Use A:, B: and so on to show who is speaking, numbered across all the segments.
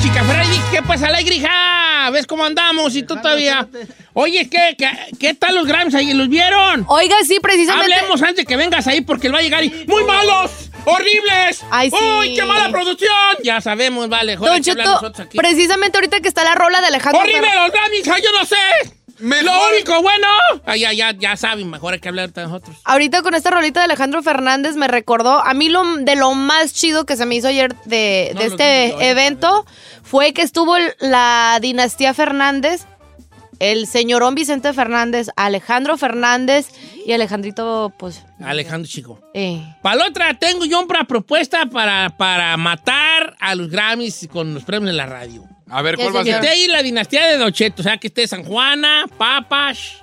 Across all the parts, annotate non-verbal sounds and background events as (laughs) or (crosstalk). A: chica Freddy, ¿qué pasa, la grija? ¿Ves cómo andamos? Y tú todavía. Oye, ¿qué, qué, qué tal los Grammys ahí? ¿Los vieron?
B: Oiga, sí, precisamente.
A: Hablemos antes de que vengas ahí porque él va a llegar y. ¡Muy malos! ¡Horribles!
B: Ay, sí.
A: ¡Uy, qué mala producción! Ya sabemos, vale, joder,
B: Don
A: hay que hablar
B: Cheto,
A: nosotros aquí.
B: precisamente ahorita que está la rola de Alejandro
A: ¡Horrible
B: Fernández.
A: los Grammys! ¡Ay, yo no sé! ¡Lo único bueno! Ay, ya, ya, ya saben, mejor hay que hablar de nosotros.
B: Ahorita con esta rolita de Alejandro Fernández me recordó, a mí lo, de lo más chido que se me hizo ayer de, de
A: No, lo
B: este
A: vi, oye,
B: evento fue que estuvo el- la dinastía Fernández, el señorón Vicente Fernández, Alejandro Fernández y Alejandrito, pues...
A: Alejandro Chico.
B: eh.
A: Para la otra, tengo yo una propuesta para, para matar a los Grammys con los premios de la radio.
C: A ver,
B: Ya
C: ¿cuál va a
A: Que
B: sé
A: esté
C: ser?
A: ahí la dinastía de Docheto, o sea, que esté San Juana, Papas,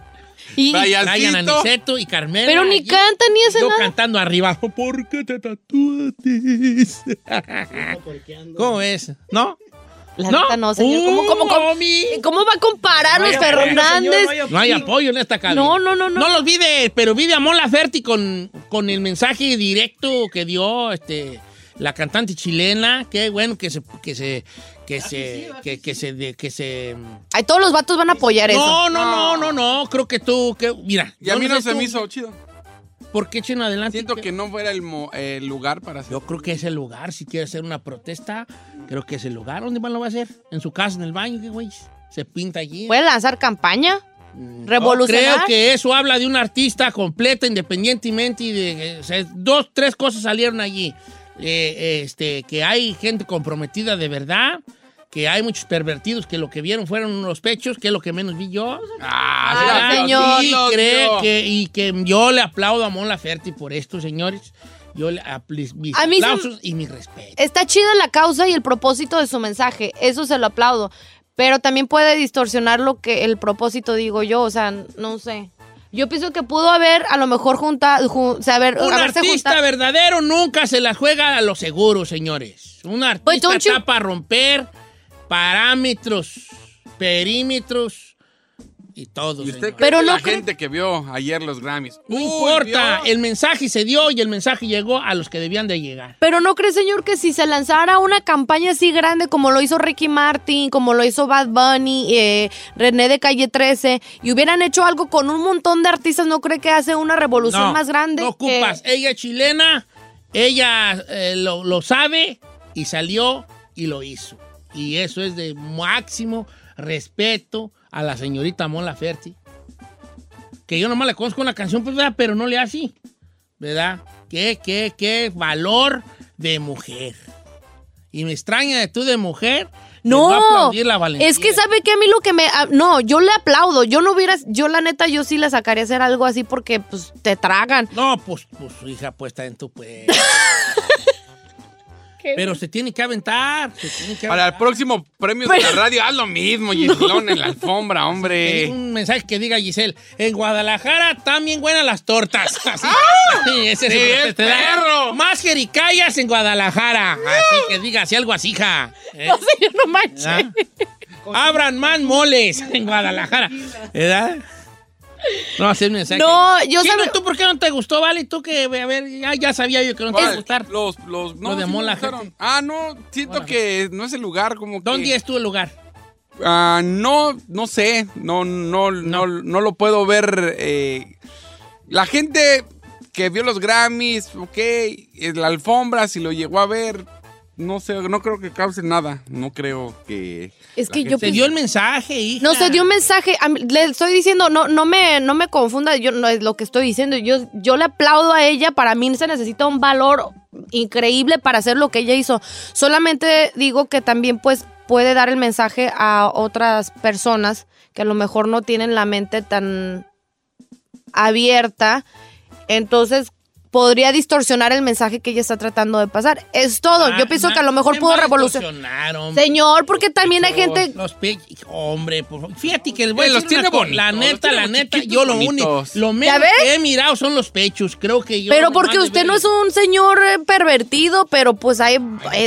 B: Y-
C: Vaya.
A: Brian
C: Yancito.
A: Aniceto y Carmela.
B: pero ni
A: Y-
B: canta ni hace
A: Yo
B: nada.
A: cantando arriba. ¿Por qué te
B: (laughs)
A: tatuaste? ¿Cómo es? ¿No?
B: La
A: ¿No? Uh,
B: neta no, señor. ¿Cómo, cómo, cómo,
A: Homie.
B: cómo va a comparar los Fernández?
A: No hay apoyo en esta cabina.
B: No, no, no, no.
A: No los vi de, pero vi de Amon Laferti con, con el mensaje directo que dio este, la cantante chilena. Qué bueno que se, que se, que se, que, que se, de- que se.
B: Ay, todos los vatos van a apoyar eso.
A: No, no, no, no, no. Creo que tú, que, mira.
C: Y a mí no
A: sé
C: se
A: tú,
C: me hizo chido.
A: ¿Por qué Chino adelante?
C: Siento que no fuera el, mo- el lugar para hacer.
A: Yo creo que es el lugar. Si quiere hacer una protesta, creo que es el lugar. ¿Dónde más lo va a hacer? En su casa, en el baño, qué güey. Se pinta allí.
B: ¿Puede lanzar campaña?
A: Mm,
B: revolucionar?
A: Creo que eso habla de un artista completa, independientemente y de eh, o sea, dos, tres cosas salieron allí. Eh, este, que hay gente comprometida de verdad, que hay muchos pervertidos que lo que vieron fueron los pechos, que es lo que menos vi yo.
C: Ah,
B: Ay,
C: sí,
B: señor.
A: Y,
C: aplausos,
A: cree
C: tío.
A: que, y que yo le aplaudo a Mon Laferte por esto, señores. Yo le apl- mis
B: A mí se-
A: aplausos y mi respeto.
B: Está chida la causa y el propósito de su mensaje, eso se lo aplaudo, pero también puede distorsionar lo que el propósito digo yo, o sea, no sé. Yo pienso que pudo haber a lo mejor juntado, saber,
A: Un
B: haberse
A: artista
B: juntado.
A: verdadero nunca se la juega a lo seguro, señores. Un
B: Pues,
A: artista
B: don't you-
A: está para romper parámetros, perímetros y todo.
C: ¿Y usted
A: señores.
C: cree
B: Pero
C: que
B: no
C: la
B: creo-
C: gente que vio ayer los Grammys?
A: No
C: Uy,
A: importa,
C: vio.
A: el mensaje se dio y el mensaje llegó a los que debían de llegar.
B: Pero no cree, señor, que si se lanzara una campaña así grande como lo hizo Ricky Martin, como lo hizo Bad Bunny, eh, René de Calle 13, y hubieran hecho algo con un montón de artistas, ¿no cree que hace una revolución
A: No,
B: más grande?
A: No
B: que-
A: ocupas. Ella es chilena, ella eh, lo, lo sabe y salió y lo hizo. Y eso es de máximo respeto a la señorita Mon Laferte. Que yo nomás la conozco una canción, pues, ¿verdad? pero no le hace, ¿verdad? Qué, qué, qué valor de mujer. Y me extraña de tú de mujer. que va a
B: No,
A: aplaudir la valentía.
B: es que sabe que a mí lo que me... a- No, yo le aplaudo, yo no hubiera... Yo la neta, yo sí la sacaría a hacer algo así porque pues te tragan.
A: No, pues, pues hija puesta en tu pues.
D: qué?
A: Pero se tiene que aventar. Se tiene que
C: Para el
A: aventar.
C: próximo premio de la radio, haz lo
B: (laughs)
C: mismo, Gislón, en la alfombra,
A: Que diga
C: hombre.
A: Un mensaje que diga Giselle, en Guadalajara también buenas las tortas. (laughs) Así, Sí, ese es el
C: Sí,
A: que
C: es
A: te da.
C: perro.
A: Más jericayas en Guadalajara. Así que diga así algo así, hija. ¿Eh?
D: No, señor, no manches.
A: ¿Ah? Abran más moles en Guadalajara. ¿Verdad? No, hacer mensaje.
B: No, yo
A: Chino,
B: sabe-
A: ¿Tú por qué no te gustó, Vale? Tú que, a ver, ya, ya sabía yo que no te iba a
C: ¿Cuál?
A: gustar.
C: Los, Pues, los, no,
A: Lo de
C: sí me
A: Mola,
C: gustaron.
A: gente.
C: Ah, no, siento
A: Mola,
C: que no es el lugar como que...
A: ¿Dónde es tu lugar?
C: Ah, no, no sé, no, no, no, no lo puedo ver. eh. La gente que vio los Grammys, ok, eh, la alfombra, si lo llegó a ver, no sé, no creo que cause nada, no creo que...
B: Es
C: la
B: que
C: gente-
B: yo
A: Se dio el mensaje, hija.
B: No, se dio un mensaje. a mí- Le estoy diciendo, no, no, me, no me confunda yo, no, es lo que estoy diciendo. Yo, yo le aplaudo a ella. Para mí se necesita un valor increíble para hacer lo que ella hizo. Solamente digo que también pues puede dar el mensaje a otras personas que a lo mejor no tienen la mente tan abierta. Entonces podría distorsionar el mensaje que ella está tratando de pasar. Es todo.
A: Ah,
B: Yo pienso
A: na-
B: que a lo mejor
A: ¿quién
B: pudo
A: va a
B: revolucionar.
A: distorsionar, hombre?
B: Señor, porque también hay
A: Los-
B: gente...
A: Los pe- Hombre, por favor. Fíjate que el güey.
C: Eh, los tiene bonitos,
A: La
C: los
A: neta,
C: tiene
A: la neta.
C: chiquitos,
A: Yo lo
C: bonitos.
A: único. Lo menos
B: ves?
A: que he mirado son los pechos. Creo que yo.
B: Pero
A: nomás
B: porque
A: de
B: usted
A: ver-
B: no es un señor eh, pervertido, pero pues hay eh,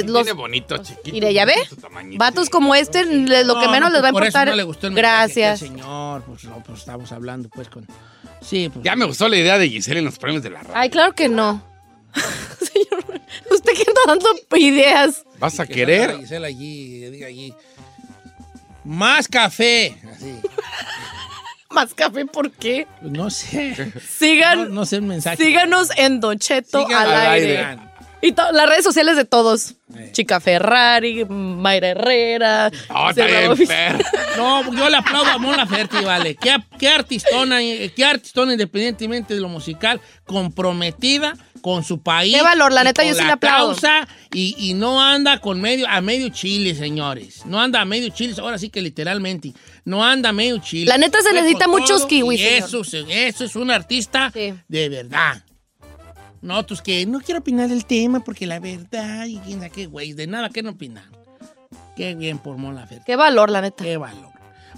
C: Tiene
B: los
C: bonito, chiquito.
B: Mire, ya ve.
C: su tamañito.
B: vatos como este, le- lo que
A: No,
B: menos
A: no,
B: les va a
A: por eso
B: importar.
A: no le gustó el mensaje
B: Gracias.
A: que el señor, pues no, pues estamos hablando, pues con. Sí, pues.
C: Ya me gustó la idea de Giselle en los premios de la radio.
B: Ay, claro que no. (laughs) señor, usted que anda dando ideas.
C: ¿Vas a
A: que
C: querer?
A: salga Gisela allí, que diga allí. Más café. Así.
B: (laughs)
A: Pues,
B: Más café, ¿por qué?
A: No sé. No,
B: Sigan,
A: no sé el mensaje.
B: síganos en Don Cheto
A: Sigan
B: al,
C: al
B: aire.
C: aire.
B: Y to- las redes sociales de todos.
A: Eh.
B: Chica Ferrari, Mayra Herrera.
C: No, está
B: José
C: bien,
B: Ramón Fis-
C: perro.
A: (laughs) No, yo le aplaudo a Mon Laferte, vale. Qué, qué artistona, eh, qué artistona independientemente de lo musical, comprometida con su país.
B: Qué valor, la
A: y
B: neta,
A: con
B: yo sí le aplaudo.
A: causa, y, y no anda con medio, a medio chile, señores. No anda a medio chile, ahora sí que literalmente. No anda a medio chile.
B: La neta, se
A: Fue
B: necesita
A: con
B: muchos
A: todo,
B: kiwis,
A: y Eso, se- eso es un artista
B: Sí.
A: de verdad. No, tus que no quiero opinar del tema porque la verdad, y quién sabe qué güey, de nada que no opinar. Qué bien por Mon Laferte.
B: Qué valor, la neta.
A: Qué valor.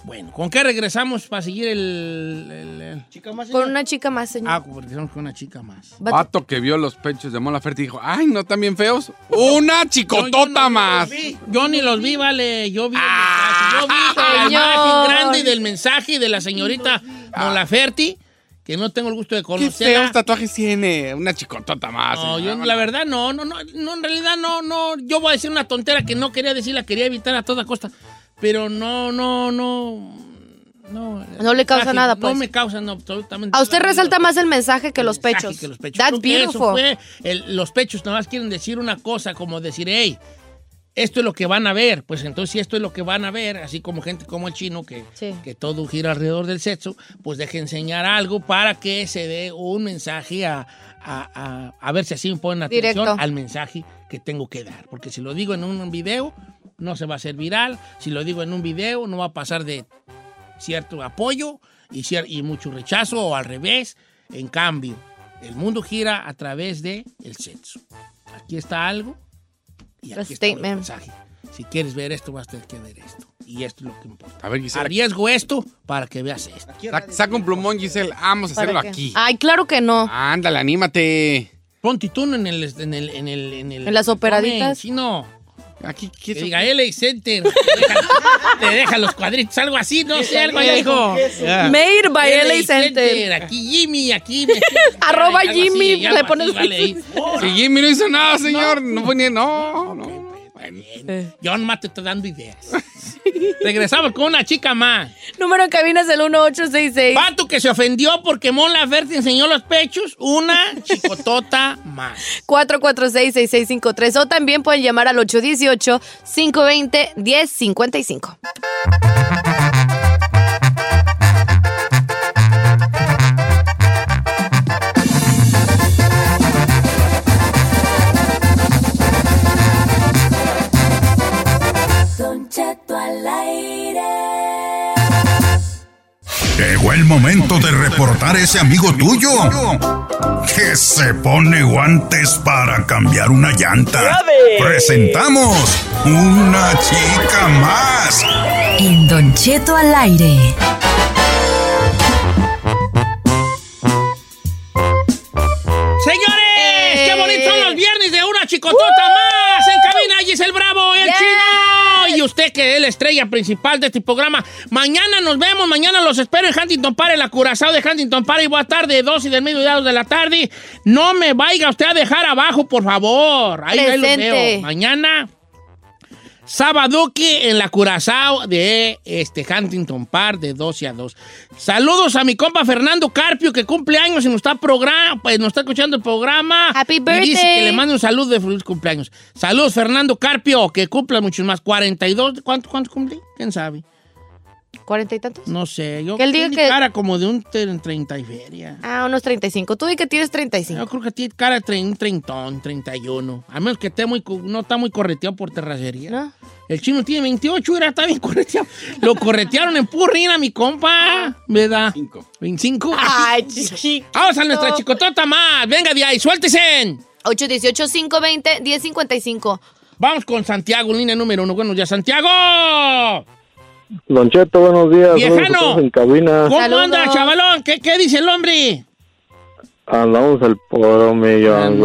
A: Bueno, ¿con qué regresamos para seguir el. el- el-
B: Con una chica más, señor.
A: Ah, porque estamos con una chica más. Ah,
B: Vato-
C: Vato que vio los pechos de Mola Ferte y dijo, ay, ¿no están bien feos? ¡Una chicotota más!
A: ah, Yo ni los vi, vale. Yo vi, el
C: Ah,
A: mensaje, yo vi la
B: señor.
A: imagen grande del mensaje de la señorita Molaferti, que no tengo el gusto de
C: ¿Qué feos
A: conocerla.
C: tatuajes tiene? Una chicotota más.
A: No, yo
C: señora.
A: la verdad no, no, no, no, en realidad no, no, yo voy a decir una tontera que no quería decir, la quería evitar a toda costa, pero no, no, no, no.
B: No le causa
A: Casi,
B: nada,
A: No
B: pues.
A: me causa no, absolutamente.
B: A usted
A: nada.
B: resalta más el mensaje que los
A: mensaje
B: pechos.
A: que los pechos.
B: That's
A: Creo que eso
B: beautiful.
A: fue el- los pechos nada más quieren decir una cosa, como decir, hey, esto es lo que van a ver. Pues entonces, si esto es lo que van a ver, así como gente como el chino, que,
B: Sí.
A: que todo gira alrededor del sexo, pues deje enseñar algo para que se dé un mensaje a, a- a- a ver si así me ponen atención
B: Directo.
A: al mensaje que tengo que dar. Porque si lo digo en un video, no se va a hacer viral. Si lo digo en un video, no va a pasar de cierto apoyo y, cier- y mucho rechazo o al revés. En cambio, el mundo gira a través de el sexo. Aquí está algo y aquí está el
B: Statement.
A: mensaje. Si quieres ver esto, vas a tener que ver esto. Y esto es lo que importa.
C: A ver, Giselle,
A: Arriesgo esto para que veas esto. Ah,
C: sa- saca un plumón, Giselle. Vamos a hacerlo
B: ¿Para qué?
C: aquí.
B: Ay, claro que no.
C: Ándale, anímate.
A: Ponte tú en el... pues, En, el, en, el, en, el-
B: En las operaditas.
A: Sí, no.
C: Aquí, ¿qué
A: Que
C: es-
A: diga LA Center. Te deja, te deja los cuadritos, algo así, no sé, algo ahí, hijo. Ya.
B: Made by LA
A: LA
B: Center.
A: Aquí Jimmy, aquí... me-
B: (laughs) Arroba
A: algo así,
B: Jimmy,
A: algo
B: le
A: así,
B: pones-
A: vale, ahí.
C: Si Jimmy no hizo nada, señor. No ponía, no, no.
A: pues,
C: Bueno,
B: Eh.
A: Yo nomás te estoy dando ideas. Regresamos con una chica más.
B: Número en cabina es el 1866.
A: Pato que se ofendió porque Mon Laferte enseñó los pechos. Una chicotota (laughs) más.
B: 446-6653. O también pueden llamar al 818-520-1055.
E: Llegó el momento de reportar ese amigo tuyo.
D: que se pone guantes para cambiar una llanta. Presentamos una chica más.
F: En Don Cheto al aire.
A: ¡Señores!
B: ¡Eh!
A: ¡Qué bonitos son los viernes de una chicotota más! En cabina, allí es el bravo, el
B: Yes.
A: chino. Y usted que es la estrella principal de este programa. Mañana nos vemos, mañana los espero en Huntington Park, en la Curazao de Huntington Park. Y voy a estar de 2 y del mediodía a 2 de la tarde. No me vaya usted a dejar abajo, por favor. Ahí, ahí los veo.
B: Presente.
A: Mañana. Sabaduki en la Curazao de este Huntington Park de 12 a 2. Saludos a mi compa Fernando Carpio que cumple años y nos está, progra- pues, nos está escuchando el programa.
B: Happy
A: Y dice
B: birthday.
A: que le mando un saludo de feliz cumpleaños. Saludos Fernando Carpio que cumpla muchos más. 42, ¿cuánto, cuánto cumplí? ¿Quién sabe?
B: ¿Cuarenta y tantos?
A: Pues, No sé. Yo
B: Que él diga
A: tiene
B: que-
A: cara como de un tre- 30 y feria.
B: Ah, unos 35. Tú di que tienes 35.
A: Yo creo que tiene cara de tre- un treintón, 31. A menos que esté muy, cu- no está muy correteado por terracería.
B: ¿No?
A: El chino tiene 28, era, está bien correteado. Lo corretearon en purrina, mi compa. ¿Verdad?
C: Cinco.
A: 25. (laughs)
B: Ay, chiquito.
A: Vamos a nuestra chicotota más. Venga de ahí, suéltese.
B: 818-520-1055.
A: Vamos con Santiago, línea número uno. Buenos días, Santiago.
G: Don Cheto, buenos días.
A: Viejano.
G: Saludos a todos en cabina.
A: ¿Cómo
B: Saludos.
A: anda, chavalón? ¿Qué, qué dice el hombre?
G: Andamos Ah, al puro millón.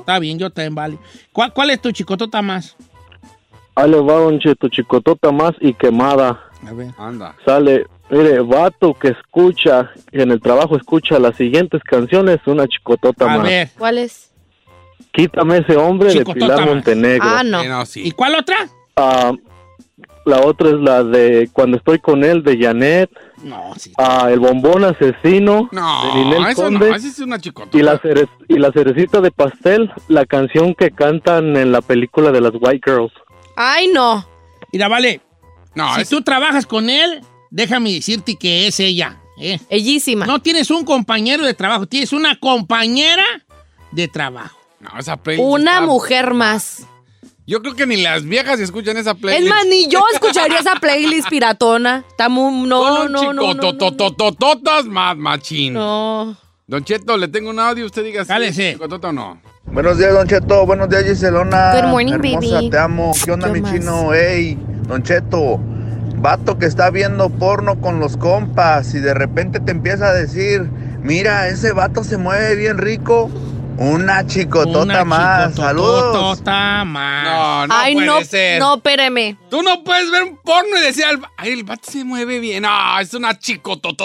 A: Está bien, yo también, vale. ¿Cuál, cuál es tu chicotota más?
G: Ahí le va Don Cheto, chicotota más y quemada.
A: A ver.
C: Anda.
G: Sale, mire, vato que escucha, que en el trabajo escucha las siguientes canciones, una chicotota
A: A
G: más.
A: ver.
B: ¿Cuál es?
G: Quítame ese hombre
A: Chicotota
G: de Pilar
A: más.
G: Montenegro.
B: Ah, no.
C: Eh, no, sí.
A: ¿Y cuál otra?
G: Ah, la otra es la de Cuando estoy con él, de Janet.
A: No, sí.
G: Ah, el bombón asesino, de
C: No,
G: Ninel
C: eso
G: Conde.
C: no, esa es una chicotota.
G: Y la, cere- y la cerecita de pastel, la canción que cantan en la película de las White Girls.
B: Ay, no.
A: Mira, vale.
C: No,
A: si
C: es-
A: tú trabajas con él, déjame decirte que es ella. ¿eh?
B: Bellísima.
A: No tienes un compañero de trabajo, tienes una compañera de trabajo.
C: no, esa playlist
B: Una
C: está-
B: mujer más.
C: Yo creo que ni las viejas escuchan esa playlist.
B: Es más, ni yo escucharía esa
C: (laughs)
B: playlist piratona. Está muy- No, no,
C: Son
B: no, no, no, no, no.
C: chicotototototas más machín.
B: No.
C: Don Cheto, le tengo un audio, usted diga si es
A: Cálese.
C: chicotota o no.
H: Buenos días, Don Cheto. Buenos días, Giselona.
B: Good morning,
H: Hermosa,
B: baby.
H: te amo. ¿Qué onda,
B: Yo
H: mi
B: más.
H: chino? Ey, Don Cheto. Vato que está viendo porno con los compas y de repente te empieza a decir, mira, ese vato se mueve bien rico. Una chicotota
A: Una
H: más. Saludos.
A: chicototota más.
C: No, no
B: Ay,
C: puede
B: no,
C: ser.
B: no, espérame.
C: Tú no puedes ver un porno y decir al... Ay, el vato se mueve bien. No, es una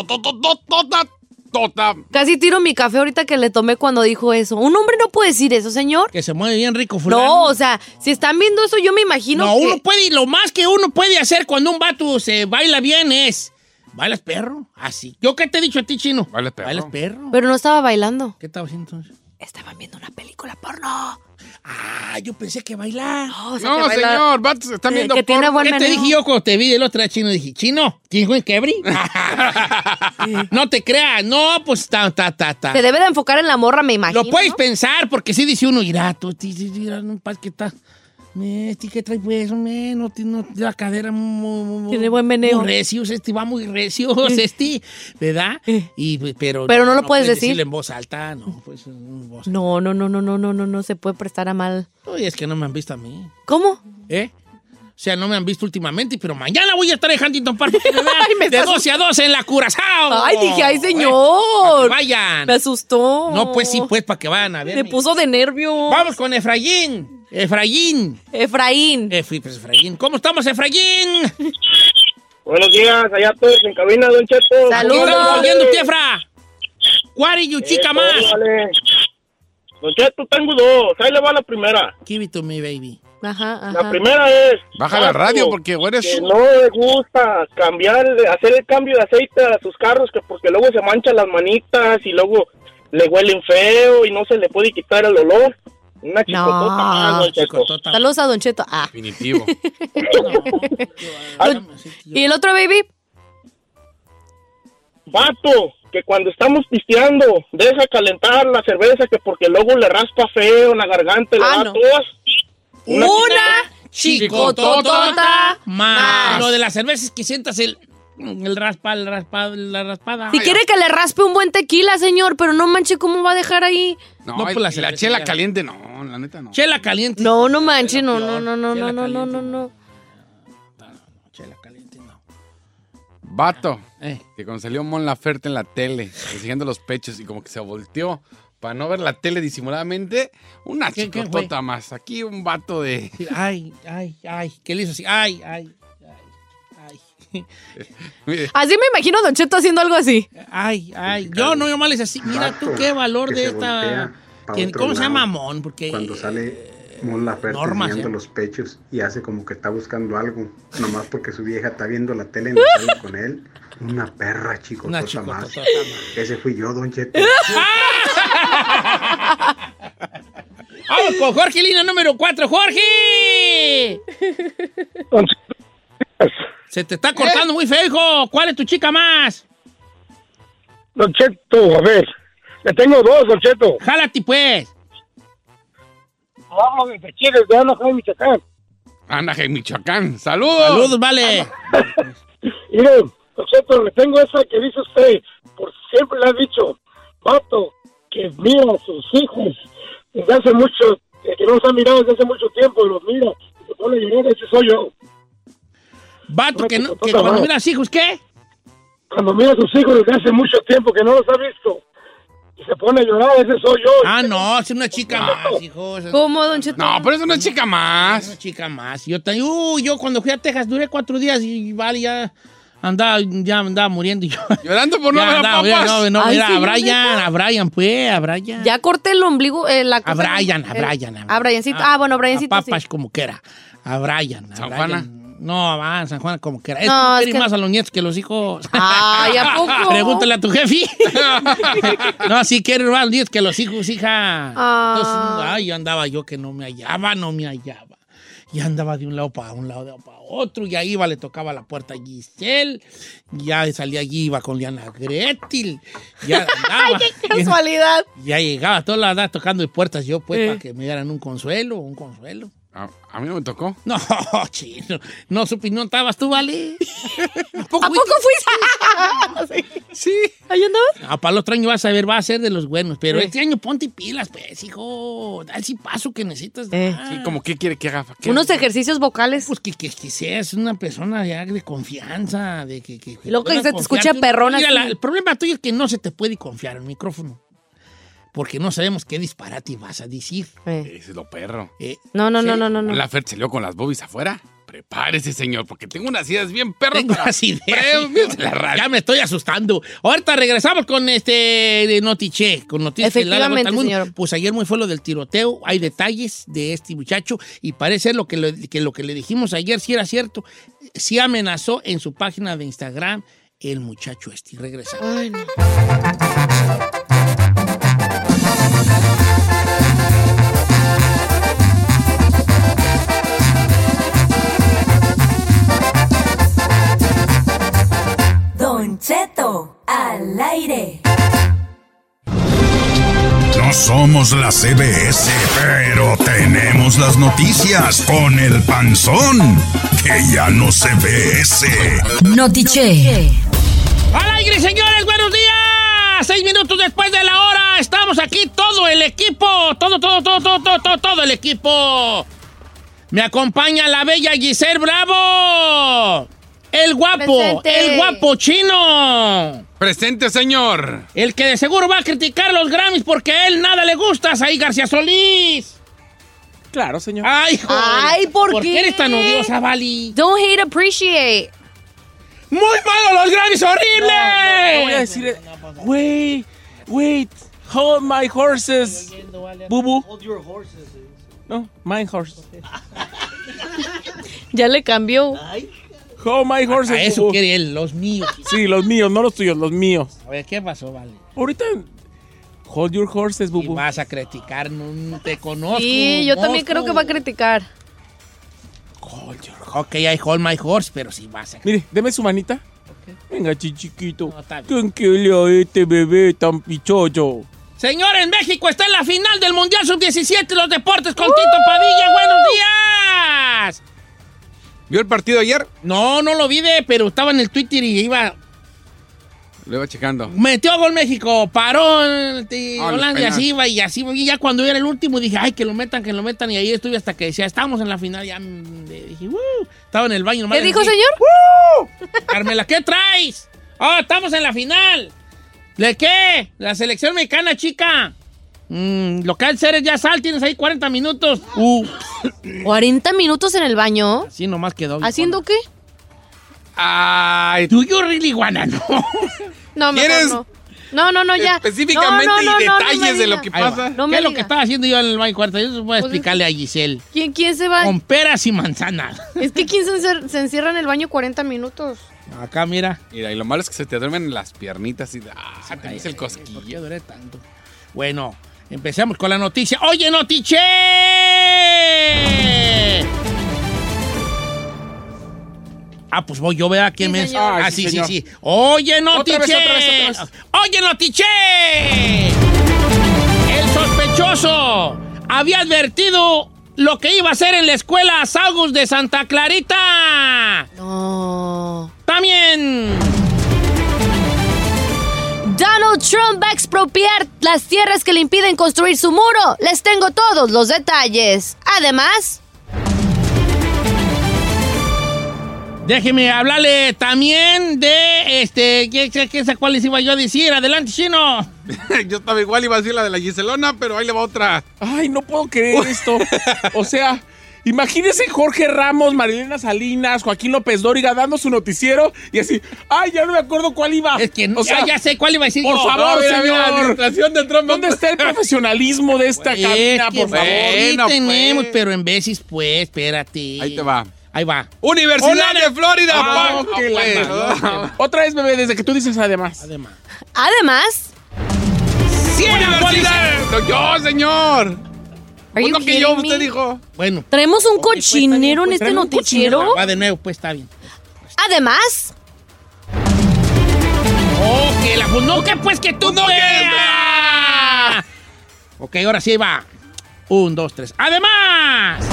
C: chicotototototota. Tota.
B: Casi tiro mi café ahorita que le tomé cuando dijo eso. Un hombre no puede decir eso, señor.
A: Que se mueve bien rico
B: No,
A: fulano.
B: o sea, si están viendo eso, yo me imagino
A: No,
B: que...
A: uno puede, lo más que uno puede hacer cuando un vato se baila bien es, ¿bailas perro? Así. ¿Yo qué te he dicho a ti, chino?
C: Bailas perro.
A: ¿Bailas perro?
B: Pero no estaba bailando.
A: ¿Qué estaba haciendo entonces?
B: Estaban viendo una película porno.
A: Ah, yo pensé que bailar.
B: No, o sea, que
C: No,
B: baila-
C: señor, vatos están
B: Eh,
C: viendo
B: que tiene
C: porno.
B: buen
A: ¿Qué te
B: meneo.
A: dije yo cuando te vi del otro día, chino? Dije, chino, ¿tienes buen quebri? (laughs) no te creas. No, pues ta, ta, ta, ta.
B: Se debe de enfocar en la morra, me imagino.
A: Lo puedes
B: ¿no?
A: pensar, porque sí dice uno, irá, tú, ti- ti- ti- irá, no, pas que está. Me, Este que trae pues, me, no, ti- no, la cadera muy, muy, muy-
B: Tiene buen meneo.
A: Muy recios, este va muy recios, este, ¿verdad?
B: Eh.
A: Y, pues, pero,
B: Pero no lo puedes decir.
A: decirlo en voz alta, no, pues en voz alta.
B: No, no, no, no, no, no, no, no se puede prestar a mal.
A: Oye, es que no me han visto a mí,
B: ¿Cómo?
A: ¿eh? O sea, no me han visto últimamente, pero mañana voy a estar en Huntington Park. porque me vean
B: (laughs) Ay, me
A: de
B: estás-
A: 12 a 12 en la Curazao.
B: Ay, dije, ay,
A: Eh, para que
B: señor.
A: vayan.
B: Me asustó.
A: No, pues sí, pues, para que vayan a ver.
B: Me puso de nervio.
A: Vamos con Efraín. Efraín.
B: Efraín.
A: Eh, fui, pues, Efraín. ¿Cómo estamos, Efraín?
G: Buenos días, allá todos en cabina, Don Cheto. Eh,
A: ¿Qué estamos
B: Saludos.
A: oyendo, Tiefra? ¿Cuál es chica más?
G: Don Cheto, tengo dos. Ahí le va la primera.
A: Give it to me, baby.
B: Ajá,
G: La
B: ajá.
G: primera es...
C: Baja la
G: vato
C: radio porque o eres...
G: Que no le gusta cambiar, hacer el cambio de aceite a sus carros que porque luego se manchan las manitas y luego le huelen feo y no se le puede quitar el olor. Una chicotota ah, más, Don Cheto.
A: Chicotota.
B: Saludos a Don Cheto. Ah.
I: (laughs)
C: Definitivo.
G: Ah,
B: ¿Y el otro baby?
G: Vato, que cuando estamos pisteando, deja calentar la cerveza que porque luego le raspa feo en la garganta y le
B: Ah,
G: da
B: no.
G: tos.
B: Una
A: Chicototota
B: Chicototota
A: más.
B: más.
A: Lo de las cervezas que sientas el... El raspa, el raspa, la raspada.
B: Si quiere que le raspe un buen tequila, señor, pero no manche, ¿cómo va a dejar ahí?
C: No,
A: No, pues la
C: y la,
A: cervecería.
C: chela caliente, no, la neta no.
A: Chela caliente.
B: No, no manche, no, no, no, no, no, no, no, no, no.
A: Chela caliente, no.
C: Vato,
A: Eh.
C: que cuando salió Mon Laferte en la tele, enseñando los pechos y como que se volteó para no ver la tele disimuladamente, una
A: ¿Qué- qué fue?
C: chicotota más. Aquí un vato de...
A: Sí, Ay, ay, ay. ¿Qué le hizo así? Ay, ay, ay, ay.
C: (laughs) Mire,
B: Así me imagino a Don Cheto haciendo algo así.
A: Ay, ay. Yo no, yo mal es así. Mira tú qué valor de esta. ¿Quién- ¿Cómo se llama Mon? Porque. eh,
J: Cuando sale Mon Laferte
A: normas,
J: enseñando
A: ¿eh?
J: los pechos y hace como que está buscando algo, nomás porque su vieja está viendo la tele en la sala con él. Una perra, chico.
A: Una
J: más.
A: chicotota.
J: Ese fui yo, Don Cheto.
A: (laughs) Vamos con Jorge Lina número 4. ¡Jorge! Se te está cortando muy feo, hijo. ¿Cuál es tu chica más?
K: Don Cheto, a ver. Le tengo dos, Don Cheto.
A: Jálate, pues.
K: Hablo desde Chile, de Anaheim, Michoacán.
C: Anaheim, Michoacán. ¡Saludos!
A: Saludos, vale.
K: (laughs) Miren, Don Cheto, le tengo esa que dice usted. Por siempre le ha dicho, vato, que mira a sus hijos desde hace mucho, eh, que no los ha mirado desde hace mucho tiempo, y los mira, y se pone a llorar, ese soy yo.
A: Vato, que, no- que
K: no.
A: cuando miras hijos, ¿qué?
K: Cuando mira a sus hijos desde hace mucho tiempo que no los ha visto, y se pone a llorar, ese soy yo.
A: Ah, no, es una chica más, hijo. Es
B: ¿Cómo, Don Cheto?
C: No, pero es una chica más.
A: una chica más. Yo, te- uh, yo cuando fui a Texas duré cuatro días y, y vale, ya andaba, ya andaba muriendo. y Yo,
C: Llorando por
A: (laughs)
C: no
A: ya
C: ver a
A: andaba, ya,
C: papas.
A: no, no,
B: Ay,
A: mira, a
B: señor,
A: Brian,
B: ¿neta?
A: a Brian, pues, a Brian.
B: Ya corté el ombligo, eh, la
A: A
B: cosa-
A: Brian, a
B: el-
A: Brian.
B: A Briancito. Ah, bueno, Briancito
A: A
B: sí.
A: papas como quiera. A Brian. A
C: ¿San
A: Brian.
C: Juana?
A: No, a San Juan como quiera. Es
B: No, es
A: que...
B: que-
A: más a los nietos que a los hijos.
B: Ay, ¿a
A: (laughs)
B: poco?
A: Pregúntale a tu
B: (laughs)
A: jefe. no, sí quiero más nietos que los hijos, hija. Entonces,
B: Ah.
A: ay, yo andaba yo que no me hallaba, no me hallaba. Y andaba de un lado para un lado, de para otro. Y ahí iba, le tocaba la puerta a Giselle. Ya salía allí, iba con Liana Gretil.
B: (laughs)
A: Ya andaba.
B: Casualidad.
A: Ya llegaba, todas las edades tocando puertas yo, pues,
B: Eh.
A: para que me dieran un consuelo, un consuelo.
C: A, a mí no me tocó.
A: (laughs) No, chino, no supi, no estabas tú,
B: (laughs)
A: ¿vale?
B: ¿A poco fuiste?
A: (laughs)
C: Sí.
B: ¿Ahí andabas?
A: Ah, para el otro año vas a ver, va a ser de los buenos, pero
B: Sí.
A: este año ponte pilas, pues, hijo, da el paso que necesitas dar.
B: Eh.
C: Sí, como que quiere que haga. ¿Qué?
B: Unos ejercicios vocales.
A: Pues que, que, que seas una persona ya de confianza, de que... que,
B: Lo que
A: puedas
B: se te
A: confiar.
B: escucha
A: Tú-
B: perrón
A: Mira,
B: así.
A: la- el problema tuyo es que no se te puede confiar el micrófono, porque no sabemos qué disparate vas a decir.
B: Eh.
C: Ese es lo perro.
A: Eh,
B: No, no, no,
A: Sí.
B: no, no, no.
C: La Fer salió con las boobies afuera. Prepárese, señor, porque tengo unas ideas bien perras.
A: Tengo
C: para-
A: las ideas,
C: Premios de la radio.
A: Ya me estoy asustando. Ahorita regresamos con este de Notiche, con noticias que le dan la vuelta
B: Efectivamente,
A: al mundo.
B: señor.
A: Pues ayer muy fue lo del tiroteo. Hay detalles de este muchacho y parece lo que, le- que lo que le dijimos ayer si era cierto. Sí amenazó en su página de Instagram el muchacho este. Regresamos.
B: Ay, no.
F: Don Cheto al aire.
D: No somos la CBS, pero tenemos las noticias con el panzón, que ya no se ve ese.
F: Notiche.
A: ¡Al aire, señores! ¡Buenos días! Seis minutos después de la hora. Estamos aquí todo el equipo. Todo, todo, todo, todo, todo, todo, todo el equipo. Me acompaña la bella Giselle Bravo. El guapo,
B: Presente.
A: el guapo chino.
C: Presente, señor.
A: El que de seguro va a criticar los Grammys porque a él nada le gusta, Saí García Solís.
C: Claro, señor.
A: Ay, joder.
B: Ay, ¿por
A: qué
B: qué?
A: eres tan odiosa, Vali?
B: Don't hate, appreciate.
A: ¡Muy malo los Grammys, horrible!
I: No voy a decir, wait, wait, hold my horses, bubu.
L: eh.
I: No, my horse.
B: Ya le cambió.
I: Hold my horses.
A: A eso
I: bubu.
A: quiere él, los míos.
I: Sí, los míos, no los tuyos, los míos.
A: A ver, ¿qué pasó, Vale?
B: Ah.
I: Ahorita, hold your horses,
A: Y
I: bubu.
A: vas a criticar, no te conozco.
B: Sí, yo también creo que va a criticar.
A: Hold your horse. Ok, I hold my horse, pero sí vas a criticar.
I: Mire, deme su manita. Venga, chi- chiquito.
A: No, está bien.
I: ¿Quién quiere a este bebé tan pichocho?
A: Señores, México está en la final del Mundial Sub-17 los deportes con Tito Padilla. ¡Buenos días!
C: ¿Vio el partido ayer?
A: No, no lo vi, de, pero estaba en el Twitter y iba.
C: Lo iba checando.
A: Metió gol México, paró este,
C: Ah, los
A: Holanda y así
C: penales.
A: iba y así. iba. Y ya cuando era el último dije, ay, que lo metan, que lo metan. Y ahí estuve hasta que decía, estamos en la final. Ya mm, le dije, "Woo". Estaba en el baño nomás.
B: ¿Qué
A: le
B: dijo,
A: dije,
B: señor? (laughs)
A: Carmela, ¿qué traes? Ah, estamos en la final. ¿De qué? La selección mexicana, chica. Mm, lo que hacer es ya sal, tienes ahí 40 minutos.
B: (laughs)
A: Uh,
B: 40 minutos en el baño.
A: así nomás quedó.
B: ¿Haciendo qué?
C: Ay,
A: ¿Do you really wanna know?
B: No, mejor
C: ¿Quieres
B: no. No, no, no, ya.
C: específicamente
B: No, no, no,
C: y
B: no, no me
C: detalles de
B: diga.
C: lo que
A: Ahí
C: pasa?
A: va.
B: No me
A: ¿Qué es lo
B: diga. Pues
A: que estaba haciendo yo en el baño cuarto? Yo voy a explicarle a Giselle.
B: ¿Quién, quién se va?
A: Con peras y manzanas.
B: Es que ¿quién se, encer- se encierra en el baño 40 minutos?
A: Acá, mira.
C: Mira, y lo malo es que se te duermen las piernitas y ah, te dice el cosquillo.
A: ¿Por qué duré tanto? Bueno, empecemos con la noticia. ¡Oye, notiche! Ah, pues voy yo, vea quién
C: Sí,
A: es.
C: señor. Ay,
A: ah,
C: sí,
A: sí, sí,
C: señor.
A: sí. ¡Oye, notiche!
C: Otra vez, otra vez, otra vez.
A: ¡Oye, notiche! El sospechoso había advertido lo que iba a hacer en la escuela Saugus de Santa Clarita.
B: No.
A: También.
B: Donald Trump va a expropiar las tierras que le impiden construir su muro. Les tengo todos los detalles. Además,
A: Déjeme hablarle también de este. ¿Qué, qué, qué- esa cuál les iba yo a decir? Adelante, chino.
C: (laughs) Yo estaba igual, iba a decir la de la Giselona, pero ahí le va otra.
I: Ay, no puedo creer esto. O sea, imagínense Jorge Ramos, Marilena Salinas, Joaquín López Dóriga dando su noticiero y así, ay, ya no me acuerdo cuál iba.
A: Es que no- ya- ya sé cuál iba a decir
I: Por
A: yo.
I: favor,
C: No, mira, mira, la
I: señor.
C: administración de Trump.
I: ¿Dónde
C: (laughs)
I: está el profesionalismo de esta
A: Es
I: cabina,
A: que
I: por favor?
A: sí
C: Bueno,
A: tenemos,
C: pues.
A: pero en veces, pues, espérate.
C: Ahí te va.
A: Ahí va.
C: Universidad
A: Hola,
C: de Florida,
A: Ah,
C: pa-
A: qué
C: Ah, pues,
A: la-
C: ¿no?
I: Otra vez, bebé, desde que tú dices además.
A: Además.
B: además.
C: Universidad. No, yo, señor.
B: Are
A: Pues
B: you
C: Uno que
B: kidding
C: yo,
B: me?
C: usted dijo.
A: Bueno.
B: Traemos un
A: pues, está bien,
B: cochinero
A: pues,
B: en este
A: traen un
B: noticiero.
A: cochinero. Va de nuevo, pues está bien.
B: Además,
A: Oh, que la. Pues no, que pues que tú no.
C: no, que- Ah,
I: Ah,
A: Ok, ahora sí va. Un, dos, tres. Además.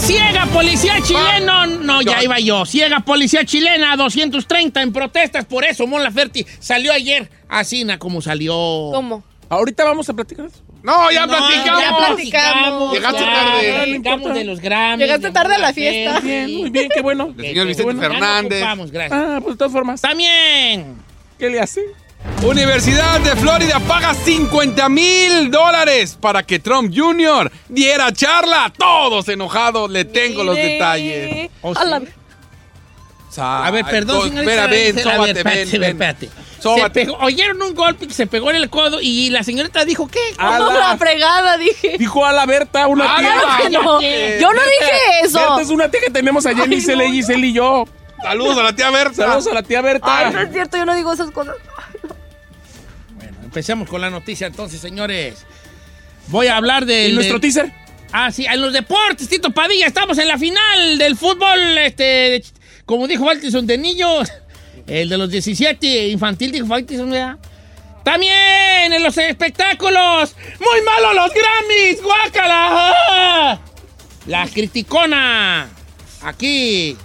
A: Ciega policía chileno.
I: Ah.
A: No, ya
C: Yo-
A: iba yo. Ciega policía chilena 230 en protestas. Por eso Mon Laferte salió ayer. Así, na, como salió.
B: ¿cómo?
I: Ahorita vamos a platicar eso.
C: No, ya
A: No,
C: platicamos.
B: ya platicamos.
C: Llegaste
A: ya
C: tarde.
A: Platicamos de los Grammys.
B: Llegaste
A: de
B: tarde a la
A: Mon Laferte.
B: fiesta.
I: Bien, muy bien, qué bueno.
C: El señor
A: Qué
C: Vicente
A: bueno, ya nos
C: Fernández.
A: ocupamos, gracias.
I: Ah, pues de todas formas,
A: También.
I: ¿qué le hace?
C: Universidad de Florida paga 50 mil dólares para que Trump Jr. diera charla. Todos enojados, le tengo los detalles.
A: O
B: A la-
A: sea, A ver, perdón, señorita.
C: Espera, ven,
A: Gisela, a ver,
C: sóbate,
A: espérate,
C: ven, ven.
A: espérate. Se
C: Sóbate.
A: pegó- oyeron un golpe que se pegó en el codo y la señorita dijo, ¿qué?
I: A
B: No, la
I: la-
B: fregada, dije.
I: Dijo a la Berta, una
C: Ah,
I: tía.
C: claro
B: que no.
A: cállate.
B: Yo no dije
I: eh, Berta es
B: eso.
I: una tía que tenemos allá en
B: Ay,
I: Isela
B: no.
I: y Giselle y yo.
C: Saludos a la tía Berta.
I: Saludos a la tía
B: Ay, no es
I: Berta.
B: cierto, yo no digo esas cosas.
A: Bueno, empecemos con la noticia entonces, señores. Voy a hablar de...
I: Y nuestro
A: de-
I: teaser.
A: Ah, sí, en los deportes, Tito Padilla. Estamos en la final del fútbol, este... Como dijo Valtison de niños, (laughs) el de los 17, infantil, dijo Valtison, ¿verdad? También en los espectáculos. Muy malos los Grammys, guácala. ¡Ah! La criticona. Aquí.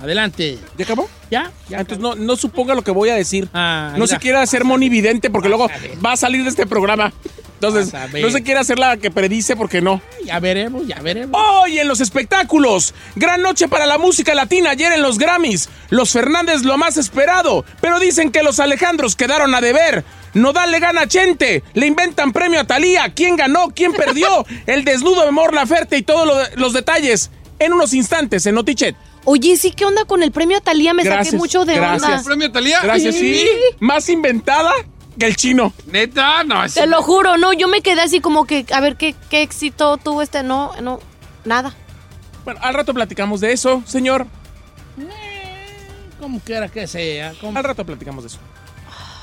A: Adelante.
I: ¿Ya acabó?
A: ¿Ya?
I: Ya, Ah, entonces no, no suponga lo que voy a decir.
A: Ah,
I: no
A: mira.
I: se quiera hacer monividente porque luego
A: a ver.
I: va a salir de este programa. Entonces,
A: Vas a ver.
I: no se quiera hacer la que predice porque no.
A: Ya veremos, ya veremos.
I: Hoy en los espectáculos, gran noche para la música latina ayer en los Grammys. Los Fernández lo más esperado, pero dicen que los Alejandros quedaron a deber. Nodal le gana a Chente, le inventan premio a Talía, quién ganó,
A: (laughs)
I: quién perdió, el desnudo de Morla Ferte y todos lo- los detalles en unos instantes en Notichet.
B: Oye, sí, ¿qué onda con el premio Talía? Me
I: Gracias,
B: saqué mucho de
I: gracias.
B: onda.
C: ¿Premio Talía?
I: Gracias, sí. Más inventada que el chino.
C: Neta, no, es
B: Te lo juro, no, yo me quedé así como que, a ver, ¿qué, qué éxito tuvo este? No, no, nada.
I: Bueno, al rato platicamos de eso, señor.
A: Eh, Como quiera que sea. como-
I: Al rato platicamos de eso.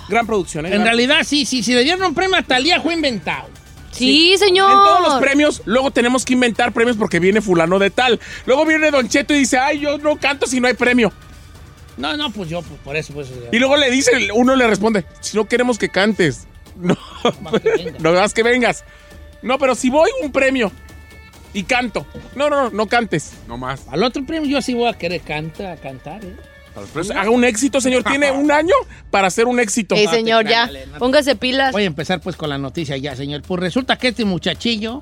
I: Gran producción, ¿eh?
A: En
I: Gran-
A: realidad, sí, sí, si le dieron un premio a Talía, fue inventado.
B: Sí, señor.
I: En todos los premios, luego tenemos que inventar premios porque viene fulano de tal. Luego viene Don Cheto y dice, ay, yo no canto si no hay premio.
A: No, no, pues yo, pues por eso, pues.
I: Y luego le dice, uno le responde, si no queremos que cantes. (laughs) No,
A: Más que vengas.
I: no más que vengas. No, pero si voy, un premio. y canto. No, no, no, no cantes.
C: No más.
A: Al otro premio yo sí voy a querer canta, a cantar, ¿eh?
I: Pues haga un éxito,
C: (laughs)
I: señor. Tiene un año para hacer un éxito.
B: Ey, señor, ya. Póngase pilas.
A: Voy a empezar pues con la noticia ya, señor. Pues resulta que este muchachillo,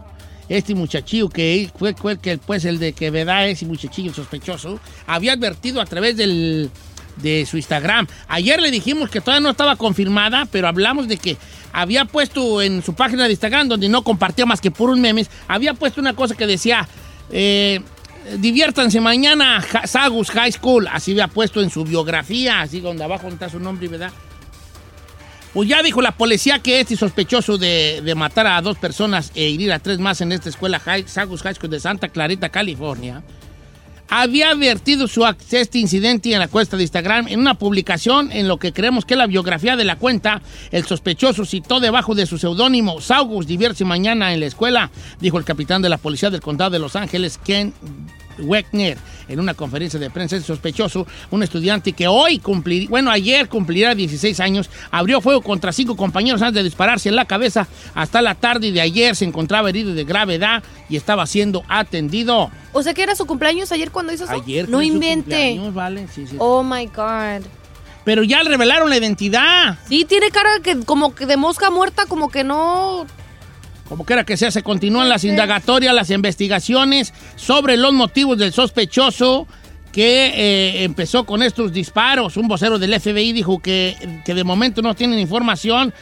A: este muchachillo que fue, fue el que pues el de que verdad ese muchachillo sospechoso, había advertido a través del de su Instagram. Ayer le dijimos que todavía no estaba confirmada, pero hablamos de que había puesto en su página de Instagram, donde no compartió más que puros memes, había puesto una cosa que decía, eh, diviértanse mañana, Ja- Sagus High School, así había puesto en su biografía, así donde abajo está su nombre, ¿verdad? Pues ya dijo la policía que este sospechoso de, de matar a dos personas e herir a tres más en esta escuela High- Sagus High School de Santa Clarita, California, había advertido su ac- este incidente en la cuenta de Instagram en una publicación en lo que creemos que es la biografía de la cuenta. El sospechoso citó debajo de su seudónimo Saugus Diversi Mañana en la escuela, dijo el capitán de la policía del condado de Los Ángeles, Ken Weckner, en una conferencia de prensa. El sospechoso, un estudiante que hoy cumpliría, bueno, ayer cumplirá 16 años, abrió fuego contra cinco compañeros antes de dispararse en la cabeza. Hasta la tarde de ayer se encontraba herido de gravedad y estaba siendo atendido.
B: O sea que era su cumpleaños ayer cuando hizo eso.
A: Ayer
B: Pues no
A: fue su
B: invente.
A: cumpleaños, vale, sí, sí.
B: Oh my God.
A: Pero ya le revelaron la identidad.
B: Sí, tiene cara que como que de mosca muerta, como que no.
A: Como quiera que sea, se continúan las indagatorias, las investigaciones sobre los motivos del sospechoso que eh, empezó con estos disparos. Un vocero del FBI dijo que, que de momento no tienen información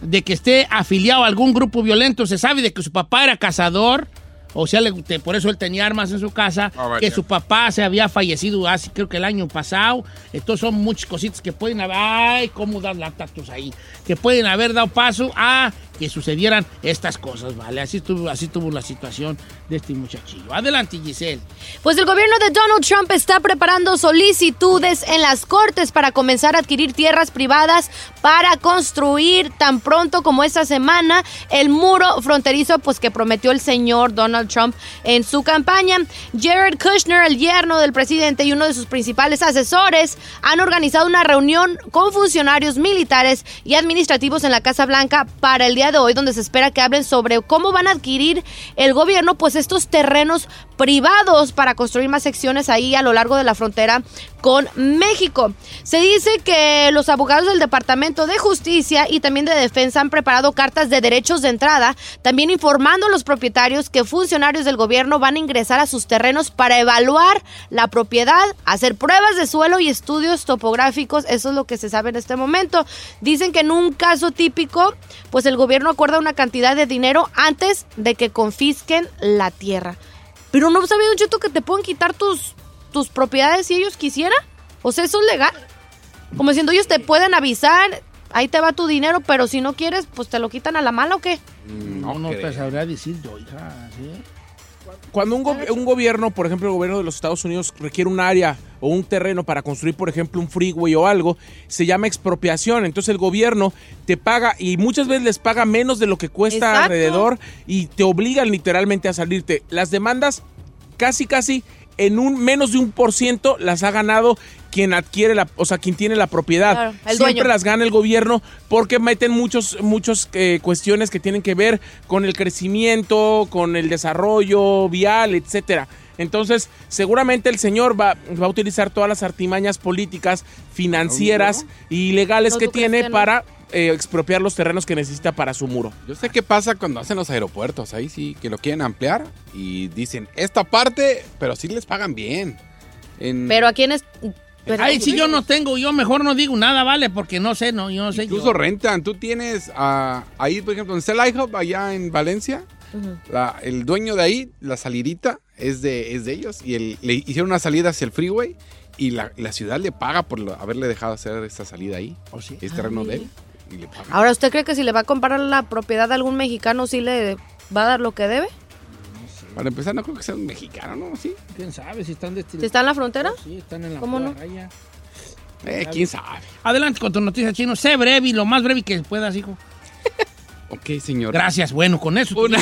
A: de que esté afiliado a algún grupo violento. Se sabe de que su papá era cazador, o sea, le- te- por eso él tenía armas en su casa,
C: vaya.
A: que su papá se había fallecido hace creo que el año pasado. Entonces son muchas cositas que pueden haber, ay, cómo dan latas tus ahí, que pueden haber dado paso a que sucedieran estas cosas, ¿vale? Así estuvo, así estuvo la situación de este muchachillo. Adelante, Giselle.
B: Pues el gobierno de Donald Trump está preparando solicitudes en las cortes para comenzar a adquirir tierras privadas para construir tan pronto como esta semana el muro fronterizo pues que prometió el señor Donald Trump en su campaña. Jared Kushner, el yerno del presidente y uno de sus principales asesores, han organizado una reunión con funcionarios militares y administrativos en la Casa Blanca para el día de hoy, donde se espera que hablen sobre cómo van a adquirir el gobierno pues estos terrenos privados para construir más secciones ahí a lo largo de la frontera con México. Se dice que los abogados del Departamento de Justicia y también de Defensa han preparado cartas de derechos de entrada, también informando a los propietarios que funcionarios del gobierno van a ingresar a sus terrenos para evaluar la propiedad, hacer pruebas de suelo y estudios topográficos. Eso es lo que se sabe en este momento. Dicen que en un caso típico, pues el gobierno acuerda una cantidad de dinero antes de que confisquen la tierra. Pero no sabía, Don Cheto, que te pueden quitar tus, tus propiedades si ellos quisieran. O sea, eso es legal. Como diciendo, ellos te pueden avisar, ahí te va tu dinero, pero si no quieres, pues te lo quitan a la mala o qué.
C: Mm,
A: No, no te sabría decir yo, hija. ¿sí?
I: Cuando un, gob- un gobierno, por ejemplo el gobierno de los Estados Unidos, requiere un área o un terreno para construir, por ejemplo, un freeway o algo, se llama expropiación. Entonces el gobierno te paga y muchas veces les paga menos de lo que cuesta
M: Exacto.
I: alrededor y te obligan literalmente a salirte. Las demandas casi, casi en un menos de un por ciento las ha ganado quien adquiere la, o sea, quien tiene la propiedad.
M: Claro, el
I: Siempre
M: dueño.
I: las las gana el gobierno porque meten muchos muchos eh, cuestiones que tienen que ver con el crecimiento, con el desarrollo vial, etcétera. Entonces, seguramente el señor va, va a utilizar todas las artimañas políticas, financieras y legales
C: No,
I: que
C: ¿tú crees
I: tiene
C: que no?
I: para eh, expropiar los terrenos que necesita para su muro.
C: Yo sé qué pasa cuando hacen los aeropuertos, ahí sí, que lo quieren ampliar y dicen esta parte, pero sí les pagan bien. En-
B: Pero a quienes...
A: Ay, si yo no tengo, yo mejor no digo nada, ¿vale? Porque no sé, no, yo no sé.
C: incluso
A: yo.
C: rentan. Tú tienes ah, ahí, por ejemplo, en está el IHOP, allá en Valencia, la- el dueño de ahí, la salidita es de, es de ellos y el- le hicieron una salida hacia el freeway y la, la ciudad le paga por lo- haberle dejado hacer esta salida ahí. Es terreno de él y le pagan.
B: Ahora, ¿usted cree que si le va a comprar la propiedad a algún mexicano, sí le va a dar lo que debe?
C: Para empezar, no creo que sea un mexicano, ¿no? Sí.
A: Ah, ¿Quién sabe si están destinados?
B: ¿Si está en la frontera?
A: Sí, están en la
B: ¿Cómo
A: ¿Cómo
B: no?
A: raya.
C: Eh, quién sabe.
A: Adelante con tu noticia, chino. Sé breve y lo más breve que puedas, hijo.
C: Ok, señor.
A: Gracias, bueno, con eso. Una.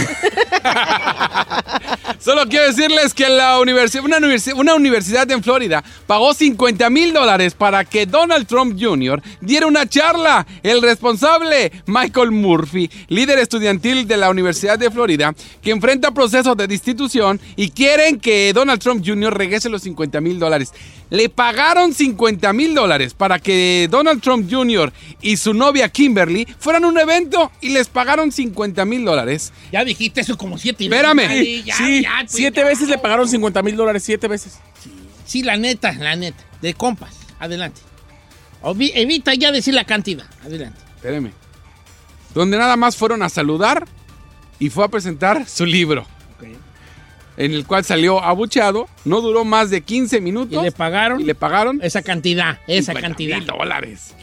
C: Solo quiero decirles que la universi- una, universi- una universidad en Florida pagó 50 mil dólares para que Donald Trump Jr. diera una charla. El responsable, Michael Murphy, líder estudiantil de la Universidad de Florida, que enfrenta procesos de destitución y quieren que Donald Trump Jr. regrese los 50 mil dólares. Le pagaron 50 mil dólares para que Donald Trump Jr. y su novia Kimberly fueran a un evento y les pagaron 50 mil dólares.
A: Ya dijiste eso como siete
C: Espérame.
A: Sí, ya,
I: Sí,
A: ya, pues,
I: siete veces le pagaron 50 mil dólares, siete veces.
A: Sí, la neta, la neta. De compas. Adelante. Ovi- evita ya decir la cantidad. Adelante.
C: Espéreme. Donde nada más fueron a saludar y fue a presentar su libro. En el cual salió abucheado. No duró más de 15 minutos. Y le
A: pagaron.
C: le pagaron.
A: Esa cantidad,
I: esa cantidad.
C: dólares.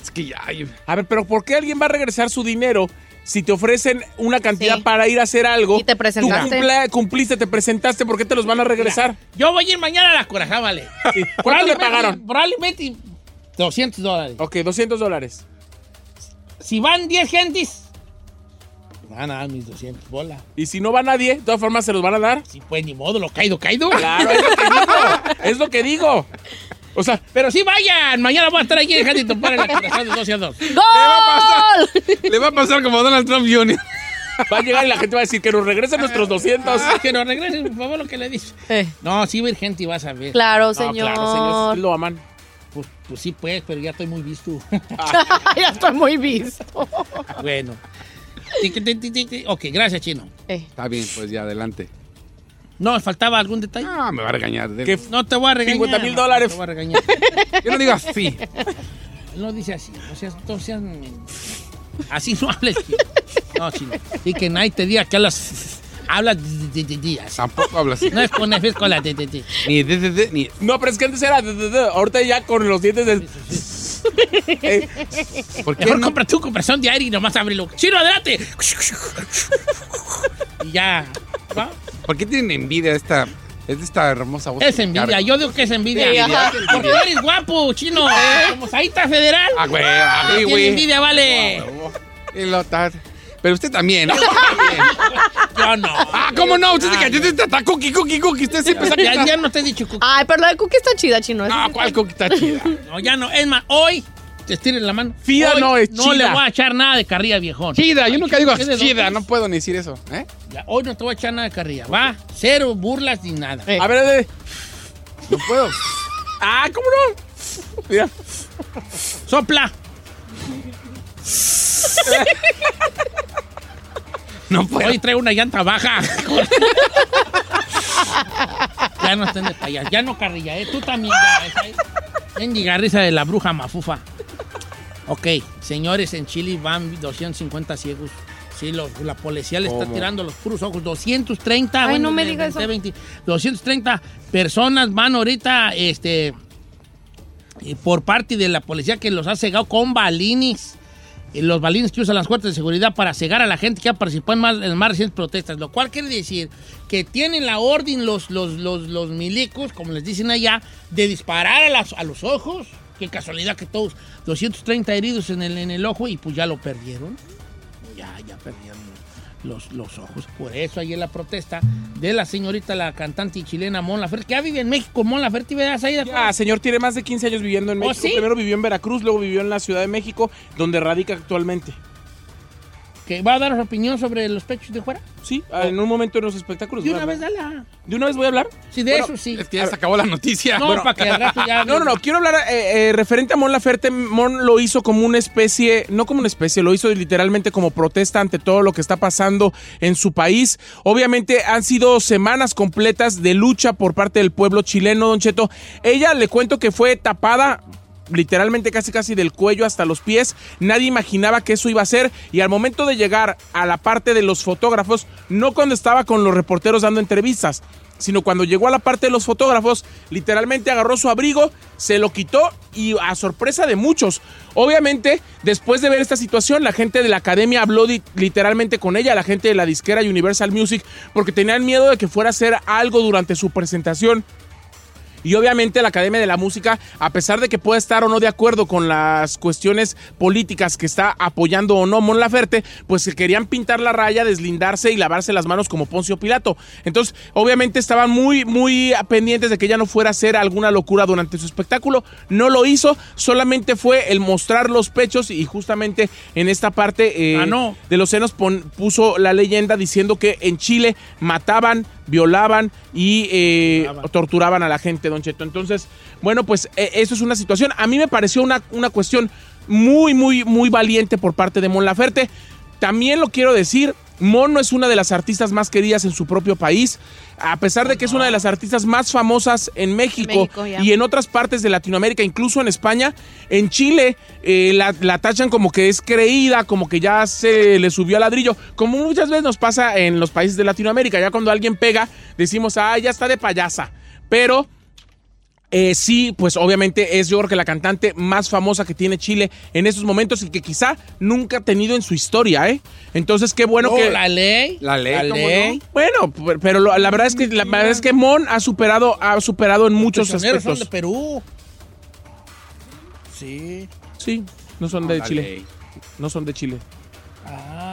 C: Es que ya. ay,
I: A ver, pero ¿por qué alguien va a regresar su dinero si te ofrecen una cantidad para ir a hacer algo? Y te
A: presentaste.
I: Tú cumpla- cumpliste, te presentaste, ¿por qué te los van a regresar?
A: Yo voy a ir mañana a la coraja, vale.
I: ¿Cuánto le
A: Probablemente-
I: pagaron?
A: Probablemente 200 dólares.
I: Ok, 200 dólares.
A: Si van 10 gentes, van a dar mis 200 bolas.
I: Y si no va nadie, de todas formas se los van a dar.
A: Sí, pues ni modo, lo caído, caído.
I: Claro, es lo (laughs) que digo. es lo que digo. O sea,
A: pero sí vayan. Mañana voy a estar aquí dejando para la coraja de 12 a 2.
C: Le va a pasar como a Donald Trump Jr.
I: Va a llegar y la gente va a decir que nos regresen nuestros 200.
A: Ah, que nos regresen, por favor, lo que le dice. No, sí va a ir gente y vas a ver.
B: Claro,
A: No,
B: señor.
A: Claro, señor.
I: Lo aman.
A: Pues, pues sí, pues, pero ya estoy muy visto.
B: (laughs)
I: Ah,
B: ya estoy muy visto.
A: (laughs) bueno. Tic, tic, tic, tic, tic. Ok, gracias, Chino.
C: Está bien, pues ya adelante.
A: No, faltaba algún detalle.
C: Ah, me va a regañar.
A: Que no te voy a regañar.
I: 50 mil
A: no,
I: dólares.
A: No te voy a
C: (laughs)
A: regañar.
C: Yo no digo así.
A: No dice así. No seas, no seas- Así no hables, Chino. No, Chino. Y que nadie te diga que hablas. Hablas de días.
C: Tampoco hablas así.
A: No es con F, es con la de, de, de.
C: Ni de, de, de, ni.
I: No, pero es que antes era. de- de- de. Ahorita ya con los dientes del. Eh,
A: ¿Por Mejor compra tu compresión de aire y nomás ábrelo. ¡Chino, adelante! y ya. ¿Va?
C: ¿Por qué tienen envidia de esta, de esta hermosa voz?
A: Es envidia, yo digo que es envidia.
C: Sí, ajá. ¿Eh?
A: Porque tú eres guapo, chino. Como Saíta Federal.
C: Ah, güey, ah, güey,
A: Tiene
C: güey.
A: envidia, vale.
C: Y lo tar- Pero usted
A: (laughs)
C: también.
A: Yo no.
C: Ah, ¿cómo no? Usted se cayó de tata cookie, cookie, cookie. Usted siempre saca.
A: Ya, ya pues, no te he dicho cookie.
B: Ay, pero la de Cookie está chida, chino. ¿eh?
C: Ah, ¿cuál cookie está chida?
A: No, ya no. Es más, hoy te estiren la mano.
I: Fida
A: Hoy
I: no es
A: No le
I: chida.
A: voy a echar nada de carrilla, viejón.
C: Chida, yo nunca digo
A: ¿Qué de
C: chida,
A: dónde?
C: no puedo ni decir eso. ¿eh?
A: Ya, hoy no te voy a echar nada de carrilla. Va, cero burlas ni nada.
C: Eh,
I: A ver, a ver.
C: No puedo.
I: Ah, ¿cómo no? Mira.
A: Sopla.
C: No puedo.
A: Hoy traigo una llanta
C: (laughs)
A: baja. ya no estén de payas. Ya no carrilla, ¿eh? Tú también. Ya, esa es- Mendiga risa de la bruja mafufa. Ok, señores, en Chile van 250 ciegos. Sí, los- la policía le está
C: ¿Cómo?
A: tirando los puros ojos. 230.
B: Ay, no me
A: de-
B: diga
A: de-
B: eso.
A: de 20, 230 personas van ahorita, este, eh, por parte de la policía que los ha cegado con balines. Eh, los balines que usan las fuerzas de seguridad para cegar a la gente que ha participado en más, en más recientes protestas, lo cual quiere decir que tienen la orden los, los, los, los milicos, como les dicen allá, de disparar a, las- a los ojos. Qué casualidad que todos, 230 heridos en el, en el ojo y pues ya lo perdieron. Ya, ya perdieron los, los ojos. Por eso ahí es la protesta de la señorita, la cantante chilena Mon Laferte, que ya vive en México, Mon Laferte, ¿verdad? Saída?
I: Ah, señor, tiene más de 15 años viviendo en
A: ¿Oh,
I: México.
A: sí?
I: Primero vivió en Veracruz, luego vivió en la Ciudad de México, donde radica actualmente.
A: ¿Que va a dar opinión sobre los pechos de fuera?
I: Sí, en un momento en los espectáculos.
A: Oh. De
I: voy a
A: una vez,
I: hablar.
A: dala.
I: ¿De una vez voy a hablar?
A: Sí, de eso sí.
C: Es que ya se acabó la noticia.
A: No, para que al rato ya-
I: (laughs) No, no, no. Quiero hablar eh, eh, referente a Mon Laferte. Mon lo hizo como una especie, no como una especie, lo hizo literalmente como protesta ante todo lo que está pasando en su país. Obviamente han sido semanas completas de lucha por parte del pueblo chileno, Don Cheto. Ella le cuento que fue tapada literalmente casi casi del cuello hasta los pies. Nadie imaginaba que eso iba a ser y al momento de llegar a la parte de los fotógrafos, no cuando estaba con los reporteros dando entrevistas, sino cuando llegó a la parte de los fotógrafos, literalmente agarró su abrigo, se lo quitó y a sorpresa de muchos. Obviamente, después de ver esta situación, la gente de la academia habló di- literalmente con ella, la gente de la disquera Universal Music, porque tenían miedo de que fuera a hacer algo durante su presentación Y obviamente la Academia de la Música, a pesar de que pueda estar o no de acuerdo con las cuestiones políticas que está apoyando o no Mon Laferte, pues que querían pintar la raya, deslindarse y lavarse las manos como Poncio Pilato. Entonces, obviamente estaban muy, muy pendientes de que ella no fuera a hacer alguna locura durante su espectáculo. No lo hizo, solamente fue el mostrar los pechos y justamente en esta parte eh,
A: Ah, no.
I: de los senos pon- puso la leyenda diciendo que en Chile mataban, violaban y eh, torturaban a la gente, Don Cheto. Entonces, bueno, pues eh, eso es una situación. A mí me pareció una, una cuestión muy, muy, muy valiente por parte de Mon Laferte. También lo quiero decir, Mon no es una de las artistas más queridas en su propio país, a pesar de que es una de las artistas más famosas en México,
M: México, ya.
I: y en otras partes de Latinoamérica, incluso en España. En Chile eh, la, la tachan como que es creída, como que ya se le subió al ladrillo, como muchas veces nos pasa en los países de Latinoamérica. Ya cuando alguien pega, decimos, ah, ya está de payasa. Pero eh, sí, pues obviamente es yo creo que la cantante más famosa que tiene Chile en estos momentos y que quizá nunca ha tenido en su historia, ¿eh? Entonces qué bueno
A: No,
I: que...
A: Oh, la ley.
I: La ley,
A: ¿cómo
I: Bueno, pero- pero lo- la verdad es que la verdad es que Mon ha superado, ha superado en muchos
A: prisioneros
I: aspectos.
A: son de Perú. Sí.
I: Sí, no son de
A: Órale.
I: Chile. No son de Chile.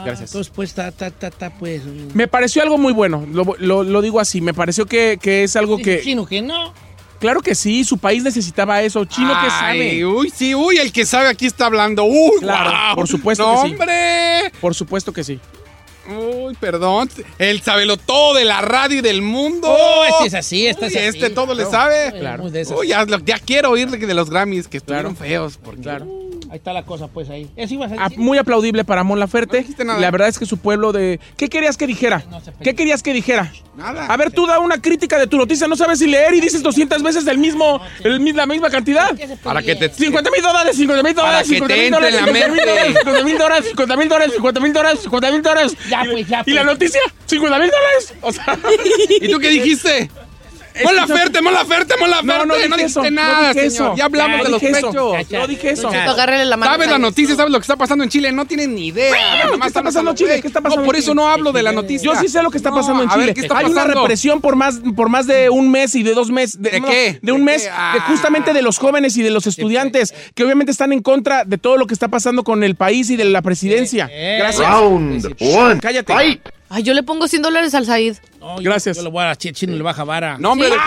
I: Gracias.
A: Entonces, pues, está, está, está, está, pues. un-
I: Me pareció algo muy bueno, lo, lo- lo digo así, me pareció que, que es algo
A: Dice
I: que...
A: Chino que no.
I: Claro que sí, su país necesitaba eso, chino que
C: Ay,
I: sabe.
C: Uy, sí, uy, el que sabe aquí está hablando. Uy,
I: Claro,
C: guau.
I: por supuesto
C: No,
I: que sí.
C: hombre.
I: Por supuesto que sí.
C: Uy, perdón. Él sabelo todo de la radio y del mundo.
A: Oh, este es así, este
C: Uy,
A: es así.
C: Este todo le
A: Claro,
C: sabe.
A: claro. de esas.
C: Uy, ya, lo- ya quiero oír de los Grammys que estuvieron feos. Porque
A: Ahí está la cosa, pues, ahí. Eso iba a ser.
I: Ah, muy aplaudible para Mon Laferte.
C: nada.
I: la verdad es que su pueblo de... ¿Qué querías que dijera? ¿Qué querías que dijera?
C: Nada.
I: A ver, tú da una crítica de tu noticia, no sabes si leer y dices 200 veces el mismo, el mi- la misma cantidad.
C: Para que te-
I: 50 mil dólares, 50 mil
C: Para
I: dólares,
C: que te
I: 50 mil
C: entre
I: dólares,
C: en la
I: 50 mil
C: mente.
I: dólares, 50 mil dólares, 50 mil dólares, 50 mil dólares, 50 mil dólares.
A: Ya, pues, ya.
I: ¿Y la noticia? ¿50 mil dólares? O sea,
C: (laughs) ¿Y tú qué dijiste? Mon Laferte, Mon Laferte, Mon Laferte.
I: No, no dije
C: dijiste
I: eso, no
C: nada, señor.
I: dije eso.
C: Ya hablamos
I: Ya
C: de los
I: dije eso,
C: pechos.
I: ya, No dije eso.
C: Chacha.
B: agárrale la mano,
C: Sabes la
B: Jaime.
C: noticia, sabes lo que está pasando en Chile. No tienen ni idea.
I: Claro, ¿qué
C: Nomás
I: está
C: andan
I: pasando en
C: hablando,
I: Chile?
C: "Ey".
I: ¿Qué está pasando
C: No,
I: en
C: por
I: Chile?
C: eso no hablo de la noticia.
I: Yo sí sé lo que está
C: No,
I: pasando en
C: a
I: Chile.
C: ver, ¿qué está
I: Hay una
C: pasando?
I: represión por más, por más de un mes y de dos meses. ¿De,
C: qué?
I: De un
C: ¿De
I: mes,
C: qué? Ah. pues.
I: de justamente de los jóvenes y de los estudiantes, que obviamente están en contra de todo lo que está pasando con el país y de la presidencia. Gracias.
A: Round
I: one. Cállate.
B: Ay, yo le pongo 100 dólares al Said.
A: No, yo-
I: Gracias.
A: Yo, le voy a dar a Chino, le baja vara.
C: No, hombre.
A: Sí.
C: de-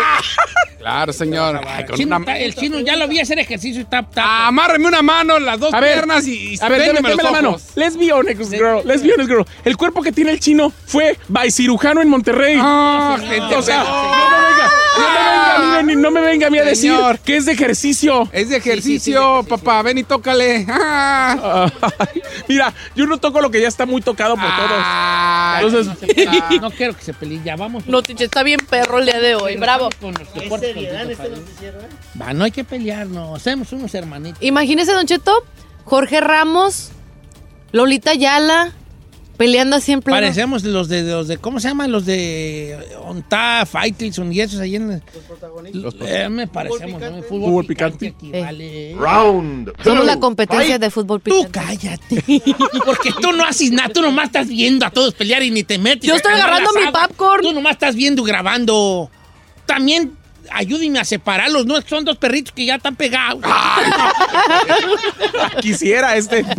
C: Claro, señor. Ay, con
A: Chino
C: una-
A: está- el chino ya lo vi hacer ejercicio y tap, tap.
C: Amárreme una mano, las dos
I: A ver,
C: piernas y, y
I: a ver, deme,
C: préndeme los
I: deme la mano.
C: ojos.
I: Let's be honest, girl. Let's be honest, girl. El cuerpo que tiene el chino fue by cirujano en Monterrey.
C: Ah, gente,
I: o sea,
C: pero-
I: no me venga, no me venga, a mí- no me venga a mí a decir
C: Señor.
I: que es de ejercicio.
C: Es de ejercicio, papá. Ven y tócale. Ah.
I: Ay, (laughs) Mira, yo no toco lo que ya está muy tocado por
C: Ah,
I: todos.
A: No,
I: Entonces,
A: se pelee, no quiero que se peleen, ya vamos.
B: No, tiche, está bien perro (laughs) el día de hoy. Bravo.
A: Con los deportes, ¿eh? con el Tito Padilla. Va, no hay que pelearnos, hacemos unos hermanitos.
B: Imagínese, Don Cheto, Jorge Ramos, Lolita Yala, peleando así en pleno.
A: Parecemos los de, los de, ¿cómo se llaman? Los de Onta, Faitelson y esos ahí en... Los protagonistas. me parecemos, ¿no? El Fútbol,
I: Fútbol
A: picante.
I: picante.
A: aquí, vale.
J: Round.
B: Eh. Somos la competencia de fútbol
A: Tú
B: picante.
A: cállate, porque tú no haces nada, tú nomás estás viendo a todos pelear y ni te metes.
B: Yo estoy
A: No
B: agarrando
A: las
B: mi
A: hagas.
B: popcorn.
A: Tú nomás estás viendo y grabando. También ayúdenme a separarlos, ¿no? Son dos perritos que ya están pegados.
I: (laughs) quisiera este.
F: (laughs)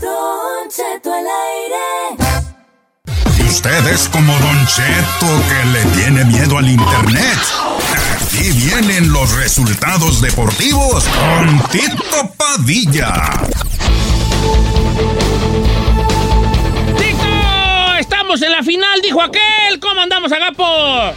F: Don Cheto al aire.
D: Y usted es como Don Cheto que le tiene miedo al internet. Aquí vienen los resultados deportivos con Tito Padilla.
A: ¡Tico! ¡Estamos en la final! Dijo aquel. ¿Cómo andamos, Agapo?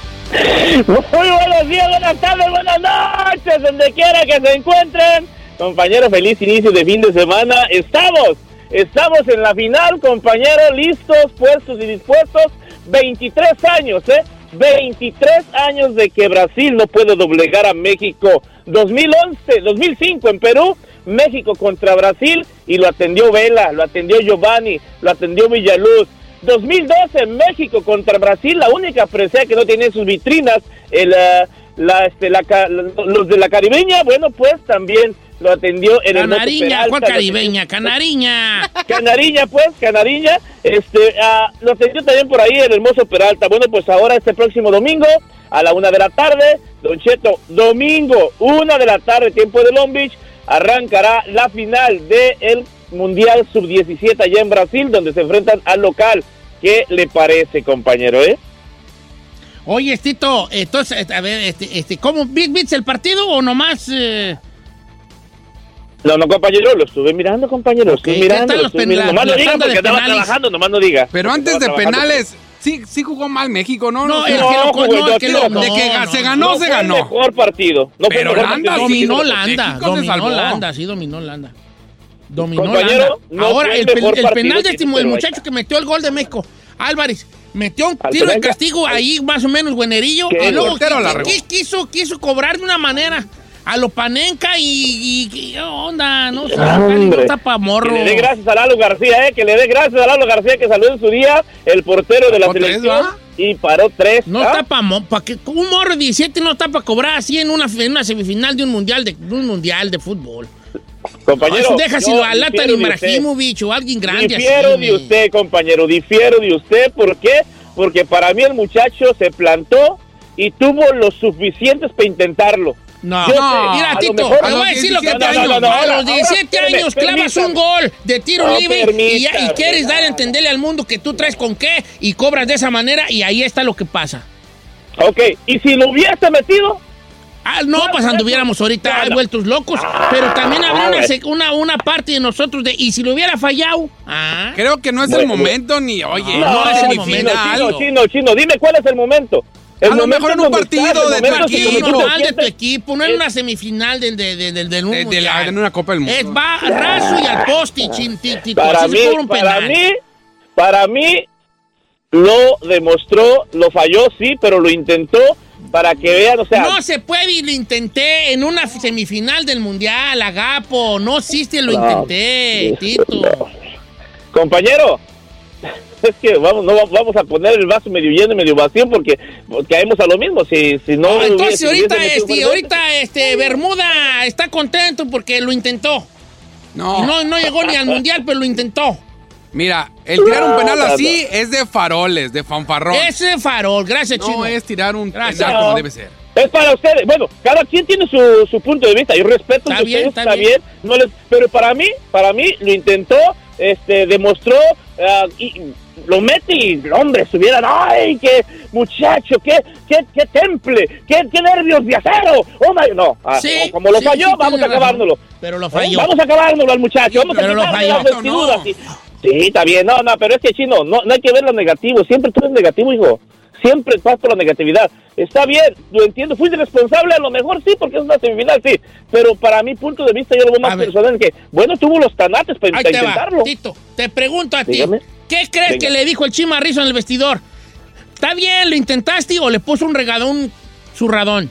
G: Muy buenos días, buenas tardes, buenas noches, donde quiera que se encuentren. Compañero, feliz inicio de fin de semana. Estamos, estamos en la final, compañero, listos, puestos y dispuestos. 23 años, ¿eh? 23 años de que Brasil no puede doblegar a México. 2011, 2005 en Perú, México contra Brasil y lo atendió Vela, lo atendió Giovanni, lo atendió Villaluz. 2012 México contra Brasil, la única presea que no tiene en sus vitrinas el, eh, La, este, la, ca- los de la caribeña, bueno, pues también lo atendió en el Neto
A: Canariña,
G: Peralta,
A: ¿cuál
G: lo-
A: caribeña? Canariña.
G: Canariña, pues, Canariña. Este, ah, lo atendió también por ahí el hermoso Peralta. Bueno, pues ahora este próximo domingo a la una de la tarde, Don Cheto, domingo, una de la tarde, tiempo de Long Beach, arrancará la final del Mundial Sub-17 allá en Brasil, donde se enfrentan al local. ¿Qué le parece, compañero, eh?
A: Oye, Tito, entonces, este, a ver, este, este, ¿cómo? ¿Big Beats el partido o nomás? eh,
G: No, no, compañero, lo estuve mirando, compañero. Estuve
A: Ok, ¿qué
G: mirando,
A: tal
G: lo
A: los
G: estuve
A: pen-
G: mirando.
A: la-
G: Nomás no
A: la
G: diga
A: tanda de
G: porque estaba
A: penales?
G: trabajando, nomás no diga.
C: Pero antes de
G: Estaba trabajando.
C: penales, sí, sí jugó mal México, ¿no?
A: No,
C: sé.
A: es que lo-
G: jugó-
A: no, es que lo-
C: de que
A: no,
C: se
A: no,
C: ganó,
G: no
C: se
G: fue el
C: ganó.
G: mejor partido. No fue
C: Pero
G: el mejor
C: Holanda
G: partido.
C: sí,
A: dominó
C: pero
A: Holanda,
C: México se
A: dominó
C: salvó.
A: Holanda, sí, dominó Holanda. Dominó
G: Compañero,
A: Holanda.
G: no
A: Ahora,
G: fue
A: el,
G: el
A: pe-
G: mejor
A: el
G: partido
A: penal
G: que
A: de este
G: hizo,
A: mu- el
G: pero
A: muchacho que metió el gol de México, Álvarez, metió un
G: Al
A: tiro de
G: Pereira.
A: castigo ahí, más o menos, güenerillo.
G: ¿Qué?
A: Y luego
C: Portero
A: qui-
C: la
A: qui-
C: regó.
A: quiso, quiso cobrar de una manera a lo panenca y, y- y- onda, no sé,
G: Ah, Hombre.
A: no está pa' morro.
G: Que le dé gracias a Lalo García, eh, que le dé gracias a Lalo García que salió en su día el portero de la
C: Paró tres,
G: selección
C: ¿va?
G: y paró tres.
A: No
G: ¿ah?
A: está para que un morro de 17 no está para cobrar así en una, en una semifinal de un mundial de, de un mundial de fútbol.
G: Compañero,
A: Eso deja si
G: yo
A: lo alata
G: difiero
A: ni
G: de usted.
A: Ibrahimovic o alguien grande
G: Difiero
A: así,
G: de
A: me-
G: usted, compañero, difiero de usted. ¿Por qué? Porque para mí el muchacho se plantó y tuvo los suficientes para intentarlo.
A: No,
G: Yo sé,
A: mira,
G: a lo
A: Tito,
G: mejor
A: te
G: a
A: voy a
G: los
A: decir lo que te
G: 17
A: año.
G: no, no, no,
A: a
G: ahora-
A: los 17
G: ahora,
A: años
G: permítame,
A: clavas un gol de tiro
G: No,
A: libre y, ya- y
G: permítame.
A: quieres dar a entenderle al mundo que tú traes con qué y cobras de esa manera y ahí está lo que pasa.
G: Ok, y si lo hubiese metido,
A: Ah, no, pues anduviéramos ahorita
G: No, no.
A: vueltos locos, pero también habrá
G: Ah,
A: una,
G: bueno.
A: sec- una, una parte de nosotros de, y si lo hubiera fallado, ah,
C: Creo que no es el
G: Bueno,
C: momento ni, oye,
A: No,
C: no,
A: es
C: es
A: el
C: el
G: chino,
A: momento,
C: final.
G: chino, chino, dime cuál es el momento. El
C: A lo mejor en un
G: momento donde
C: partido
G: estás,
C: de
G: el
C: tu
G: momento que
A: es
C: equipo.
G: tú te
A: normal de tu
G: sientes-
A: equipo, no en una semifinal del de, de, del- del un
C: De- de la-
A: mundial.
C: en una Copa del Mundo.
A: Es va a raso y al poste, y chin, ti, ti,
G: Ah. para
A: así se
G: mí,
A: cobra un
G: para
A: penal.
G: mí, para mí, lo demostró, lo falló, sí, pero lo intentó para que vean, o sea,
A: No se puede y lo intenté en una semifinal del mundial, agapo. No existe, lo intenté, Tito.
G: compañero. Es que vamos, no, vamos a poner el vaso medio lleno y medio vacío porque caemos a lo mismo. Si, si no,
A: Entonces, ahorita, este,
G: este,
A: ahorita este, Bermuda está contento porque lo intentó. Y
C: No,
A: no, no llegó ni al mundial, pero lo intentó.
C: mira, el tirar un penal
G: No, no,
C: así es de faroles, de fanfarrón.
A: Ese farol, gracias, chino.
C: no es tirar un
A: Gracias.
C: penal como debe ser.
G: Es para ustedes. Bueno, cada quien tiene su, su punto de vista. Yo respeto el
A: Está
G: de ustedes,
A: bien, está
G: está
A: bien.
G: bien. No les, pero para mí, para mí lo intentó, este, demostró ah, y y lo mete y hombre, estuvieran, ay, qué muchacho, qué, qué, qué temple, qué, qué nervios de acero. Oh my, no, Ah,
A: Sí,
G: como lo
A: sí,
G: falló,
A: sí,
G: vamos
A: tiene
G: a
A: razón.
G: acabárnoslo.
A: Pero lo falló.
G: Eh, Vamos a acabárnoslo al muchacho, vamos
A: Pero lo
G: a quitarle
A: falló.
G: las vestiduras.
C: No.
G: Sí, Sí, está bien, no, no, pero es que chino, no, no hay que ver lo negativo, siempre tú eres negativo, hijo. Siempre vas por la negatividad. Está bien, lo entiendo, fuiste responsable, a lo mejor sí, porque es una semifinal, sí. Pero para mi punto de vista, yo lo veo
A: A
G: más
A: ver.
G: personal en que, bueno, tuvo los tanates para
A: Ahí
G: para
A: te va,
G: intentarlo.
A: Tito. Te pregunto a ti.
G: Dígame.
A: ¿Qué crees
G: Venga.
A: que le dijo el chimarrizo en el vestidor? ¿Está bien, lo intentaste o le puso un regadón zurradón?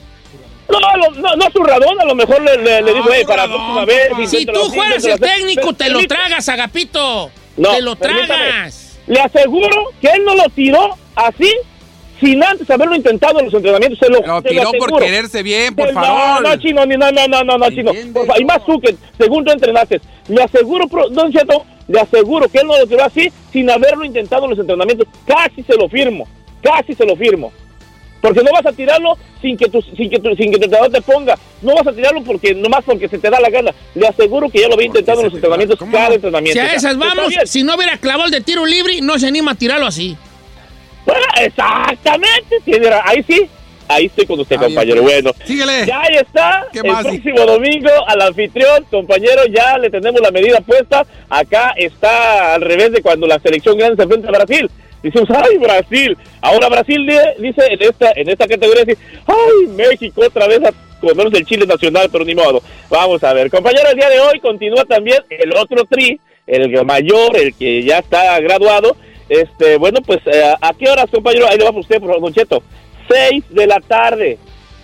G: No, lo- no, no, su radón, a lo mejor le, le- le
C: No,
G: dijo, "Ey, para la
C: Zurradón,
G: próxima vez.
C: compa.
A: Si
G: inténtalo
A: tú
G: así,
A: fueras el
G: inténtalo así".
A: técnico, te lo
G: Permítame.
A: tragas, Agapito.
G: No,
A: te lo
G: permítame.
A: tragas.
G: Le aseguro que él no lo tiró así sin antes haberlo intentado en los entrenamientos. Se lo,
C: Lo
G: se lo
C: tiró por
G: aseguro.
C: quererse bien, por
G: Pues no,
C: farol.
G: No, chino, ni- no, no, no, no, no, chino.
C: Entiende,
G: Por fa- y
C: no.
G: más tú que según tú entrenaste. Le aseguro, pro- don Cheto, le aseguro que él no lo tiró así sin haberlo intentado en los entrenamientos. Casi se lo firmo, casi se lo firmo. Porque no vas a tirarlo sin que tu, sin que tu, sin que tu entrenador te ponga. No vas a tirarlo porque nomás porque se te da la gana. Le aseguro que ya lo había
C: Porque
G: intentado en
C: se
G: los
C: te da-
G: entrenamientos,
C: ¿Cómo
G: cada
C: no?
G: entrenamiento.
A: Si
G: O
A: a
G: sea,
A: esas
G: está
A: vamos,
G: bien.
A: si no hubiera clavado el de tiro libre, no se anima a tirarlo así.
G: Ah, Exactamente, tiene ra- ahí sí, ahí estoy con usted,
C: Está bien,
G: compañero.
C: pues.
G: Bueno,
C: Síguele.
G: ya ahí está.
C: ¿Qué
G: el
C: más?
G: próximo domingo al anfitrión, compañero, ya le tenemos la medida puesta. Acá está al revés de cuando la selección grande se enfrenta a Brasil. Dicimos, ay, Brasil. Ahora Brasil di- dice en esta, en esta categoría, dice, ay, México otra vez a comernos el Chile Nacional, pero ni modo. Vamos a ver, compañero, el día de hoy continúa también el otro tri, el mayor, el que ya está graduado. Este, bueno, pues, eh, ¿a qué horas, compañero? Ahí le vamos usted, por favor, Don Cheto. Seis de la tarde.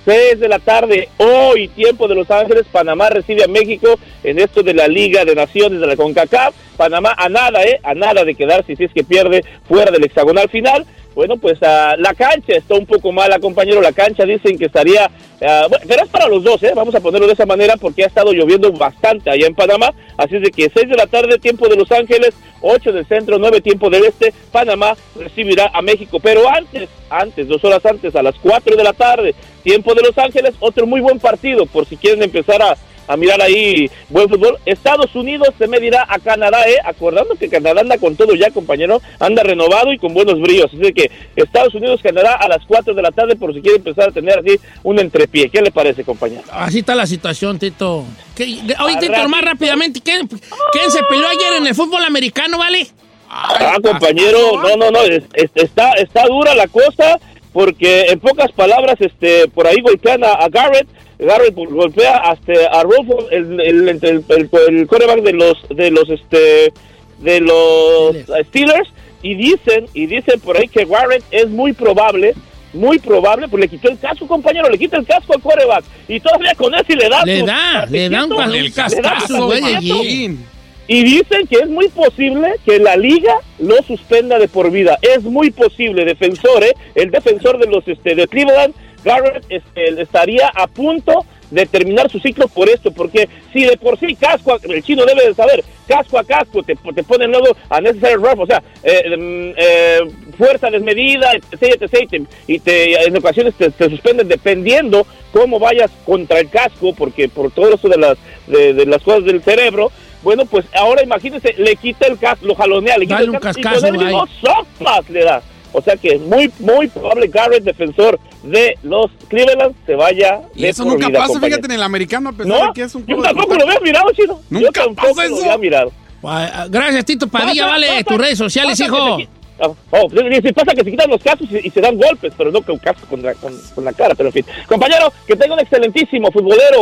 G: 6 de la tarde, hoy, tiempo de Los Ángeles, Panamá recibe a México en esto de la Liga de Naciones de la CONCACAF. Panamá a nada, ¿eh? A nada de quedarse si es que pierde fuera del hexagonal final. Bueno, pues ah, la cancha está un poco mala, compañero. La cancha dicen que estaría. ah, bueno, pero es para los dos, ¿eh? Vamos a ponerlo de esa manera porque ha estado lloviendo bastante allá en Panamá. Así es de que 6 de la tarde, tiempo de Los Ángeles, 8 del centro, 9 tiempo del este. Panamá recibirá a México. Pero antes, antes, dos horas antes, a las 4 de la tarde, tiempo de Los Ángeles, otro muy buen partido. Por si quieren empezar a, a mirar ahí buen fútbol. Estados Unidos se medirá a Canadá, ¿eh? Acordando que Canadá anda con todo ya, compañero. Anda renovado y con buenos brillos. Así que Estados Unidos, Canadá a las 4 de la tarde por si quiere empezar a tener así un entrepié. ¿Qué le parece, compañero?
A: Así está la situación, Tito. ¿Qué- de- Oye,
G: Al
A: Tito,
G: ratito.
A: más rápidamente, ¿quién, quién se peleó ayer en el fútbol americano, vale?
G: Ah, compañero, no, no, no, es- es- está, está dura la cosa porque en pocas palabras, este, por ahí golpean a, a Garrett, Garrett gol- golpea hasta a Rufo, el, el, entre el, el- el quarterback de los, de los, este, de los Steelers y dicen, y dicen por ahí que Garrett es muy probable, muy probable, pues le quitó el casco, compañero, le quita el casco al quarterback y todavía con eso y le da,
A: Le
G: su-
A: da, le da un
G: casquito,
A: cas- un
G: le da
A: cascazo,
G: su
A: güey,
G: casquito.
A: allí.
G: Y dicen que es muy posible que la liga lo suspenda de por vida. Es muy posible, defensor, ¿eh? El defensor de los este, de Cleveland, Garrett, este, estaría a punto de terminar su ciclo por esto, porque si de por sí casco, a- el chino debe de saber, casco a casco, te, te ponen luego a necessary rough, o sea, eh, mm, eh, fuerza desmedida, etc, etc, y te- y te, en ocasiones te, te suspenden dependiendo cómo vayas contra el casco, porque por todo eso de las, de, de las cosas del cerebro, bueno, pues ahora imagínense, le quita el casco, lo jalonea, le quita
A: Dale
G: el
A: un
G: casco y
A: cascazo,
G: con él
A: ahí.
G: mismo sopas le da. O sea que es muy, muy probable Garrett, defensor de los Cleveland, se vaya
C: Y
G: de
C: eso
G: por
C: nunca
G: vida,
C: pasa,
G: compañero.
C: fíjate, en el americano, a pesar
G: No,
C: de que es un
G: yo
C: juego de
G: tampoco lo
C: contacto.
G: había mirado, chino.
C: Nunca
G: yo tampoco
C: pasa
G: lo
C: eso.
G: había mirado.
A: Ah, Gracias, Tito Padilla,
G: Pasa,
A: vale,
G: pasa,
A: tus redes sociales,
G: pasa que
A: hijo.
G: se qui- Ah, oh, sí, sí, pasa que se quitan los cascos y, y se dan golpes, pero no con casco con la, con- con la cara, pero en fin. Compañero, que tenga un excelentísimo futbolero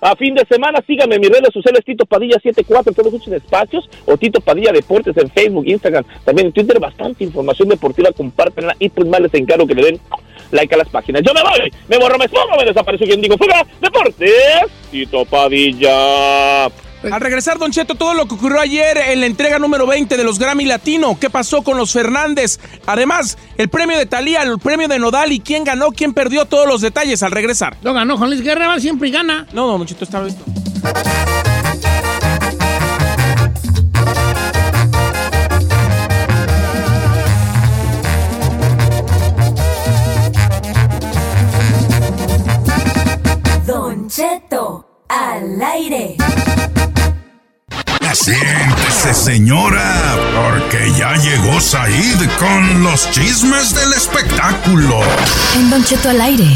G: a fin de semana. Síganme en mis redes sociales, Tito Padilla 74 en todos sus espacios, o Tito Padilla Deportes en Facebook, Instagram, también en Twitter. Bastante información deportiva, compártanla y pues más les encargo que le den like a las páginas. Yo me voy, me borro, me espongo, me desapareció quien digo, fuga, Deportes, Tito Padilla.
I: Al regresar, Don Cheto, todo lo que ocurrió ayer en la entrega número 20 de los Grammy Latino, qué pasó con los Fernández, además, el premio de Talía, el premio de Nodal y quién ganó, quién perdió, todos los detalles al regresar.
A: No ganó, Juan Luis Guerra va, siempre gana.
I: No, no, Don Cheto, esta vez no.
F: Don Cheto al aire.
D: Siéntese, señora, porque ya llegó Said con los chismes del espectáculo.
M: En Don Cheto al aire.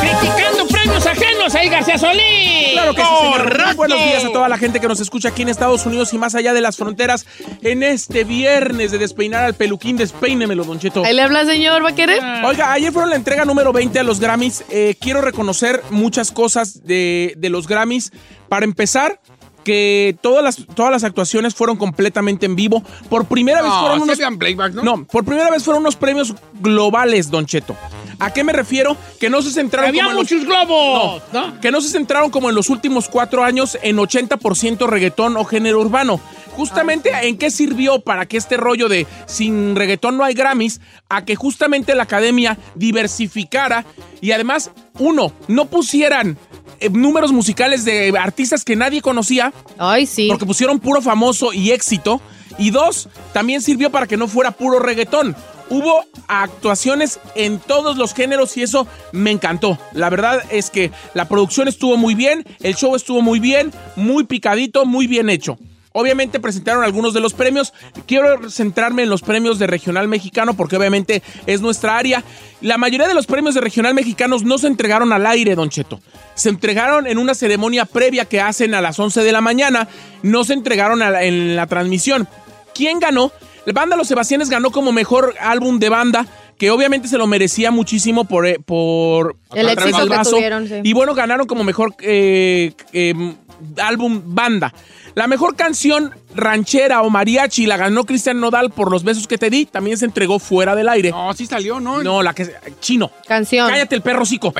A: Criticando premios ajenos, ahí García Solís.
I: Claro que sí, señor. Muy
A: Correcto.
I: Buenos días a toda la gente que nos escucha aquí en Estados Unidos y más allá de las fronteras en este viernes de despeinar al peluquín. Despeínemelo, Don Cheto.
B: Ahí le habla, señor, ¿va a querer?
C: Ah.
I: Oiga, ayer fueron la entrega número 20 a los Grammys. Eh, quiero reconocer muchas cosas de, de los Grammys. Para empezar, que todas las, todas las actuaciones fueron completamente en vivo. Por primera vez
C: No,
I: fueron
C: sí
I: unos...
C: habían playback, ¿no?
I: por primera vez fueron unos premios globales, Don Cheto. ¿A qué me refiero? Que no se centraron...
A: Había
I: como en los-
A: muchos globos. ¿no?
I: que no se centraron como en los últimos cuatro años en 80% reggaetón o género urbano. Justamente,
A: Ah.
I: ¿en qué sirvió para que este rollo de sin reggaetón no hay Grammys? A que justamente la academia diversificara y además, uno, no pusieran eh, números musicales de artistas que nadie conocía.
B: Ay, sí.
I: Porque pusieron puro famoso y éxito. Y dos, también sirvió para que no fuera puro reggaetón. Hubo actuaciones en todos los géneros y eso me encantó. La verdad es que la producción estuvo muy bien, el show estuvo muy bien, muy picadito, muy bien hecho. Obviamente presentaron algunos de los premios. Quiero centrarme en los premios de Regional Mexicano porque obviamente es nuestra área. La mayoría de los premios de Regional Mexicanos no se entregaron al aire, Don Cheto. Se entregaron en una ceremonia previa que hacen a las 11 de la mañana. No se entregaron a la- en la transmisión. ¿Quién ganó? La banda Los Sebastianes ganó como mejor álbum de banda que obviamente se lo merecía muchísimo por, eh, por
B: El
I: a través
B: éxito
I: del
B: que tuvieron, sí.
I: Y bueno, ganaron como mejor eh, eh, álbum banda. La mejor canción ranchera o mariachi la ganó Cristian Nodal por los besos que te di. También se entregó fuera del aire. No,
C: sí salió, ¿no?
I: No, la que. eh, Chino.
B: Canción.
I: Cállate el perro, cico.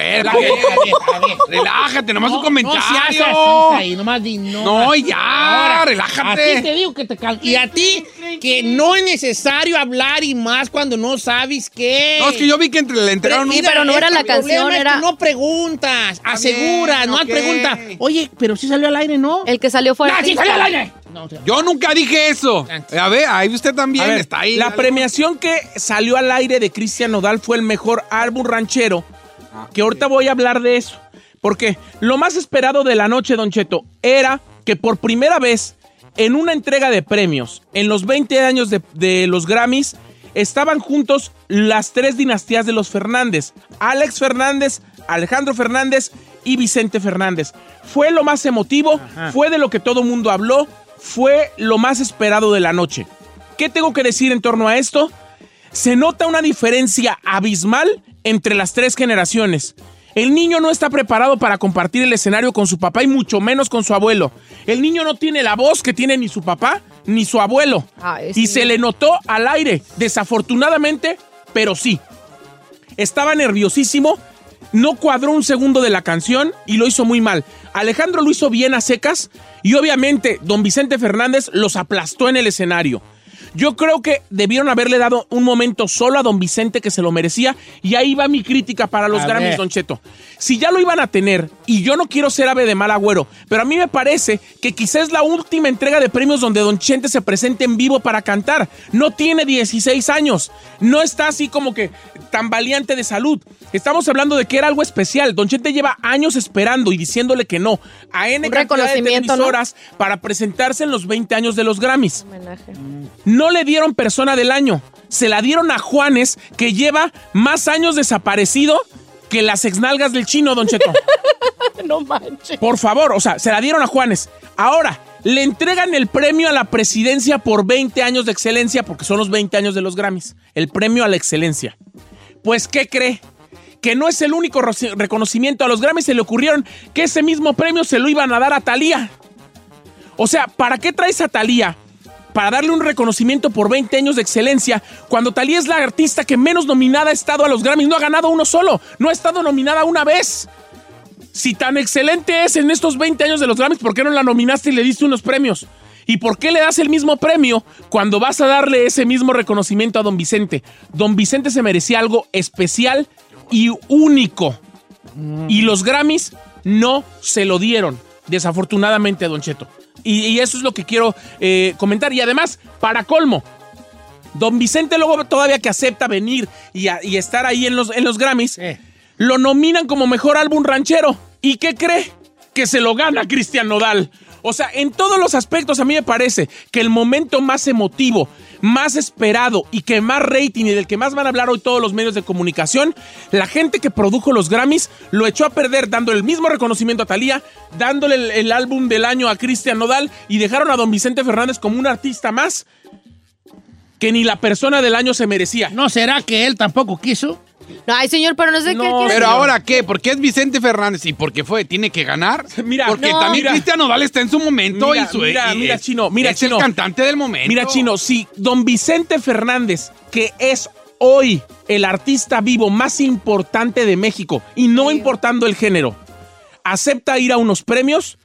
C: Relájate, nomás un comentario.
A: No, si haces así, ahí, nomás di no.
C: No, ya, relájate.
A: A ti te digo que te calmes. Y a ti, que no es necesario hablar y más cuando no sabes qué.
C: No, es que yo vi que entre, le entregaron
A: Sí,
C: un...
A: pero no era la canción,
B: era-
A: no preguntas, aseguras, no
B: ok.
A: hay preguntas. Oye, pero sí salió al aire, ¿no?
B: El que salió fue.
A: ¡No, sí salió al aire! No,
C: Yo nunca dije eso. A ver, ahí usted también
I: A ver,
C: está ahí.
I: La premiación que salió al aire de Cristian Nodal fue el mejor álbum ranchero.
A: Ah,
I: Que ahorita voy a hablar de eso. Porque lo más esperado de la noche, Don Cheto, era que por primera vez en una entrega de premios, en los 20 años de, de los Grammys, estaban juntos las tres dinastías de los Fernández. Alex Fernández, Alejandro Fernández y Vicente Fernández. Fue lo más emotivo, fue de lo que todo mundo habló, fue lo más esperado de la noche. ¿Qué tengo que decir en torno a esto? Se nota una diferencia abismal entre las tres generaciones. El niño no está preparado para compartir el escenario con su papá y mucho menos con su abuelo. El niño no tiene la voz que tiene ni su papá ni su abuelo.
B: Ay,
I: Y
B: sí.
I: se le notó al aire, desafortunadamente, pero sí. Estaba nerviosísimo, no cuadró un segundo de la canción y lo hizo muy mal. Alejandro lo hizo bien a secas y obviamente don Vicente Fernández los aplastó en el escenario. Yo creo que debieron haberle dado un momento solo a don Vicente que se lo merecía y ahí va mi crítica para los
A: A
I: Grammys,
A: ver.
I: don Cheto. Si ya lo iban a tener, y yo no quiero ser ave de mal agüero, pero a mí me parece que quizás es la última entrega de premios donde Don Chente se presente en vivo para cantar. No tiene 16 años, no está así como que tan valiente de salud. Estamos hablando de que era algo especial. Don Chente lleva años esperando y diciéndole que no a N cantidad
B: Un
I: de
B: reconocimiento, ¿no?
I: televisoras para presentarse en los 20 años de los Grammys.
B: Homenaje.
I: No le dieron persona del año. Se la dieron a Juanes, que lleva más años desaparecido que las exnalgas del chino, Don Cheto.
B: (laughs) No manches.
I: Por favor, o sea, se la dieron a Juanes. Ahora, le entregan el premio a la presidencia por 20 años de excelencia, porque son los 20 años de los Grammys. El premio a la excelencia. Pues, ¿qué cree? Que no es el único roci- reconocimiento a los Grammys. Se le ocurrieron que ese mismo premio se lo iban a dar a Thalía. O sea, ¿para qué traes a Thalía? Para darle un reconocimiento por 20 años de excelencia, cuando Thalía es la artista que menos nominada ha estado a los Grammys, no ha ganado uno solo, no ha estado nominada una vez. Si tan excelente es en estos 20 años de los Grammys, ¿por qué no la nominaste y le diste unos premios? ¿Y por qué le das el mismo premio cuando vas a darle ese mismo reconocimiento a don Vicente? Don Vicente se merecía algo especial y único. Y los Grammys no se lo dieron, desafortunadamente, a Don Cheto. Y, y eso es lo que quiero eh, comentar. Y además, para colmo, Don Vicente luego todavía que acepta venir y, a- y estar ahí en los, en los Grammys, lo nominan como mejor álbum ranchero. ¿Y qué cree? Que se lo gana Cristian Nodal. O sea, en todos los aspectos a mí me parece que el momento más emotivo, más esperado y que más rating y del que más van a hablar hoy todos los medios de comunicación, la gente que produjo los Grammys lo echó a perder dando el mismo reconocimiento a Thalía, dándole el, el álbum del año a Cristian Nodal y dejaron a don Vicente Fernández como un artista más que ni la persona del año se merecía.
A: ¿No será que él tampoco quiso?
B: No, ay, señor, pero no sé qué quiere.
C: Pero ahora, ¿qué? Porque es Vicente Fernández y porque fue, tiene que ganar.
I: (laughs) Mira,
C: porque
I: no.
C: también
I: Mira.
C: Cristian Nodal está en su momento
I: Mira,
C: y su
I: mira,
C: y
I: mira,
C: es-
I: chino, mira,
C: es
I: chino.
C: el cantante del momento.
I: Mira, Chino, si don Vicente Fernández, que es hoy el artista vivo más importante de México, y no importando el género, acepta ir a unos premios,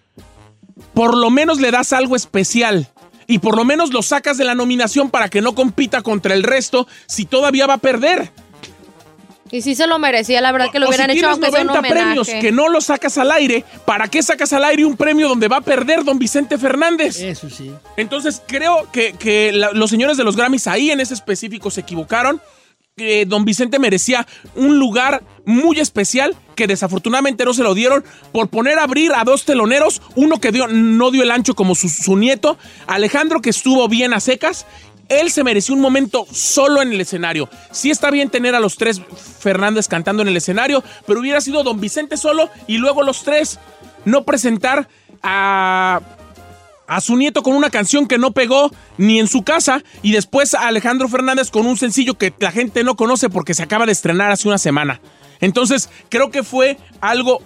I: por lo menos le das algo especial. Y por lo menos lo sacas de la nominación para que no compita contra el resto si todavía va a perder.
B: Y sí se lo merecía, la verdad que lo
I: O si
B: hubieran hecho
I: tienes
B: aunque sea un
I: 90
B: homenaje.
I: premios que no lo sacas al aire, ¿para qué sacas al aire un premio donde va a perder don Vicente Fernández?
A: Eso sí.
I: Entonces creo que, que la- los señores de los Grammys ahí en ese específico se equivocaron. que don Vicente merecía un lugar muy especial que desafortunadamente no se lo dieron por poner a abrir a dos teloneros, uno que dio, no dio el ancho como su, su nieto, Alejandro que estuvo bien a secas. Él se mereció un momento solo en el escenario. Sí está bien tener a los tres Fernández cantando en el escenario, pero hubiera sido don Vicente solo y luego los tres. No presentar a a su nieto con una canción que no pegó ni en su casa y después a Alejandro Fernández con un sencillo que la gente no conoce porque se acaba de estrenar hace una semana. Entonces, creo que fue algo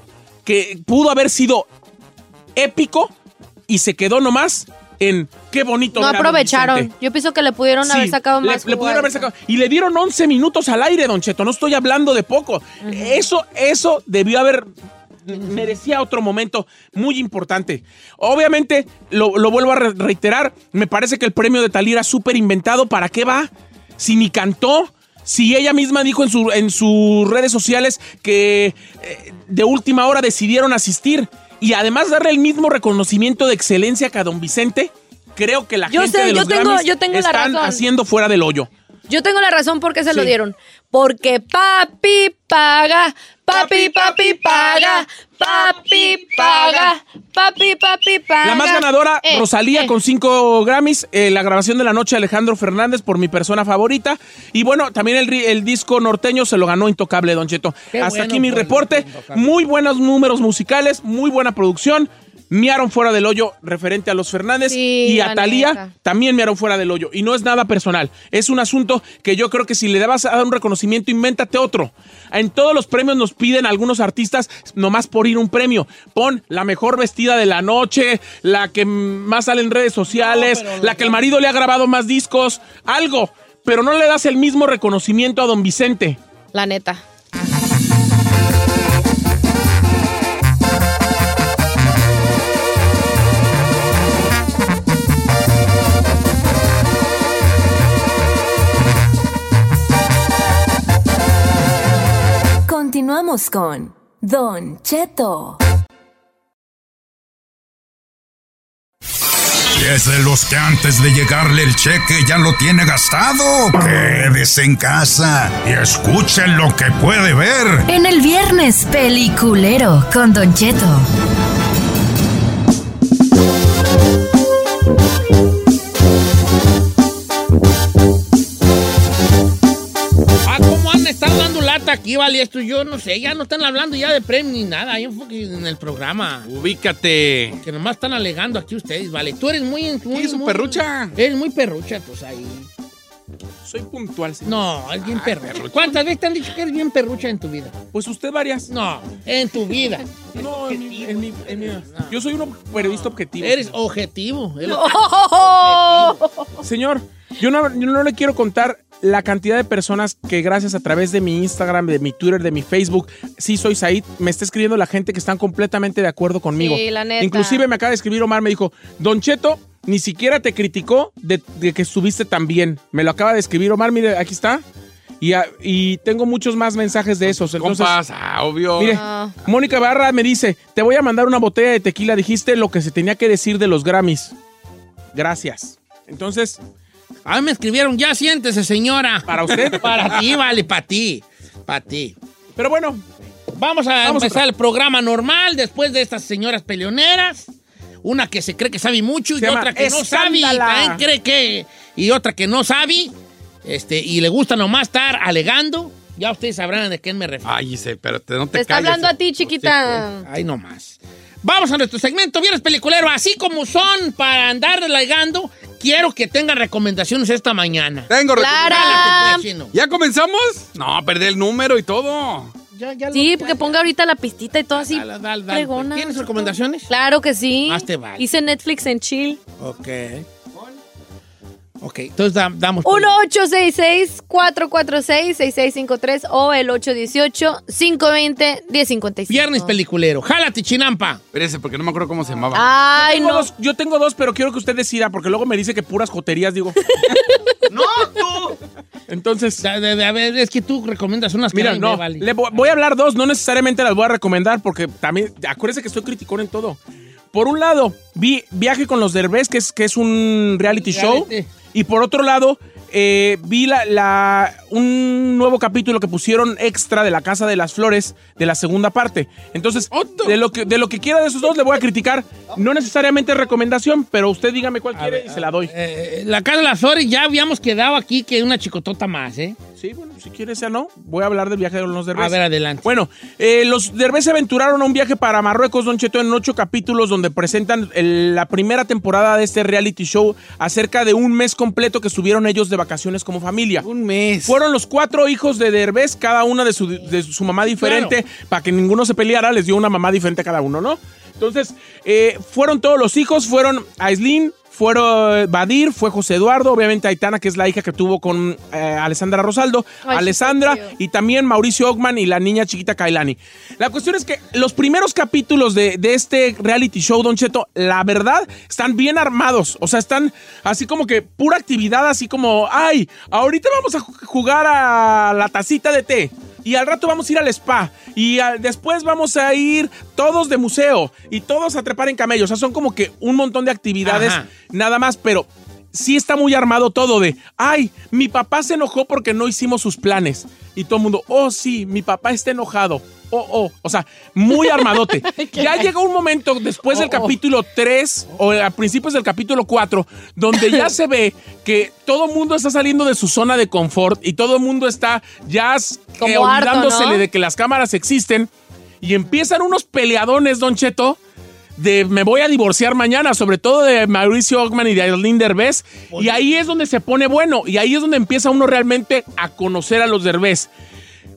I: que pudo haber sido épico y se quedó nomás en qué bonito.
B: No
I: verano,
B: aprovecharon.
I: Vicente.
B: Yo pienso que le pudieron
I: Sí,
B: haber sacado
I: le-
B: más.
I: le
B: jugo
I: pudieron
B: a
I: haber
B: eso.
I: sacado- Y le dieron 11 minutos al aire, Don Cheto. No estoy hablando de poco. Eso, eso debió haber. Merecía otro momento muy importante. Obviamente, lo, lo vuelvo a re- reiterar. Me parece que el premio de Talira es súper inventado. ¿Para qué va? Si ni cantó. Si ella misma dijo en, su- en sus redes sociales que eh, de última hora decidieron asistir. Y además darle el mismo reconocimiento de excelencia que a Don Vicente. Creo que la
B: Yo
I: gente
B: sé,
I: de
B: yo
I: los
B: tengo-
I: Grammys
B: yo tengo la
I: están
B: razón.
I: haciendo fuera del hoyo.
B: Yo tengo la razón por qué se lo
I: Sí.
B: dieron. Porque papi paga, papi, papi paga, papi paga, papi, papi paga.
I: La más ganadora,
B: Eh,
I: Rosalía,
B: eh.
I: con cinco Grammys. eh, la grabación de la noche, Alejandro Fernández, por mi persona favorita. Y bueno, también el, ri- el disco norteño se lo ganó Intocable, Don Cheto.
A: Qué
I: Hasta
A: bueno
I: aquí mi
A: por
I: reporte.
A: Intocable.
I: Muy buenos números musicales, muy buena producción. Miaron fuera del hoyo referente a los Fernández
B: Sí,
I: y
B: la
I: a
B: neta.
I: Talía también miaron fuera del hoyo. Y no es nada personal. Es un asunto que yo creo que si le vas a dar un reconocimiento, invéntate otro. En todos los premios nos piden algunos artistas nomás por ir un premio. Pon la mejor vestida de la noche, la que más sale en redes sociales, la que el marido le ha grabado más discos, algo. Pero no le das el mismo reconocimiento a don Vicente.
B: La neta.
F: Continuamos con Don Cheto.
D: Y es de los que antes de llegarle el cheque ya lo tiene gastado. Quédese en casa y escuchen lo que puede ver.
M: En el viernes peliculero con Don Cheto.
A: Ah, ¿cómo han estado dando lata aquí, vale? Esto yo no sé, ya no están hablando ya de premio ni nada, ahí enfoque en el programa.
C: Ubícate.
A: Que nomás están alegando aquí ustedes, vale. Tú eres muy... muy
C: Sí, su
A: muy-
C: perrucha.
A: Eres muy perrucha, pues ahí.
I: Soy puntual, señor.
A: No, es bien perrucha. ¿Cuántas veces te han dicho que eres bien perrucha en tu vida?
I: Ah, Pues usted varias.
A: No, en tu vida.
I: No, en mi- en mi- en mi- Yo soy un periodista objetivo.
A: Eres objetivo.
I: (laughs)
A: Eres-
I: Señor, yo no, yo no le quiero contar la cantidad de personas que gracias a través de mi Instagram, de mi Twitter, de mi Facebook, sí soy Said, me está escribiendo la gente que están completamente de acuerdo conmigo.
B: Sí, la neta.
I: Inclusive me acaba de escribir Omar, me dijo, Don Cheto, ni siquiera te criticó de, de que estuviste tan bien. Me lo acaba de escribir Omar, mire, aquí está. Y, a- y tengo muchos más mensajes de esos. Entonces,
C: Compas, ah, obvio.
I: Mire, Mónica Barra me dice, te voy a mandar una botella de tequila, dijiste lo que se tenía que decir de los Grammys. Gracias. Entonces,
A: Ah, me escribieron, ya siéntese, señora.
I: ¿Para usted?
A: (laughs) Para ti, vale, para ti. Para ti.
I: pero bueno,
A: Vamos a
I: Vamos
A: empezar
I: otra.
A: el programa normal después de estas señoras peleoneras. Una que se cree que sabe mucho y
I: Se llama
A: otra que no sabe. Y
I: Escándala.
A: también cree que. Y otra que no sabe. Este, y le gusta nomás estar alegando. Ya ustedes sabrán de quién me refiero.
C: Ay, sí, pero te- no te,
B: Te está
C: calles.
B: hablando a ti, chiquita.
A: Ahí nomás. Vamos a nuestro segmento Viernes Peliculero. Así como son para andar relegando, quiero que tengan recomendaciones esta mañana.
C: Tengo
B: Clara.
A: Dale, pues, chino.
C: ¿Ya comenzamos? No, perdí el número y todo.
A: Ya, ya lo-
B: Sí,
A: ya-
B: porque ponga ahorita la pistita y todo así.
A: Dale, dale, dale,
B: fregona.
A: pues. ¿Tienes recomendaciones?
B: Claro que sí.
A: Más te vale.
B: Hice Netflix en chill.
A: Ok. Ok, entonces da- damos.
B: 1-866-446-6653 o el 818-520-1055.
A: Viernes Peliculero. Jálate, chinampa.
C: Espérese, porque no me acuerdo cómo se llamaba.
B: Ay,
I: tengo
B: no.
I: dos- yo tengo dos, pero quiero que usted decida, porque luego me dice que puras joterías,
C: (laughs)
I: digo.
A: No, tú.
I: Entonces,
A: a ver, es que tú recomiendas unas que a
I: mira,
A: mí
I: no,
A: me valen.
I: le vo- voy a hablar dos, no necesariamente las voy a recomendar, porque también, acuérdese que estoy criticón en todo. Por un lado, vi Viaje con los Derbez, que es, que es un reality show.
A: Reality.
I: Y por otro lado, eh, vi la, la- un nuevo capítulo que pusieron extra de La Casa de las Flores, de la segunda parte. Entonces, de lo, que, de lo que quiera de esos dos, le voy a criticar. No necesariamente recomendación, pero usted dígame cuál quiere y se la doy.
A: Eh, eh, la cara de las flores ya habíamos quedado aquí que una chicotota más, ¿eh?
I: Sí, bueno, si quieres ya no. Voy a hablar del viaje de los Derbez.
A: A ver, adelante.
I: Bueno, eh, los Derbez se aventuraron a un viaje para Marruecos, Don Cheto, en ocho capítulos donde presentan el- la primera temporada de este reality show acerca de un mes completo que estuvieron ellos de vacaciones como familia. Un mes. Fueron los cuatro hijos de Derbez, cada una de su, de su mamá diferente. Para que ninguno se peleara, les dio una mamá diferente a cada uno, ¿no? Entonces, eh, fueron todos los hijos, fueron Aislin, fueron eh, Badir, fue José Eduardo, obviamente Aitana, que es la hija que tuvo con eh, Alessandra Rosaldo,
N: Ay, sí,
I: Alessandra
N: qué
I: y también Mauricio Ogman y la niña chiquita Kailani. La cuestión es que los primeros capítulos de, de este reality show, Don Cheto, la verdad, están bien armados. O sea, están así como que pura actividad, así como, ay, ahorita vamos a ju- jugar a la tacita de té. Y al rato vamos a ir al spa. Y al- después vamos a ir todos de museo. Y todos a trepar en camellos. O sea, son como que un montón de actividades.
A: Ajá.
I: Nada más, pero sí está muy armado todo de, ay, mi papá se enojó porque no hicimos sus planes. Y todo el mundo, oh, sí, mi papá está enojado. Oh, oh, o sea, muy armadote. ya llegó un momento después del capítulo 3 o a principios del capítulo 4, donde ya se ve que todo el mundo está saliendo de su zona de confort y todo el mundo está ya eh,
B: Como harto,
I: olvidándosele
B: ¿no?
I: de que las cámaras existen y empiezan unos peleadones, Don Cheto, de me voy a divorciar mañana, sobre todo de Mauricio Ogman y de Aileen Derbez. Y ahí es donde se pone bueno, y ahí es donde empieza uno realmente a conocer a los Derbez.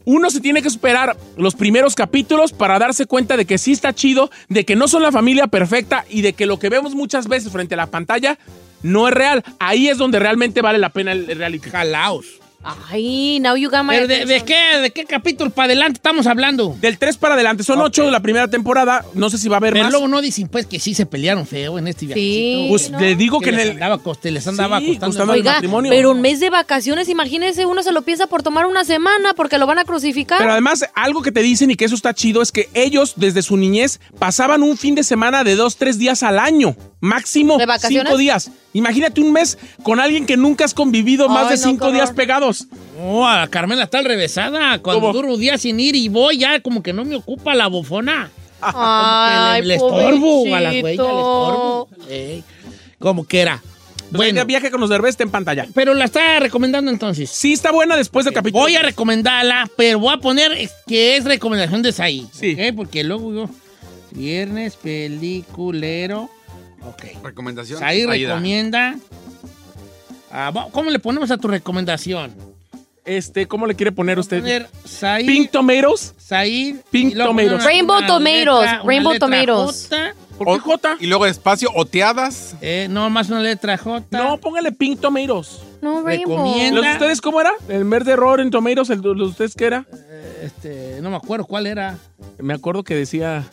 I: Uno se tiene que superar los primeros capítulos para darse cuenta de que sí está chido, de que no son la familia perfecta y de que lo que vemos muchas veces frente a la pantalla no es real. Ahí es donde realmente vale la pena el el reality. Jalaos.
B: Ah, Ay, now you got my
A: Pero de, de
B: attention.
A: qué, ¿De qué capítulo para adelante estamos hablando?
I: Del 3 para adelante, son 8 de la primera temporada, no sé si va a haber
A: Pero
I: más.
A: luego no dicen pues que sí se pelearon feo en este viaje.
I: Pues le digo que en
A: les
I: el-
A: andaba coste, les andaba
I: Sí,
A: costando,
I: costando
A: más.
I: el matrimonio.
B: pero un mes de vacaciones, imagínense, uno se lo piensa por tomar una semana porque lo van a crucificar.
I: Pero además, algo que te dicen y que eso está chido es que ellos, desde su niñez, pasaban un fin de semana de dos, tres días al año. Máximo
B: ¿De vacaciones?
I: cinco días. Imagínate un mes con alguien que nunca has convivido más
A: Ay,
I: de
A: no, qué
I: cinco
A: horror.
I: días pegados.
A: No, a Carmela está al revésada. Cuando
I: ¿Cómo?
A: duro un día sin ir y voy, ya como que no me ocupa la bofona.
B: Ay,
A: Como que le, le estorbo a la güey, le
B: pobrecito. (laughs)
A: estorbo. Ey, como quiera. Bueno.
I: viaje con los derbés está en pantalla.
A: Pero la está recomendando entonces. Eh,
I: Sí, está buena después del capítulo.
A: Voy a recomendarla, pero voy a poner es- que es recomendación de Saí. Sí. Porque luego yo. Viernes, peliculero. Ok.
C: Recomendación.
A: Saí
C: Saída.
A: recomienda. Ah, va- ¿Cómo le ponemos a tu recomendación?
I: Este, ¿cómo le quiere poner usted?
A: Poner Saí.
I: Pink Tomatoes.
A: Saí.
I: Pink
A: y luego poner
I: Tomatoes.
A: una-
B: Rainbow
A: una
B: Tomatoes,
A: letra- una
B: Rainbow
A: letra
B: Tomatoes.
A: J.
I: ¿Por qué J?
C: Y luego espacio, oteadas.
A: Eh, no, más una letra J.
I: No, póngale Pink Tomatoes.
B: No, Rainbow.
A: Recomienda.
I: ¿Los de ustedes cómo era? El mer de error en Tomatoes, el de los de ustedes qué era?
A: Este, no me acuerdo cuál era.
I: Me acuerdo que decía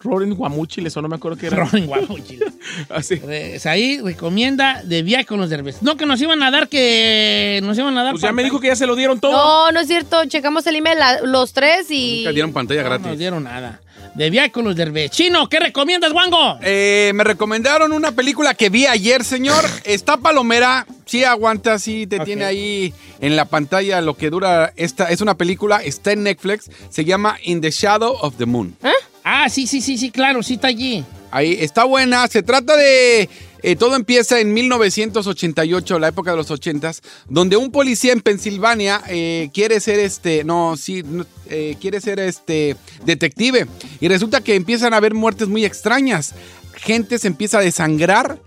I: Roaring Guamuchiles o no me acuerdo qué era.
A: (laughs)
I: Ah,
A: Roaring
I: (laughs)
A: Guamuchiles.
I: Así.
A: Eh, Saí recomienda de viaje con los derbes. No, que nos iban a dar, que nos iban a dar.
I: Pues ya me dijo que ya se lo dieron todo.
B: No, no es cierto. Checamos el email la- los tres y.
C: pantalla gratis.
A: No nos dieron nada. De viaje con los derbes. Chino, ¿qué recomiendas, Wango?
C: Eh, me recomendaron una película que vi ayer, señor. Está palomera, sí aguanta, sí te tiene ahí en la pantalla lo que dura esta. Es una película, está en Netflix, se llama In the Shadow of the Moon.
A: Ah, sí, sí, sí, sí, claro, sí está allí.
C: Ahí está buena. Se trata de. eh, todo empieza en 1988, la época de los 80s, donde un policía en Pensilvania eh, quiere ser este. No, sí, no, eh, quiere ser este. Detective. Y resulta que empiezan a haber muertes muy extrañas. Gente se empieza a desangrar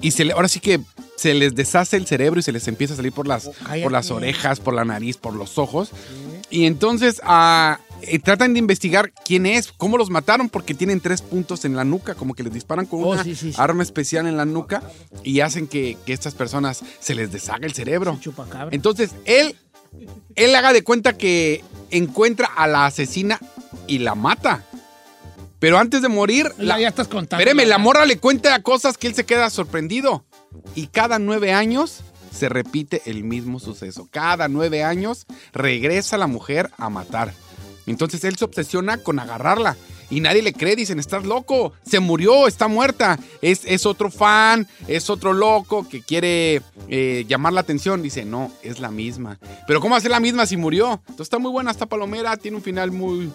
C: y se le, ahora sí que se les deshace el cerebro y se les empieza a salir por
A: Oh,
C: las, por las orejas, por la nariz, por los ojos. Y entonces ah, eh, tratan de investigar quién es, cómo los mataron, porque tienen tres puntos en la nuca, como que les disparan con
A: Oh,
C: una
A: sí, sí, sí.
C: arma especial en la nuca y hacen que, que estas personas se les deshaga el cerebro.
A: Chupacabra.
C: Entonces, él, él haga de cuenta que encuentra a la asesina y la mata. Pero antes de morir,
A: Ya-
C: la,
A: ya estás contando.
C: espéreme, la morra le cuenta cosas que él se queda sorprendido. Y cada nueve años se repite el mismo suceso. Cada nueve años regresa la mujer a matar. Entonces él se obsesiona con agarrarla. Y nadie le cree, dicen, estás loco, se murió, está muerta. Es, es otro fan, es otro loco que quiere eh, llamar la atención. Dice, no, es la misma. Pero ¿cómo hacer la misma si murió? Entonces está muy buena esta palomera, tiene un final muy,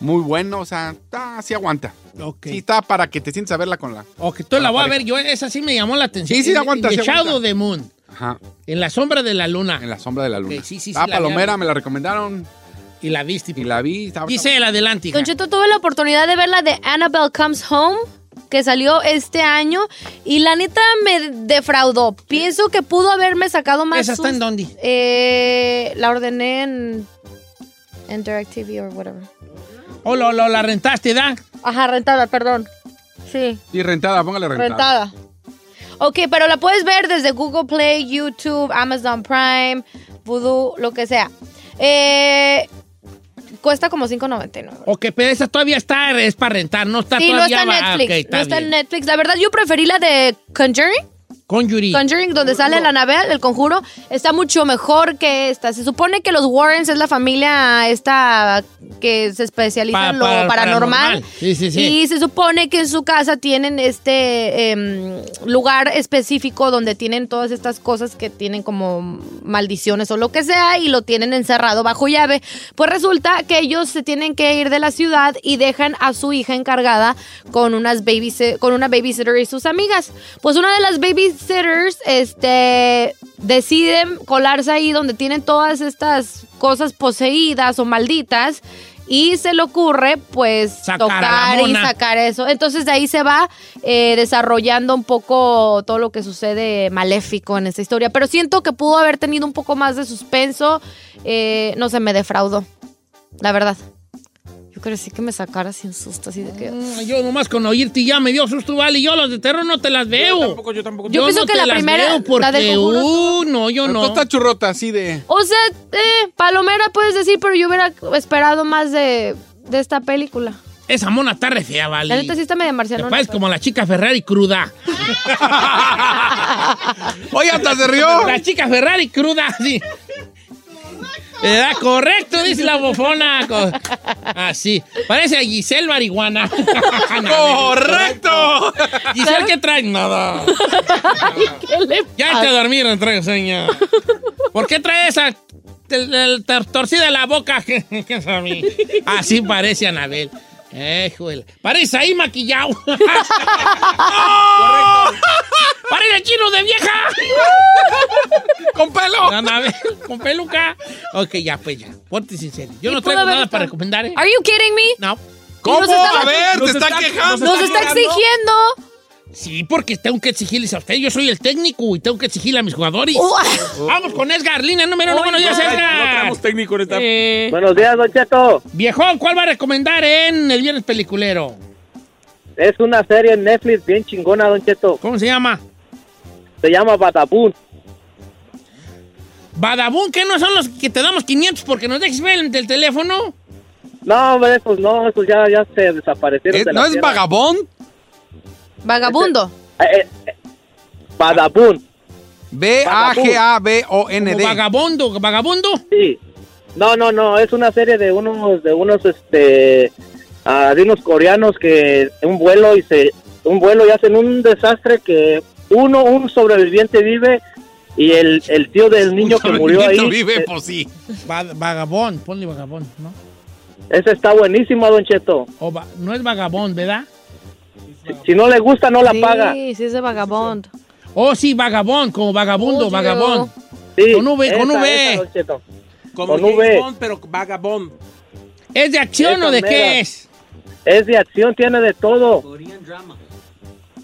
C: muy bueno, o sea, está, sí aguanta.
A: Ok.
C: Sí está para que te sientes a verla con la...
I: Ah,
A: Ok, entonces la voy a ver. Yo, esa sí me llamó la atención.
C: Sí, sí,
A: In-
C: aguanta,
A: In the
C: sí, aguanta.
A: Shadow of the Moon.
C: Ajá.
A: En la sombra de la luna.
C: En la sombra de la luna.
A: Sí, sí, sí,
C: Ah,
A: sí, la
C: Palomera,
A: vi.
C: me la recomendaron.
A: Y la viste. pues.
C: Y la vi. Estaba,
A: Dice el adelante. hija.
B: Don Cheto, tuve la oportunidad de ver la de Annabelle Comes Home, que salió este año, y la neta me defraudó. Pienso que pudo haberme sacado más.
A: ¿Esa está en
B: sus-
A: dónde?
B: Eh, la ordené en, en DirecTV o whatever.
A: Oh, lo, lo- la rentaste, ¿da?
B: Ajá, rentada, perdón. Sí,
C: Y rentada, póngale rentada.
B: rentada. Ok, pero la puedes ver desde Google Play, YouTube, Amazon Prime, Voodoo, lo que sea. Eh, cuesta como $5.99.
A: Ok, pero esa todavía está, es para rentar, no está
B: sí, no
A: todavía.
B: está en
A: va- ah,
B: Netflix.
A: ok, está
B: no está en
A: bien.
B: Netflix. La verdad, yo preferí la de Conjuring.
A: Conjuring.
B: Conjuring, donde sale la nave, el conjuro, está mucho mejor que esta. Se supone que los Warrens es la familia esta que se especializa
A: Pa-
B: en lo
A: pa-
B: paranormal.
A: Sí, sí, sí.
B: Y se supone que en su casa tienen este em, lugar específico donde tienen todas estas cosas que tienen como maldiciones o lo que sea y lo tienen encerrado bajo llave. Pues resulta que ellos se tienen que ir de la ciudad y dejan a su hija encargada con unas babys- con una babysitter y sus amigas. Pues una de las babysitters este deciden colarse ahí donde tienen todas estas cosas poseídas o malditas y se le ocurre pues
A: Sacar a la
B: tocar y
A: mona.
B: sacar eso. Entonces de ahí se va eh, desarrollando un poco todo lo que sucede maléfico en esta historia. Pero siento que pudo haber tenido un poco más de suspenso. Eh, no se me defraudó, la verdad. Yo creo sí que me sacara sin susto, así de que...
A: Mm, Yo nomás con oírte ya me dio susto, vale. Yo las de terror no te las veo. Yo tampoco,
C: yo tampoco.
B: Yo pienso
A: no
B: que
A: te
B: la
A: las
B: primera,
A: veo porque,
B: la del conjuro,
A: uh, no, yo no.
C: Esta churrota así de.
B: O sea, eh, Palomera puedes decir, pero yo hubiera esperado más de, de esta película.
A: Esa mona está re fea, vale.
B: La neta sí está medio
A: Te
B: marcianona.
A: pareces como la chica Ferrari cruda.
C: (laughs) Oye, hasta se rió.
A: La chica Ferrari cruda, sí. ¿Verdad? Correcto, dice la bofona. Co- Así. Parece a Giselle marihuana. (laughs)
C: ¡Correcto!
A: Giselle, ¿qué traes? Nada. Ya
C: Ah.
A: te dormieron, traigo sueño. ¿Por qué traes esa tel- el- tor- torcida la boca? (laughs) ¿Qué sabe? Así parece Anabel. Eh, juela. Parece ahí maquillado. ¡Parece chino ¡Ah! de vieja!
C: (laughs) (laughs) ¡Con pelo!
A: Anabel, con peluca. Ok, ya, pues ya. Ponte sincero. Yo
B: Y
A: no
B: pudo
A: traigo
B: haber
A: nada
B: estado-
A: para recomendar, ¿eh?
B: Are you kidding me?
A: No.
C: ¿Cómo?
B: Nos está-
C: A ver, te está quejando.
B: Nos está exigiendo.
A: Sí, porque tengo que exigirles a ustedes. Yo soy el técnico y tengo que exigirle a mis jugadores.
C: Oh.
A: Vamos con Edgar, línea número uno. Buenos días, Edgar.
C: técnico en esta.
A: Eh,
N: Buenos días, Don Cheto.
A: Viejón, ¿cuál va a recomendar en el viernes peliculero?
N: Es una serie en Netflix bien chingona, Don Cheto.
A: ¿Cómo se llama?
N: Se llama Batapun.
A: Badabun, que no son los que te damos 500 porque nos dejes ver el del teléfono.
N: No, hombre,
G: pues
N: esos no, esos ya, ya se
A: ¿Eh?
N: desaparecieron. de la tierra.
C: vagabón?
B: Vagabundo.
N: Eh, eh, Badabun.
C: B-A-G-A-B-O-N-D.
A: Como Vagabundo, vagabundo.
N: Sí. No, no, no, es una serie de unos, de unos, este, ah, de unos coreanos que un vuelo y se, un vuelo y hacen un desastre que uno, un sobreviviente vive y el, el tío del niño que murió ahí.
C: vive,
N: eh,
C: pues sí.
A: Va- vagabón, ponle vagabón, ¿no?
N: Esa está buenísima, Don Cheto.
A: O va- no es vagabón, ¿verdad?
N: Si no le gusta, no la
B: sí,
N: paga.
B: sí es de vagabundo.
A: Oh, sí, vagabón, como vagabundo,
B: Oye.
A: vagabón.
N: Sí,
A: Con V, con
N: esa,
A: V.
N: esa, Don Cheto.
I: Como
N: Con V.
I: James Bond, pero vagabond.
A: ¿Es de acción
N: Esa
A: o de
N: mera.
A: qué es?
N: Es de acción, tiene de todo.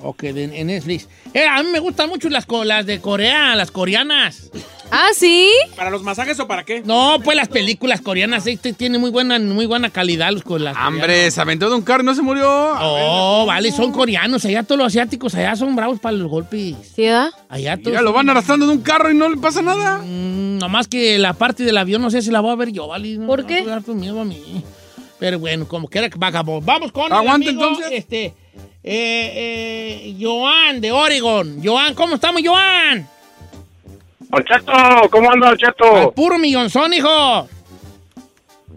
A: Ok, de- en Netflix. Eh, a mí me gustan mucho las, co- las de Corea, las coreanas.
B: Ah, sí.
I: ¿Para los masajes o para qué?
A: No, pues las películas coreanas, este tiene muy buena, muy buena calidad los co- las
C: Hombre, se aventó de un carro y no se murió.
A: Oh, vale, son coreanos. Allá todos los asiáticos, allá son bravos para los golpes.
B: ¿Sí, ¿verdad?
A: Allá todos.
C: Mira, lo van arrastrando de un carro y no le pasa nada.
A: Mm, nomás que la parte del avión, no sé si la voy a ver yo, vale. No,
B: ¿Por
A: no,
B: qué?
A: me va a dar tu miedo a mí. Pero bueno, como quiera que vagabond. Vamos con. el
C: Aguante,
A: amigo,
C: entonces.
A: Este, eh, eh, Joan de Oregon. Joan, ¿cómo estamos, Joan?
K: Don Cheto, ¿cómo anda, Don
A: Al
K: Cheto?
A: puro millonzón, hijo.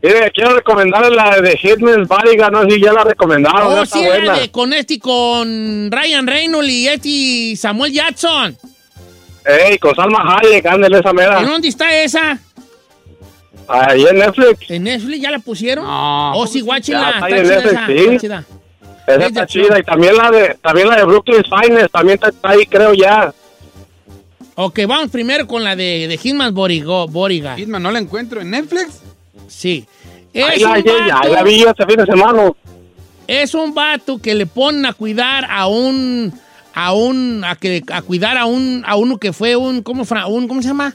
K: Mire, quiero recomendarle la de Hitman's Bodyguard, no sé si ya la recomendaron, ya
A: oh,
K: está
A: sí,
K: buena.
A: la de- con este y con Ryan Reynolds y este y Samuel Jackson.
K: Ey, con Salma Hayek, ándale esa
A: ¿En
K: mera.
A: dónde está esa?
K: Ahí en Netflix,
A: ¿En Netflix ya la pusieron?
C: No.
A: oh, sí,
K: Ya,
A: guáchenla. Está
K: está en
A: chida
K: Netflix,
A: esa,
K: sí.
A: está chida.
K: esa
A: es de
K: está
A: acción.
K: chida. Y también la de, también la de Brooklyn Finest, también está, está ahí, creo ya.
A: Ok, vamos primero con la de, de Hitman Borigo, Boriga.
C: Hitman, ¿no la encuentro en Netflix?
A: Sí.
G: Ahí la, ahí la- ahí la vi yo este fin de semana.
A: Es un vato que le ponen a cuidar a un. a un. a que a cuidar a un. a uno que fue un. ¿Cómo, fra- un, ¿cómo se llama?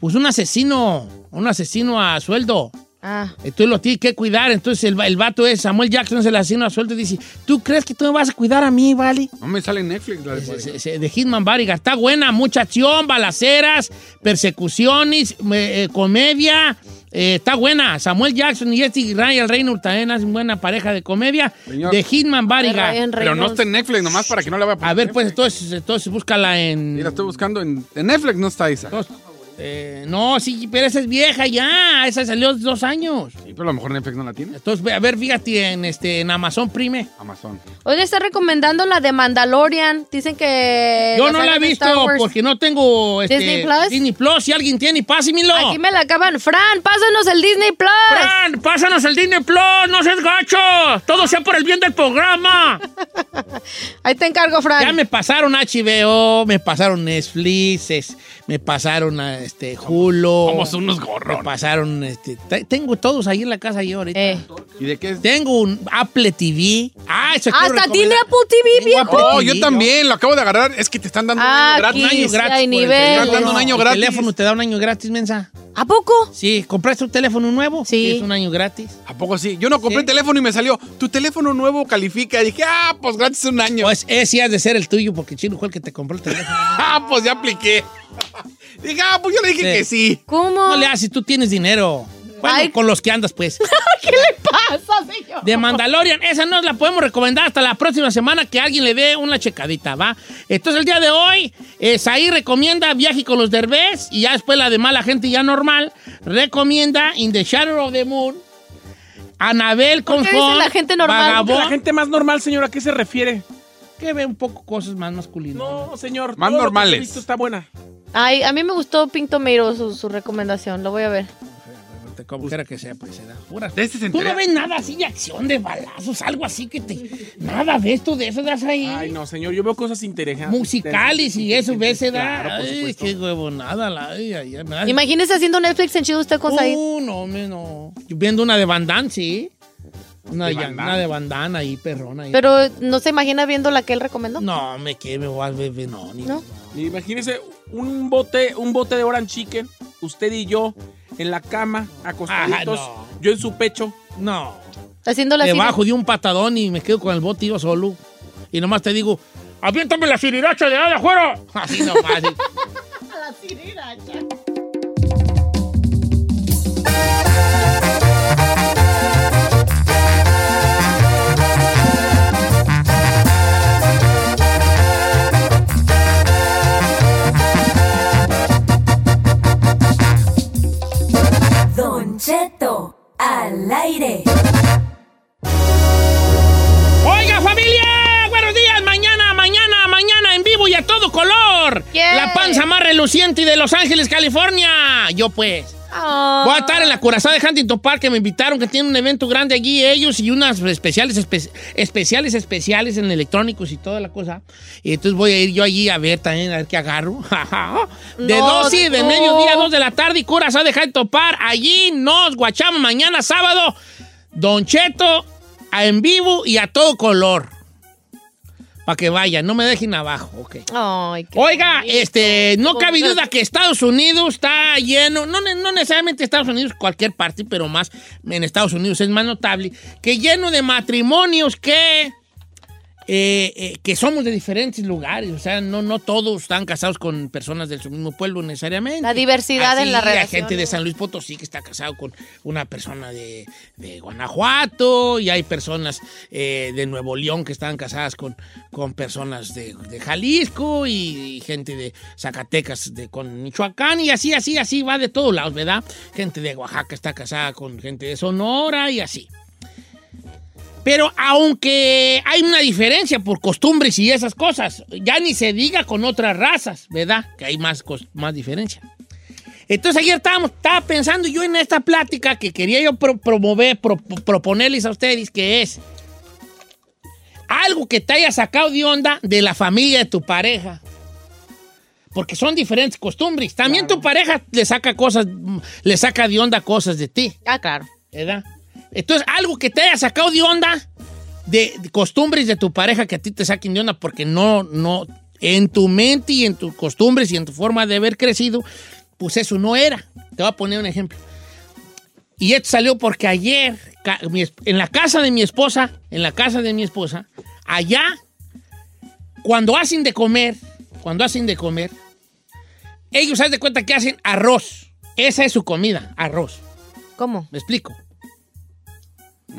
A: Pues un asesino. Un asesino a sueldo.
B: Ah.
A: Entonces lo tiene que cuidar. Entonces el, va- el vato es Samuel Jackson, es el asesino a sueldo, y dice: ¿Tú crees que tú me vas a cuidar a mí, Vale?
C: No me sale en Netflix la de
A: Se- se- de Hitman Bariga. Está buena, mucha acción, balaceras, persecuciones, me- eh, comedia. Eh, está buena. Samuel Jackson y este Ryan Reynolds también hacen buena pareja de comedia.
C: Señor.
A: De Hitman Bariga.
C: Pero no está en Netflix, nomás para que no la vaya a
A: A ver, pues entonces, entonces búscala en.
C: la estoy buscando en, en Netflix, no está esa.
A: Eh, no, sí, pero esa es vieja ya. Esa salió hace dos años.
C: Sí, pero a lo mejor Netflix no la tiene.
A: Entonces, ve- a ver, fíjate en, este, en Amazon Prime.
C: Amazon.
B: Oiga, está recomendando la de Mandalorian. Dicen que.
A: Yo no
B: saga
A: la he
B: de
A: visto
B: Eh,
A: pues.
B: Star Wars-
A: porque no tengo este,
B: Disney Plus.
A: Disney Plus. Si alguien tiene, pásimelo.
B: Aquí me la acaban. Fran, pásanos el Disney Plus.
A: Fran, pásanos el Disney Plus, no seas gacho. Todo sea por el bien del programa.
B: Ahí te encargo, Fran.
A: Ya me pasaron HBO, me pasaron Netflix, es- me pasaron a, este Hulu.
C: somos unos gorros.
A: Me pasaron este te- tengo todos ahí en la casa yo ahorita.
B: Eh.
C: ¿Y de qué es?
A: Tengo un Apple TV. Ah, eso quiero
B: Hasta tiene
A: recomendar.
B: Apple TV, viejo.
C: Oh, yo también, lo acabo de agarrar. Es que te están dando un
B: Ah,
C: año gratis.
B: aquí sí hay
A: por el
B: niveles.
A: teléfono.
B: Están dando un año gratis.
A: El teléfono te da un año gratis, mensa.
B: ¿A poco?
A: Sí, compraste un teléfono nuevo. Sí. Es un año gratis.
C: ¿A poco sí? Yo no compré teléfono y me salió, tu teléfono nuevo califica. Y dije, ah, pues gratis un año.
A: Pues ese has de ser el tuyo porque Chino fue el que te compró el teléfono.
C: (laughs) ah, pues ya apliqué. Dije, ah, pues yo le dije que sí.
B: ¿Cómo?
A: No le haces, tú tienes dinero. Bueno, con los que andas, pues.
B: (laughs) ¿Qué le pasa, señor?
A: De Mandalorian, esa nos la podemos recomendar hasta la próxima semana que alguien le dé una checadita, ¿va? Entonces el día de hoy, eh, Saí recomienda Viaje con los Derbez y ya después la de Mala Gente Ya Normal recomienda In the Shadow of the Moon, Anabel con
B: qué dice la gente normal?
I: La gente más normal, señor, ¿a qué se refiere?
A: que ve un poco cosas más masculinas.
I: No, señor.
A: Más
I: todo lo que
A: normales.
I: he visto está buena.
B: Ay, a mí me gustó Pink Tomato su, su recomendación. Lo voy a ver.
A: Como quiera que sea, pues se da puras.
C: De este se
A: Tú
C: entera.
A: no ves nada así de acción, de balazos, algo así que te. Nada de esto, de eso, de eso ahí.
I: Ay, no, señor, yo veo cosas interesantes.
A: musicales y eso, ves, se da.
I: (laughs) Claro, por
A: ay,
I: supuesto.
A: qué huevonada. La, ay, ay, ay, me da-
B: Imagínese haciendo Netflix en chido usted con Said.
A: Uh, no, me no. Yo viendo una de bandán, sí. Una
B: ¿De
A: ya-
B: Van Damme?
A: una de bandana ahí, perrona. ahí.
B: Pero no se imagina viendo la que él recomendó.
A: No, me quedé, me voy a beber, no, ni-
B: ¿No?
I: Imagínese un bote, un bote de orange chicken, usted y yo en la cama, acostaditos,
A: Ajá,
I: yo en su pecho.
A: No.
B: Haciendo la
A: Debajo de un patadón y me quedo con el bote yo solo. Y nomás te digo, aviéntame la siriracha de allá de afuera. (laughs) Así nomás. así.
B: La sirena.
F: Don Cheto al aire.
A: Oiga familia, buenos días, mañana, mañana, mañana en vivo y a todo color.
B: Yeah.
A: La panza más reluciente y de Los Ángeles, California. Yo pues.
B: Ah.
A: Voy a estar en la curazada de Huntington Park que me invitaron, que tienen un evento grande allí ellos y unas especiales, espe- especiales, especiales en electrónicos y toda la cosa. Y entonces voy a ir yo allí a ver también, a ver qué agarro. (laughs) de
I: No,
A: 12 de
I: no.
A: mediodía a 2 de la tarde y curazada de Huntington Park. Allí nos guachamos mañana sábado. Don Cheto a- en vivo y a todo color. Para que vayan, no me dejen abajo, ok.
B: Ay, qué
A: Oiga, este, no cabe
B: Oiga.
A: duda que Estados Unidos está lleno, no, ne- no necesariamente Estados Unidos, cualquier parte, pero más en Estados Unidos es más notable, que lleno de matrimonios que, eh, eh, que somos de diferentes lugares, o sea, no, no todos están casados con personas del mismo pueblo necesariamente.
B: La diversidad en la
A: Hay
B: relación,
A: gente de
B: ¿no?
A: San Luis Potosí que está casado con una persona de, de Guanajuato y hay personas eh, de Nuevo León que están casadas con, con personas de, de Jalisco y, gente de Zacatecas de, con Michoacán y así, así, así va de todos lados, ¿verdad? Gente de Oaxaca está casada con gente de Sonora y así. Pero aunque hay una diferencia por costumbres y esas cosas, ya ni se diga con otras razas, ¿verdad? Que hay más, cos- más diferencia. Entonces ayer estábamos, estaba pensando yo en esta plática que quería yo pro- promover, pro- proponerles a ustedes, que es algo que te haya sacado de onda de la familia de tu pareja. Porque son diferentes costumbres. También tu pareja le saca cosas, le saca de onda cosas de ti.
B: Ah, claro.
A: ¿Verdad? Entonces, algo que te haya sacado de onda de, de costumbres de tu pareja que a ti te saquen de onda porque no, no, en tu mente y en tus costumbres y en tu forma de haber crecido, pues eso no era. Te voy a poner un ejemplo. Y esto salió porque ayer, ca- mi es- en la casa de mi esposa, en la casa de mi esposa, allá, cuando hacen de comer, cuando hacen de comer, ellos hacen de cuenta que hacen arroz. Esa es su comida, arroz.
B: ¿Cómo?
A: Me explico.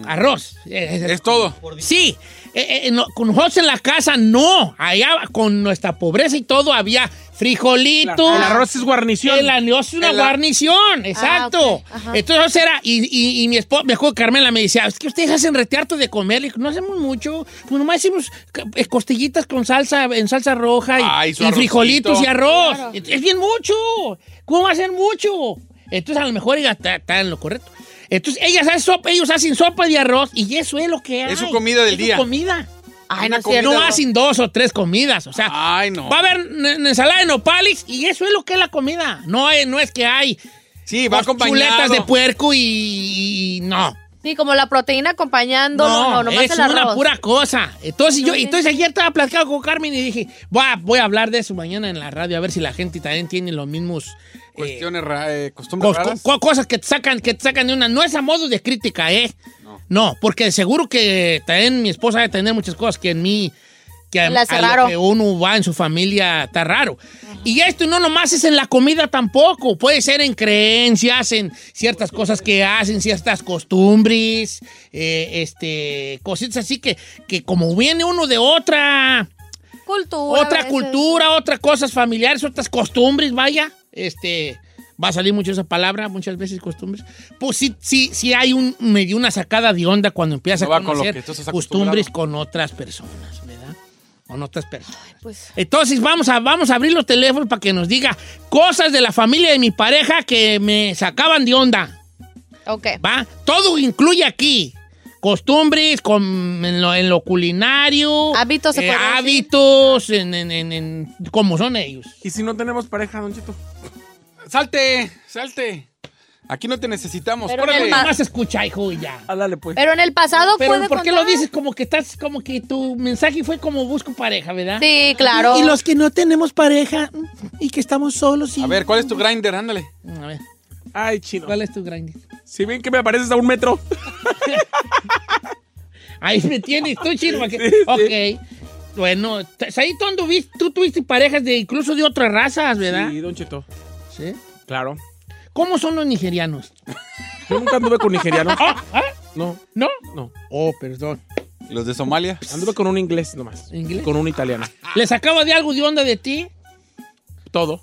A: Arroz. Es, todo. Eh, Sí. Eh, eh, no, con nosotros en la casa, no. Allá, con nuestra pobreza y todo, había frijolitos.
I: El arroz es guarnición.
A: El arroz es una
I: El a-
A: guarnición, exacto.
I: Ah, ok, ajá.
A: Entonces era, y, y- y mi esposa, me acuerdo, Carmela me decía, es que ustedes hacen retearto de comer, Le digo, no hacemos mucho, pues nomás hacemos eh, costillitas con salsa, en salsa roja y,
I: Ay, su
A: y frijolitos y
I: arrocito.
A: arroz.
I: Claro.
A: Es bien mucho, ¿cómo va a ser mucho? Entonces a lo mejor ella está, está en lo correcto. Entonces ellas hacen sopa, ellos hacen sopa de arroz y eso es lo que hay.
C: Es su comida del
A: Es
C: día.
A: Su comida.
B: Ay,
A: no,
B: no es cierto.
A: hacen dos o tres comidas, o sea, va a haber n- n- ensalada de nopales y eso es lo que es la comida. No es, no es que hay
C: sí, va
A: chuletas
C: acompañado.
A: de puerco y, y no.
B: Sí, como la proteína acompañando, no,
A: No,
B: nomás
A: es
B: el arroz.
A: una pura cosa. Entonces yo, entonces ayer estaba platicando con Carmen y dije, voy a, voy a hablar de eso mañana en la radio a ver si la gente también tiene los mismos
C: Cuestiones, ra- eh, costumbres
A: cos-
C: raras.
A: co- cosas que te sacan, que te sacan de una. No es a modo de crítica, eh. No, porque seguro que también mi esposa debe tener muchas cosas que en mí, que a,
B: Le hace
A: a lo
B: raro.
A: que uno va en su familia está raro. Y esto no nomás es en la comida tampoco, puede ser en creencias, en ciertas cosas que hacen, ciertas costumbres, eh, este, cositas así que, que como viene uno de otra,
B: Cultura. a
A: otra
B: veces.
A: cultura, otras cosas familiares, otras costumbres, vaya, este, va a salir mucho esa palabra, muchas veces costumbres. Pues sí, sí, sí hay un, medio una sacada de onda cuando empiezas
C: No va
A: a
C: con lo
A: conocer
C: que tú estás
A: costumbres
C: acostumbrado.
A: con otras personas, ¿verdad? Con otras personas.
B: Pues,
A: Entonces vamos a, vamos a abrir los teléfonos para que nos diga cosas de la familia de mi pareja que me sacaban de onda.
B: ok.
A: ¿Va? Todo incluye aquí. Costumbres, com- en, lo, en lo culinario.
B: Hábitos, se
A: eh,
B: puede decir.
A: hábitos, en, en, en- en cómo son ellos.
I: ¿Y si no tenemos pareja, Don Cheto?
C: Salte, salte. Aquí no te necesitamos.
B: Pero en el ma-
A: Nada más escucha, hijo, y ya.
I: Háblale, pues.
B: Pero en el pasado
A: Pero
B: puede
A: ¿por qué lo
B: contar?
A: dices? Como que estás, como que tu mensaje fue como busco pareja, ¿verdad?
B: Sí, claro.
A: Y los que no tenemos pareja y que estamos solos y...
C: A ver, ¿cuál es tu grinder? Ándale.
A: A ver,
I: Ay, chino.
A: ¿cuál es tu grinding?
I: Si bien que me apareces a un metro.
A: (laughs) Ahí me tienes tú, chino. para que- Ok. Bueno, t- ahí tú anduviste, tú tuviste parejas de incluso de otras razas, ¿verdad?
I: Sí, Don Cheto.
A: Sí.
I: Claro.
A: ¿Cómo son los nigerianos?
I: Yo nunca anduve con nigerianos.
A: Ah, ah,
I: No,
A: ¿No?
I: no.
A: Oh, perdón.
C: Los de Somalia.
I: Anduve con un inglés nomás.
A: ¿Inglés?
I: Con un italiano.
A: (laughs) ¿Les acaba de algo de onda de ti?
I: Todo.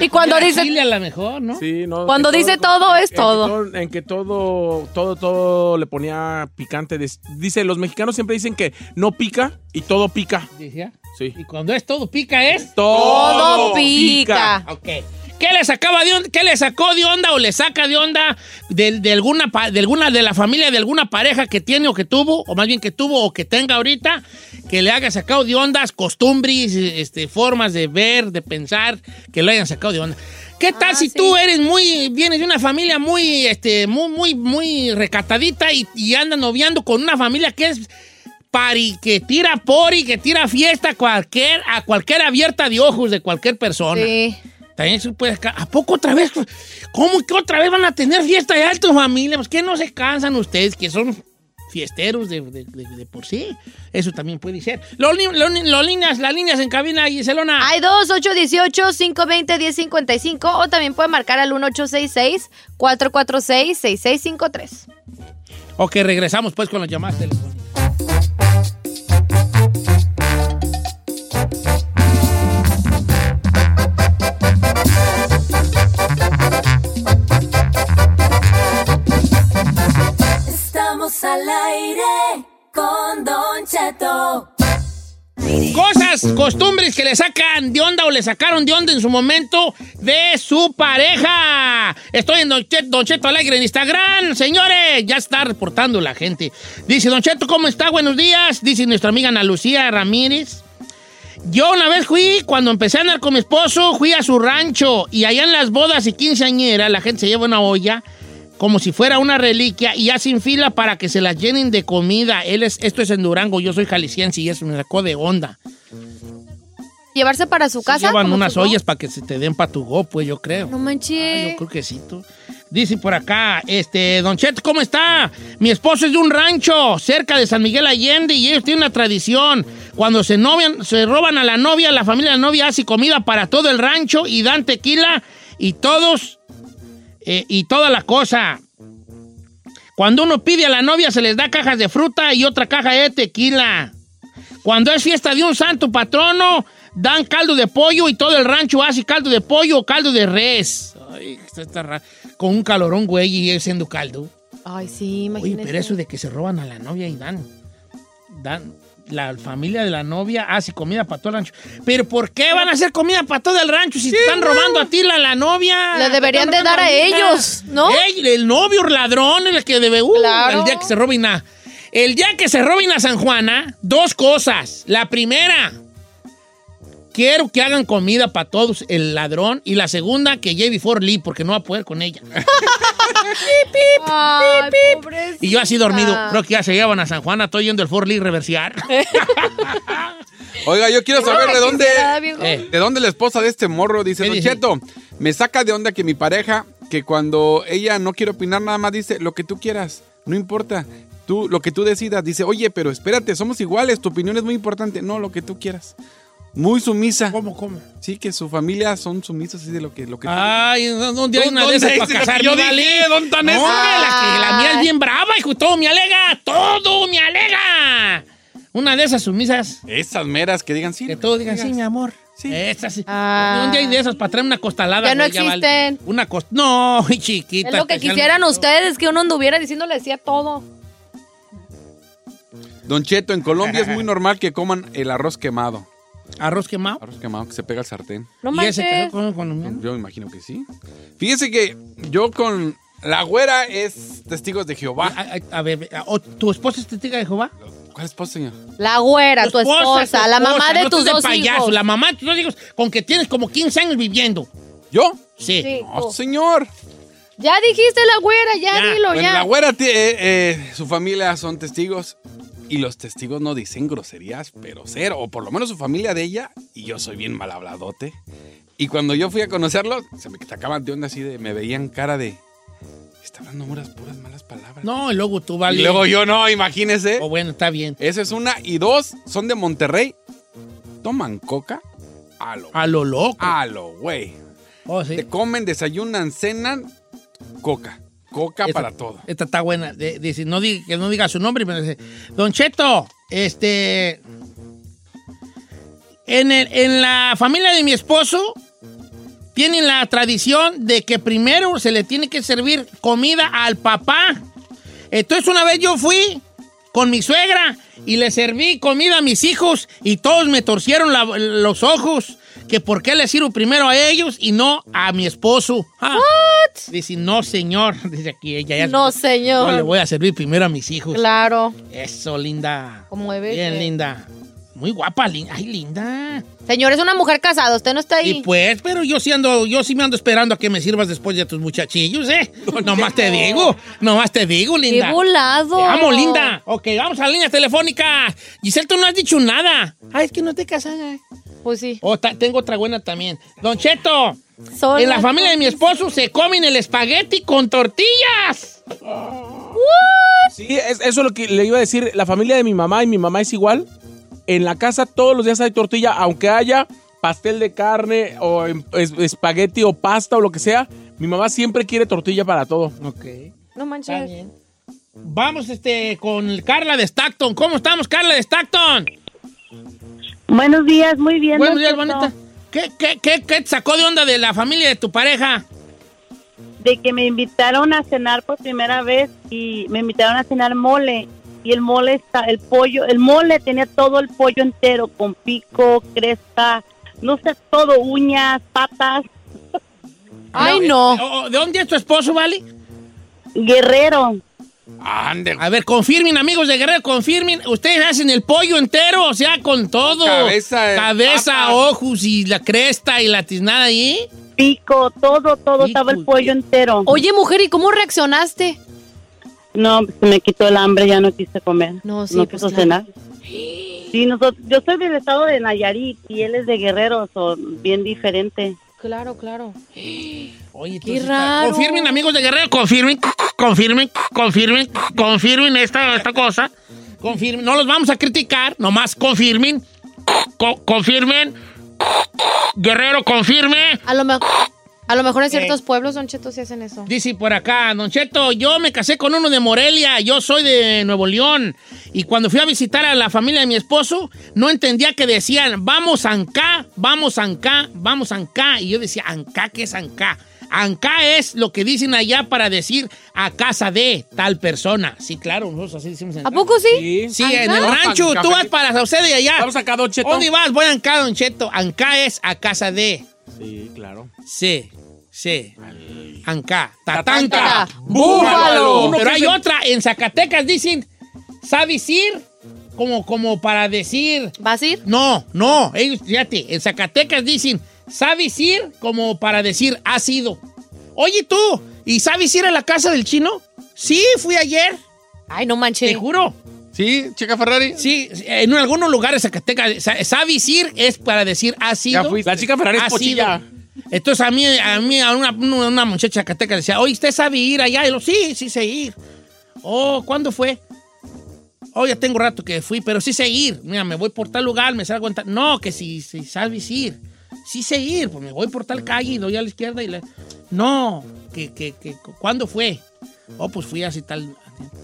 B: Y cuando
A: Era
B: dice,
A: Chile a lo mejor, ¿no?
I: Sí, no.
B: Cuando
I: en que
B: dice
I: en-
B: todo, es
I: en que
B: todo.
I: En que todo, todo, todo le ponía picante. Des- Dice, los mexicanos siempre dicen que no pica y todo pica.
A: Decía.
I: Sí.
A: Y cuando es todo pica es...
B: todo pica.
A: Ok. ¿Qué le sacaba de onda- qué le sacó de onda o le saca de onda de, de alguna pa- de alguna de la familia de alguna pareja que tiene o que tuvo o más bien que tuvo o que tenga ahorita que le haga sacado de ondas costumbres este formas de ver de pensar que lo hayan sacado de onda ¿Qué tal
B: Ah,
A: si
B: sí.
A: tú eres muy vienes de una familia muy este muy muy muy recatadita y, y andas noviando con una familia que es pari que tira pori que tira fiesta a cualquier a cualquier abierta de ojos de cualquier persona?
B: Sí.
A: También se puede ca- ¿A poco otra vez? ¿Cómo que otra vez van a tener fiesta de alto familia? Pues que no se cansan ustedes, que son fiesteros de, de- de- de por sí. Eso también puede ser. Los, li- los li- los líneas, las líneas en cabina, Giselona.
B: Hay dos, 818-520-1055 o también puede marcar al 1866-446-6653.
A: Ok, regresamos pues con las llamadas telefónicas.
F: Estamos al aire con Don Cheto.
A: Cosas, costumbres que le sacan de onda o le sacaron de onda en su momento de su pareja. Estoy en Don Che- Don Cheto, Alegre en Instagram, señores. Ya está reportando la gente. Dice Don Cheto, ¿cómo está? Buenos días. Dice nuestra amiga Ana Lucía Ramírez. Yo una vez fui, cuando empecé a andar con mi esposo, fui a su rancho y allá en las bodas y quinceañeras la gente se lleva una olla como si fuera una reliquia y hacen fila para que se la llenen de comida. Él es, esto es en Durango, yo soy jalisciense y eso me sacó de onda.
B: ¿Llevarse para su casa?
A: Llevan
B: como
A: unas
B: su go?
A: ollas para que se te den para tu go, pues yo creo.
B: No manches.
A: Creo que sí, tú. Dice por acá, este, Don Cheto, ¿cómo está? Mi esposo es de un rancho cerca de San Miguel Allende y ellos tienen una tradición. Cuando se, novian, se roban a la novia, la familia de la novia hace comida para todo el rancho y dan tequila y todos eh, y toda la cosa. Cuando uno pide a la novia se les da cajas de fruta y otra caja de tequila. Cuando es fiesta de un santo patrono, dan caldo de pollo y todo el rancho hace caldo de pollo o caldo de res. Ay, esto está ra- Con un calorón, güey, y él siendo caldo.
B: Ay, sí,
A: Oye,
B: imagínese.
A: pero eso de que se roban a la novia y dan. Dan. La familia de la novia hace comida para todo el rancho. Pero ¿por qué van a hacer comida para todo el rancho si te están robando a ti la, la novia?
B: Le deberían de dar a ellos, ¿no?
A: Ey, el novio ladrón, el que debe. uh, El día que se roben a. El día que se roben a San Juana, dos cosas. La primera, quiero que hagan comida para todos el ladrón. Y la segunda, que lleve for Lee, porque no va a poder con ella.
B: Ay, pobrecita.
A: Y yo así dormido.
B: Ah.
A: Creo que ya se llevan a San Juana. Estoy yendo el Ford Lee
B: (laughs)
A: reversear.
C: Oiga, yo quiero
A: Qué
C: saber de
A: raro,
C: dónde,
A: quisiera, viejo.
C: eh, de dónde la esposa de este morro dice, Don Cheto, me saca de onda que mi pareja, que cuando ella no quiere opinar nada más dice, lo que tú quieras, no importa, tú, lo que tú decidas, dice, oye, pero espérate, somos iguales, tu opinión es muy importante, no, lo que tú quieras. Muy sumisa.
A: ¿Cómo, cómo?
C: Sí, que su familia son sumisas, así de lo que, lo que tú-
A: Ay, ¿dónde hay una de
C: ¿Dónde
A: esas para
C: dice lo que
A: casarme,
C: yo dije?
A: vale?
C: ¿Dónde están
A: No,
C: esas?
A: hombre, la, que, la mía es bien brava, hijo. Todo me alega. Todo me alega. Una de esas sumisas.
C: Esas meras que digan sí.
A: Que todos digan, sí, mi amor. Sí. Esas sí. ¿Dónde hay de esas para traer una costalada?
B: Ah. Ya no
A: güey? vale.
B: existen.
A: Una cost... No, (laughs) chiquita.
B: Es lo que
A: especial.
B: quisieran ustedes, que uno anduviera diciéndole sí a todo.
C: Don Cheto, en Colombia
A: (laughs)
C: es muy normal que coman el arroz quemado.
A: ¿Arroz quemado?
C: Arroz quemado, que se pega al sartén.
B: No ¿Y ese manches. que
A: come colombiano?
C: Yo me imagino que sí. Fíjese que yo con... La güera es Testigos de Jehová.
A: A, a- a ver, a- o- ¿tu esposa es testiga este de Jehová?
C: ¿Cuál esposa, señor?
B: La güera, tu esposa,
A: tu
B: la
A: esposa,
B: mamá
A: no
B: de tus
A: estés
B: dos
A: payaso,
B: hijos.
A: La mamá de tus dos hijos con que tienes como 15 años viviendo.
C: ¿Yo?
A: Sí.
B: Sí, No, tú.
C: señor.
B: Ya dijiste la güera, ya, dilo,
C: Bueno,
B: ya.
C: la güera, ti- eh, eh, su familia son testigos y los testigos no dicen groserías, pero cero, o por lo menos su familia de ella, y yo soy bien mal habladote. Y cuando yo fui a conocerlos, se me sacaban de onda así de, me veían cara de... Está hablando puras, puras malas palabras.
A: No, y luego tú vale.
C: Y luego yo no, imagínese.
A: O bueno, está bien.
C: Esa es una. Y dos, son de Monterrey. Toman coca a lo,
A: a lo loco. Oh,
C: A lo güey.
A: Te
C: comen, desayunan, cenan, coca. Coca para todo.
A: Esta está buena. De- dice, no diga, que no diga su nombre, pero dice, Don Cheto, este... En, el- en la familia de mi esposo tienen la tradición de que primero se le tiene que servir comida al papá. Entonces una vez yo fui con mi suegra y le serví comida a mis hijos y todos me torcieron la- los ojos. Que por qué le sirvo primero a ellos y no a mi esposo. Ah. Dice, no señor. (laughs) Dice aquí ella. ya-
B: No, señor.
A: No, le voy a servir primero a mis hijos.
B: Claro.
A: Eso, linda.
B: Como debe
A: Bien,
B: ser.
A: linda. Muy guapa, linda. Ay, linda.
B: Señor, es una mujer casada, usted no está ahí.
A: Y pues, pero yo sí ando, yo sí me ando esperando a que me sirvas después de tus muchachillos,
B: (laughs)
A: ¿eh? Nomás te digo, nomás te digo,
B: ¡Qué
A: linda.
B: volado!
A: Te amo, linda. Ok, vamos a la línea telefónica. Giselle, tú no has dicho nada. Ay, es que no te casas. ¿eh?
B: Pues sí.
A: Oh, ta- tengo otra buena también. Don Cheto,
B: Sola
A: en la
B: tú.
A: familia de mi esposo se comen el espagueti con tortillas.
I: Sí, es- eso es lo que le iba a decir. La familia de mi mamá y mi mamá es igual. En la casa todos los días hay tortilla, aunque haya pastel de carne o em- es- espagueti o pasta o lo que sea. Mi mamá siempre quiere tortilla para todo.
A: Ok. Está
B: No manches.
A: bien. Vamos este, con Carla de Stockton. ¿Cómo estamos, Carla de Stockton?
O: Buenos días, muy bien.
A: Buenos
O: don
A: días,
O: Cheto.
A: bonita. ¿Qué, qué, qué, qué te sacó de onda de la familia de tu pareja?
O: De que me invitaron a cenar por primera vez y me invitaron a cenar mole. Y el mole está, el pollo, el mole tenía todo el pollo entero, con pico, cresta, no sé, todo, uñas, patas.
A: Ay, no. ¿De dónde es tu esposo, Vale?
O: Guerrero.
A: A ver, confirmen, amigos de Guerrero, confirmen. Ustedes hacen el pollo entero, o sea, con todo.
C: Cabeza, eh,
A: Cabeza,
C: papas.
A: ojos y la cresta y la tiznada ahí.
O: Pico, todo, todo, estaba el pollo entero.
B: Oye, mujer, ¿y cómo reaccionaste?
O: No, se me quitó el hambre, ya no quise comer. No,
B: sí, pues,
O: quiso
B: claro.
O: cenar. Sí, nosotros, yo soy del estado de Nayarit y él es de Guerrero, son bien diferente.
B: Claro, claro.
A: Oye,
B: Qué raro.
A: Confirmen, amigos de Guerrero, confirmen, confirmen, confirmen, confirmen esta, esta cosa. Confirmen, no los vamos a criticar, nomás confirmen, co- confirmen. Guerrero, confirme.
B: A lo, me- a lo mejor en ciertos
A: Eh.
B: pueblos, Don Cheto, sí hacen eso.
A: Dice por acá, Don Cheto, yo me casé con uno de Morelia, yo soy de Nuevo León. Y cuando fui a visitar a la familia de mi esposo, no entendía que decían, vamos a Ancá, vamos a Ancá, vamos a Ancá. Y yo decía, Ancá, ¿qué es Ancá? Ancá es lo que dicen allá para decir a casa de tal persona. Sí, claro, nosotros así decimos. en
B: ¿A
A: el
B: poco sí?
A: rancho. Sí, en el rancho, tú vas para Saucedo y allá.
I: Vamos acá, Don Cheto.
A: ¿Dónde vas? Voy a Ancá, Don Cheto. Ancá es a casa de.
I: Sí, claro.
A: Sí, sí. Ancá, Tatanca,
I: Tatanca,
A: Búfalo.
I: Búfalo. Uno
A: Pero
I: que
A: hay
I: se-
A: otra, en Zacatecas dicen, ¿sabes ir? Como, como para decir.
B: ¿Vas a ir?
A: No, no, ellos, fíjate, en Zacatecas dicen, ¿sabes ir? Como para decir, has ido. Oye tú, ¿y sabes ir a la casa del chino? Sí, fui ayer.
B: Ay, no manches.
A: Te juro.
C: ¿Sí, chica Ferrari?
A: Sí, en algunos lugares Zacatecas, sa- ¿sabes ir? Es para decir, has ido.
I: La chica Ferrari es
A: Ha sido.
I: pochilla.
A: Entonces a mí, a mí, a una, una una muchacha cateca decía, oye, ¿usted sabe ir allá? Y lo, sí, sí sé ir. Oh, ¿cuándo fue? Oh, ya tengo rato que fui, pero sí sé ir. Mira, me voy por tal lugar, me salgo en tal... No, que si, si sabes ir. Sí sé ir, pues me voy por tal calle y doy a la izquierda y la... No, que, que, que, ¿cuándo fue? Oh, pues fui así tal...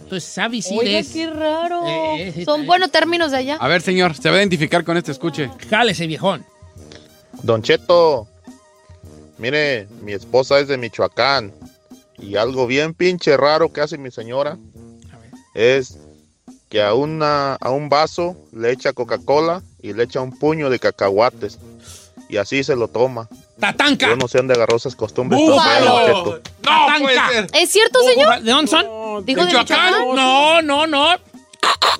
A: Entonces, ¿sabes ir?
B: Oiga,
A: es-
B: qué raro.
A: Eh, eh, sí,
B: Son
A: está
B: buenos términos de allá.
C: A ver, señor, se va a identificar con este escuche.
A: Jale ese viejón.
P: Don Cheto, mire, mi esposa es de Michoacán y algo bien pinche raro que hace mi señora es que a, una, a un vaso le echa Coca-Cola y le echa un puño de cacahuates y así se lo toma.
A: ¡Tatanca!
P: Yo no sé dónde agarró esas costumbres. pero,
A: ¡Búfalo!
P: Don Cheto,
C: No,
A: puede
C: ser.
B: ¿Es cierto, señor?
A: ¿De dónde son?
B: Digo de
A: Michoacán?
B: Michoacán.
A: No, no, no.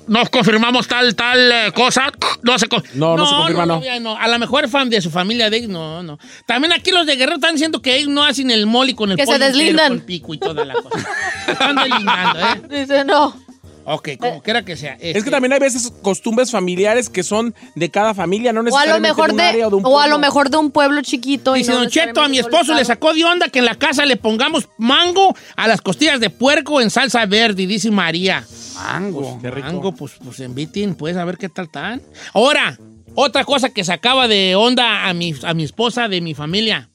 A: Nos confirmamos tal, tal eh, cosa. No se, con-
I: No, no se confirma, no.
A: ya A lo mejor fan de su familia de no, no. También aquí los de Guerrero están diciendo que ellos no hacen el moli con el
B: Que se
A: pollo entero,
B: deslindan.
A: con el pico y toda la cosa. están deslindando, ¿eh?
B: (laughs) Dice no.
A: Ok, como quiera que sea.
I: Es que también hay veces costumbres familiares que son de cada familia, no
B: O a lo
I: necesariamente
B: mejor
I: de un
B: de,
I: área o de un
B: o a lo
I: pueblo.
B: mejor de un pueblo chiquito. y
A: Dice
B: no
A: Don Cheto, a mi esposo le
B: necesariamente
A: sacó de onda que en la casa le pongamos mango a las costillas de puerco en salsa verde, dice María.
C: Mango.
A: Pues, mango, pues, pues inviten, pues a ver qué tal tan. Ahora, otra cosa que sacaba de onda a mi, a mi esposa de mi familia.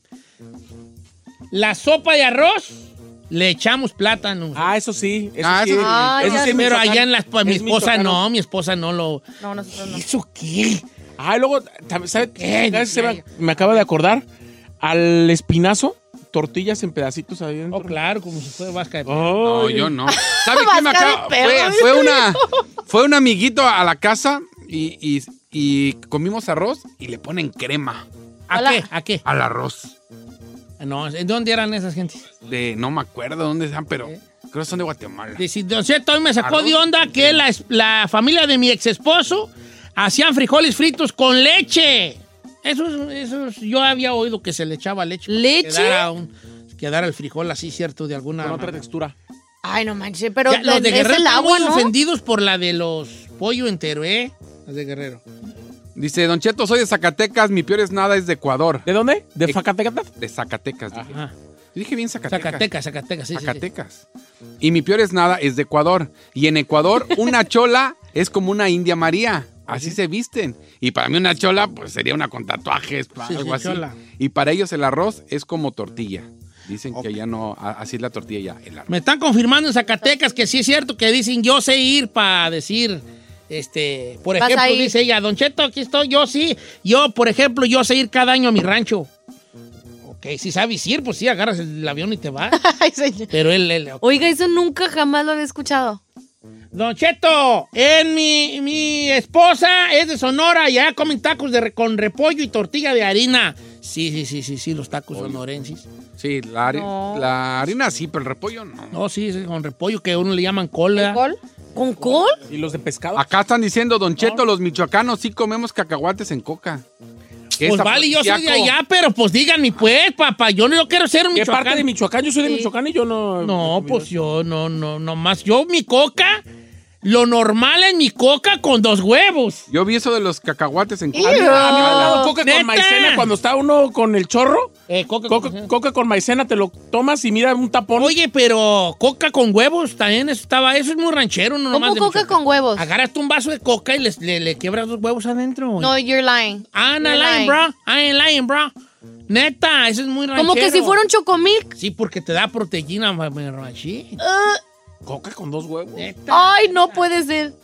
A: La sopa de arroz le echamos plátano.
I: Ah, eso sí. Eso
A: Ah,
I: sí.
A: eso sí.
B: Ah,
I: Eso
B: ya
I: sí,
B: sé.
A: Pero allá en las
I: Michoacán.
A: mi
I: Es
A: esposa
I: michoacano.
A: no, mi esposa no lo.
B: colocado. No, nosotros no.
A: ¿Eso qué?
I: Ah, y luego, tam- ¿sabe
A: ¿Qué?
I: ¿sabes? Se me, me acaba de acordar al espinazo, tortillas en pedacitos adentro.
A: Oh, claro, como si fuera vasca de
C: No,
I: Ay.
C: yo no. ¿Sabe qué me
B: Vasca de
C: acaba?
B: perro,
C: Fue,
B: dice.
C: fue una, fue un amiguito a la casa y, y- y comimos arroz y le ponen crema
A: ¿A
B: Hola.
A: qué? ¿A qué?
C: al arroz.
A: No, ¿en dónde eran esas gentes?
C: De, no me acuerdo dónde están, pero creo que son de Guatemala.
A: Dice, Don Cheto, hoy me sacó
C: Arroz.
A: de onda que la, es- la familia de mi ex esposo hacían frijoles fritos con leche. Eso, es- eso es- yo había oído que se le echaba leche. para
B: ¿Leche?
A: Que dara, un- que dara el frijol así, ¿cierto? De alguna
I: Con otra
A: manera.
I: textura.
B: Ay, no manches, pero
A: Ya, los de
B: es
A: Guerrero
B: el
A: están
B: agua,
A: muy
B: ¿no?
A: ofendidos por la de los pollo entero, ¿eh? Los de Guerrero.
C: Dice, Don Cheto, soy de Zacatecas, mi peor es nada, es de Ecuador.
I: ¿De dónde? ¿De Facatecata?
C: De Zacatecas. dije.
A: Ajá.
C: Yo dije bien Zacatecas.
A: Zacatecas, Zacatecas, sí, sí, sí.
C: Zacatecas. Y mi peor es nada, es de Ecuador. Y
A: (laughs)
C: en Ecuador, una chola es como una India María. Así se visten. Y para mí una chola, pues sería una con tatuajes, pa-
A: Sí, sí,
C: algo así.
A: chola.
C: Y para ellos el arroz es como tortilla. Dicen que ya no, a- así es la tortilla ya, el arroz.
A: Me están confirmando en Zacatecas que sí es cierto que dicen yo sé ir para decir, este, por
B: Vas a
A: ejemplo,
B: ir.
A: dice ella, Don Cheto, aquí estoy, yo sí, yo, por ejemplo, yo sé ir cada año a mi rancho. Ok, si sabes ir, pues sí, agarras el avión y te vas.
B: (laughs) Ay, señor.
A: Pero él, él, ok.
B: Oiga, eso nunca jamás lo había escuchado.
A: Don Cheto, en mi, mi esposa es de Sonora y allá comen tacos de re- con repollo y tortilla de harina. Sí, sí, sí, sí, sí, los tacos sonorenses.
C: Sí, la, hari-
A: No.
C: la harina sí, pero el repollo no.
A: No, sí, sí, con repollo que uno le llaman cola.
B: ¿Col? ¿Con col?
I: ¿Y los de pescado?
C: Acá están diciendo, Don Cheto, los michoacanos sí comemos cacahuates en coca. Que
A: Pues
C: es
A: vale, yo soy de
C: afrodisíaco.
A: allá, pero pues díganme, pues, papá, yo no yo quiero ser un
C: ¿Qué
A: michoacán.
C: parte de
I: Michoacán? Yo soy de Michoacán y yo no...
A: No, pues yo no, no, no más. Yo mi coca, lo normal es mi coca con dos huevos.
C: Yo vi eso de los cacahuates en
I: ¿Han han hablado Ah, coca con maicena cuando está uno con el chorro?
A: Eh, coca,
I: coca, con maicena, te lo tomas y mira un tapón.
A: Oye, pero coca con huevos también eso estaba, eso es muy ranchero, no
B: ¿Cómo
A: nomás de
B: coca
A: Michoacán.
B: con huevos?
A: Agarras tú un vaso de coca y les- le, le quiebras dos huevos adentro. güey.
B: No, you're lying.
A: I'm not
B: You're
A: lying, bro. I ain't lying, bro. Neta, eso es muy ranchero.
B: Como que si fuera un chocomilk.
A: Sí, porque te da proteína, ma- ma- Eh, machín.
B: Ah,
I: Coca con dos huevos.
B: ay, no puede ser.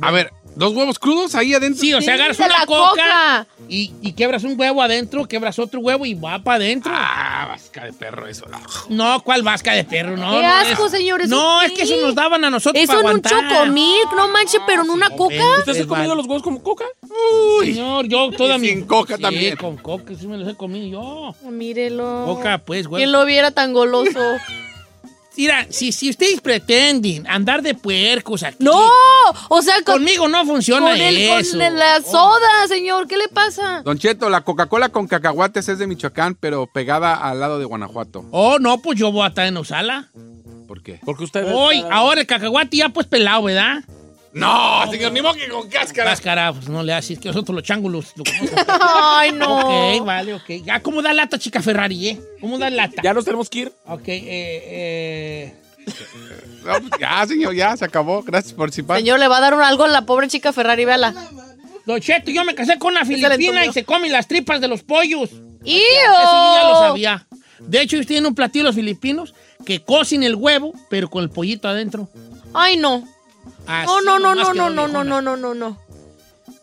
C: A ver, ¿dos huevos crudos ahí adentro?
A: Sí, o sea, agarras
B: de
A: una
B: la
A: coca,
B: coca.
A: Y, y quebras un huevo adentro, quebras otro huevo y va para adentro.
C: Ah, vasca de perro eso.
A: No, ¿cuál vasca de perro? No,
B: Qué
A: no,
B: asco,
A: es-
B: señor, eso
A: No,
B: qué.
A: es que eso nos daban a nosotros
B: Eso
A: para
B: en un
A: aguantar. Ah,
B: chocomilk, no manches, pero en una coca.
I: ¿Usted se ha comido los huevos como coca?
C: Uy.
A: Señor, yo toda mi...
C: sin coca
A: Sí,
C: también.
A: con coca, sí me los he comido yo.
B: Ah, Mírelo.
A: Coca, pues, güey.
B: ¿Quién lo viera
A: (laughs)
B: tan goloso?
A: Mira, si, si ustedes pretenden andar de puercos aquí...
B: ¡No! O sea, con,
A: Conmigo no funciona
B: con el- con
A: eso. Oh.
B: la soda, señor. ¿Qué le pasa?
C: Don Cheto, la Coca-Cola con cacahuates es de Michoacán, pero pegada al lado de Guanajuato.
A: Oh, no, pues yo voy a estar en Usala.
C: ¿Por qué?
I: Porque usted...
A: Hoy, ahora el cacahuate ya pues pelado, ¿verdad?
C: No, señor, ni modo que con cáscara.
A: Cáscara, pues no le haces que nosotros los changulos lo conocemos.
B: (laughs) Ay, no.
A: Ok, vale, ok. Ya, ¿cómo da lata, chica Ferrari, eh? ¿Cómo da lata?
I: Ya nos tenemos que ir.
A: Ok, eh, eh...
C: No, pues ya, señor, ya, se acabó. Gracias por participar.
B: Señor, le va a dar un algo a la pobre chica Ferrari, véala.
A: Don Cheto, yo me casé con una
B: le
A: filipina
B: entumió.
A: y se come las tripas de los pollos. Eso
B: ¡Ew!
A: yo ya lo sabía. De hecho, ellos tienen un platillo los filipinos que cocen el huevo, pero con el pollito adentro.
B: Ay, no.
A: Así
B: No, no, no,
A: nomás
B: no,
A: quedó
B: no, no,
A: viejona.
B: no, no, no, no, no.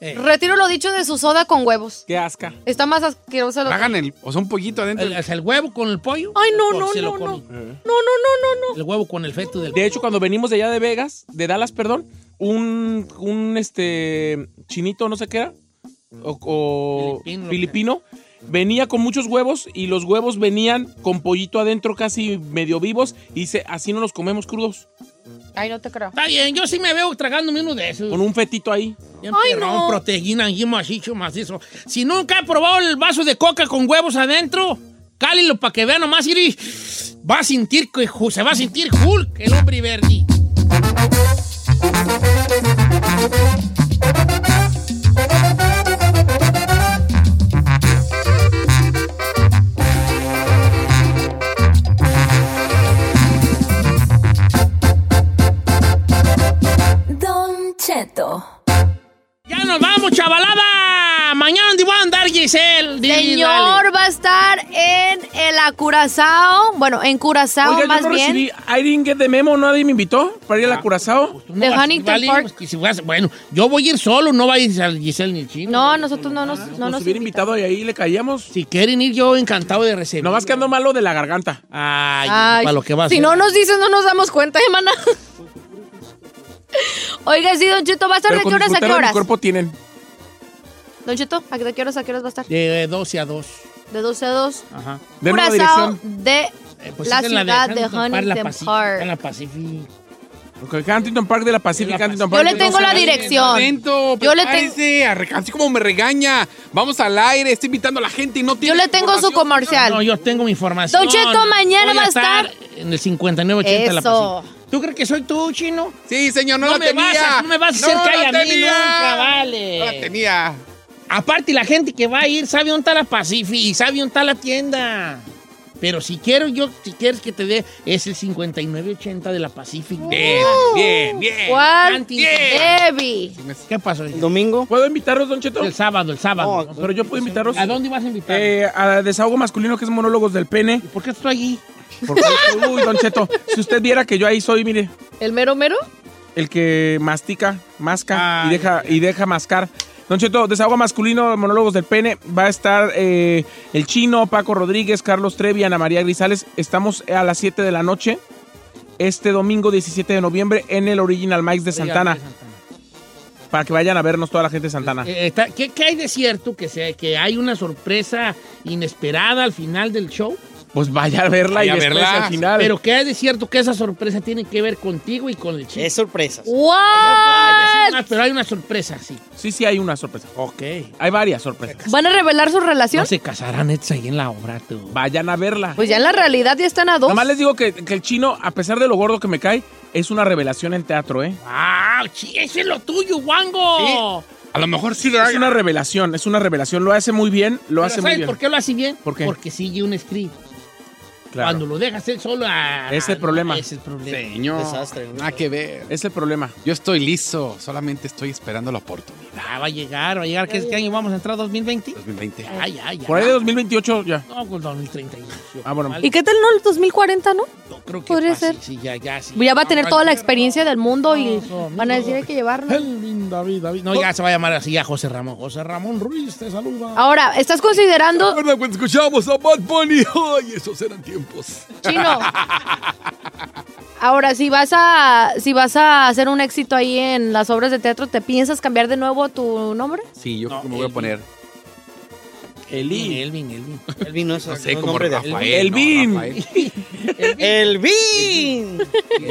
A: Eh,
B: Retiro lo dicho de su soda con huevos.
I: Qué asca.
B: Está más asquerosa. lo-
C: Hagan el, o sea, un pollito adentro.
A: el, es el huevo con el pollo.
B: Ay, no,
A: o
B: no,
A: se lo
B: no, no.
A: comen.
B: No, no, no, no, no.
A: El huevo con el feto del
I: De hecho, cuando venimos de allá de Vegas, de Dallas, perdón, un, un este chinito, no sé qué era, o, o-
A: Filipino,
I: filipino, venía con muchos huevos y los huevos venían con pollito adentro casi medio vivos y dice, así no los comemos crudos,
B: Ay, no te creo.
A: Está bien, yo sí me veo tragándome uno de esos.
I: con un fetito ahí.
A: Bien
B: Ay,
A: perrón,
B: no.
A: proteína, y macizo, macizo. Si nunca ha probado el vaso de coca con huevos adentro, cálilo para que vea nomás y va a sentir que ju- se va a sentir Hulk, el hombre verde.
F: Don Cheto.
A: Ya nos vamos, chavalada. Mañana dónde voy a andar, Giselle. Dile, dale.
B: Señor va a estar en el Acurazao. Bueno, en Curazao
I: Oiga,
B: más
I: yo no
B: bien.
I: recibí, I didn't get the memo, nadie me invitó para ir a la Curazao.
A: Tú Ah, pues, no
B: de
A: vas,
B: Huntington
A: vale,
B: Park.
A: pues, que si vas- bueno, yo voy a ir solo, no va a ir al Giselle ni el chino.
B: No, nosotros no nos,
A: Ah,
B: no
I: nos
B: nos
I: hubiera invitado y ahí le caíamos.
A: Si quieren ir, yo encantado de recibir.
I: Nomás que ando malo de la garganta.
A: Ay,
B: Ay,
A: para lo que va a
B: Si
A: ser.
B: no nos dices, no nos damos cuenta,
A: (laughs)
B: hermana. Oiga, sí, Don Cheto, ¿va a estar de
I: con
B: qué horas
I: disfrutar
B: a qué
I: de mi
B: horas?
I: cuerpo tienen.
B: Don Cheto, ¿a qué- ¿de qué horas a qué horas va a estar?
A: De 12 a 2.
B: De 12 a 2.
A: Ajá.
I: De nueva
B: Curazao
I: dirección.
B: de
A: Eh, pues
B: la
A: es en
B: ciudad de
A: Huntington Park, la
B: Huntington
A: Pacific- En
B: Park.
A: la Pacific.
I: Ok, Huntington Park de la Pacific,
A: De la
I: Huntington
B: Yo
I: Park.
B: le
I: de
B: tengo
I: Los
B: la
I: Ángeles.
B: dirección.
C: Atento,
B: Yo le
C: prepárese, arre- Así como me regaña. Vamos al aire, está invitando a la gente y no tiene.
B: Yo le tengo su
C: información.
A: No, yo
B: comercial.
A: tengo mi información.
B: Don Cheto, mañana
A: Voy
B: va a estar-
A: en el 5980 de la
B: Eso.
A: Pacific. ¿Tú crees que soy tú, chino?
C: Sí, señor, no,
A: No
C: la
A: me
C: tenía.
A: vas a- no me vas a hacer que haya
C: la
A: a mí
C: tenía.
A: nunca, vale.
C: No la tenía.
A: Aparte, la gente que va a ir sabe dónde está la Pacific y sabe dónde está la tienda. Pero si quiero yo, si quieres que te dé, es el 5980 de la Pacific.
C: Bien, bien, bien.
B: Uh. ¿Cuál?
A: Huntington.
B: Debbie.
A: ¿Qué pasó? El
Q: domingo.
I: ¿Puedo invitarlos, Don Cheto?
A: sábado, el sábado.
Q: No,
I: Pero yo puedo invitarlos
A: ¿A dónde vas a invitar?
I: eh, a Desahogo Masculino, que es Monólogos del Pene.
A: ¿Y ¿Por qué estoy allí?
I: Porque, uy, Don Cheto, si usted viera que yo ahí soy, mire,
B: ¿El mero mero?
I: el que mastica, masca
A: Ay,
I: y deja, y deja mascar. Don Cheto, Desahogo Masculino, Monólogos del Pene, va a estar eh, el chino, Paco Rodríguez, Carlos Trevi, Ana María Grisales. Estamos a las 7 de la noche, este domingo 17 de noviembre, en el Original Mike de Santana. Para que vayan a vernos toda la gente de Santana.
A: Eh, está- ¿qué, qué hay de cierto que, se, que hay una sorpresa inesperada al final del show?
I: Pues vaya a verla y después al final.
A: Pero ¿qué hay de cierto que esa sorpresa tiene que ver contigo y con el chico? Es sorpresa. Pero hay una sorpresa, sí.
I: Sí, sí, hay una sorpresa.
A: Ok.
I: Hay varias sorpresas.
B: ¿Van a revelar su relación?
A: No se casarán Edsa ahí en la obra, tú.
I: Vayan a verla.
B: Pues ya en la realidad ya están a dos.
I: Nomás les digo que, que el chino, a pesar de lo gordo que me cae, es una revelación en teatro, ¿eh?
A: ¡Ah! chi- ¡Ese es lo tuyo, Wango!
I: A lo mejor sí Es una revelación, es una revelación. Lo hace muy bien, lo
A: Pero
I: hace muy
A: ¿Sabes
I: bien.
A: por qué lo hace bien?
I: ¿Por qué?
A: Porque sigue un script.
I: Claro.
A: Cuando lo dejas él solo a...
I: Es el problema.
A: Es el problema.
I: Señor. Desastre,
A: güey.
C: Nada que ver.
I: Es el problema.
C: Yo estoy listo, solamente estoy esperando la oportunidad.
A: Ah, va a llegar, va a llegar. ¿Qué, qué año vamos a entrar? ¿2020?
C: 2020.
A: Ya, ya, ya.
I: Por ahí de 2028 ya.
A: No, pues con 2031.
I: Ah, bueno.
B: ¿Y qué tal no el 2040, no?
A: creo que
B: Podría
A: fácil,
B: ser.
A: Sí, ya, ya, sí.
B: Ya va a tener
A: Ah,
B: toda la
A: cualquier-
B: experiencia del mundo y van a decir hay que llevarnos.
A: linda vida. No, ya se va a llamar así a José Ramón. José Ramón Ruiz te saluda.
B: Ahora, ¿estás considerando,
Q: ¿Verdad cuando escuchábamos a Bad Bunny? ¡Ay, esos eran tiempos!
B: Chino? Ahora, si vas a si vas a hacer un éxito ahí en las obras de teatro, ¿te piensas cambiar de nuevo tu nombre?
C: (laughs) Sí, yo creo que me voy a poner.
A: Elvin, Elvin, Elvin.
L: Elvin no es no
C: sé,
L: es
C: como
L: nombre de
C: Rafael,
L: alguien.
C: ¿no?
L: Elvin.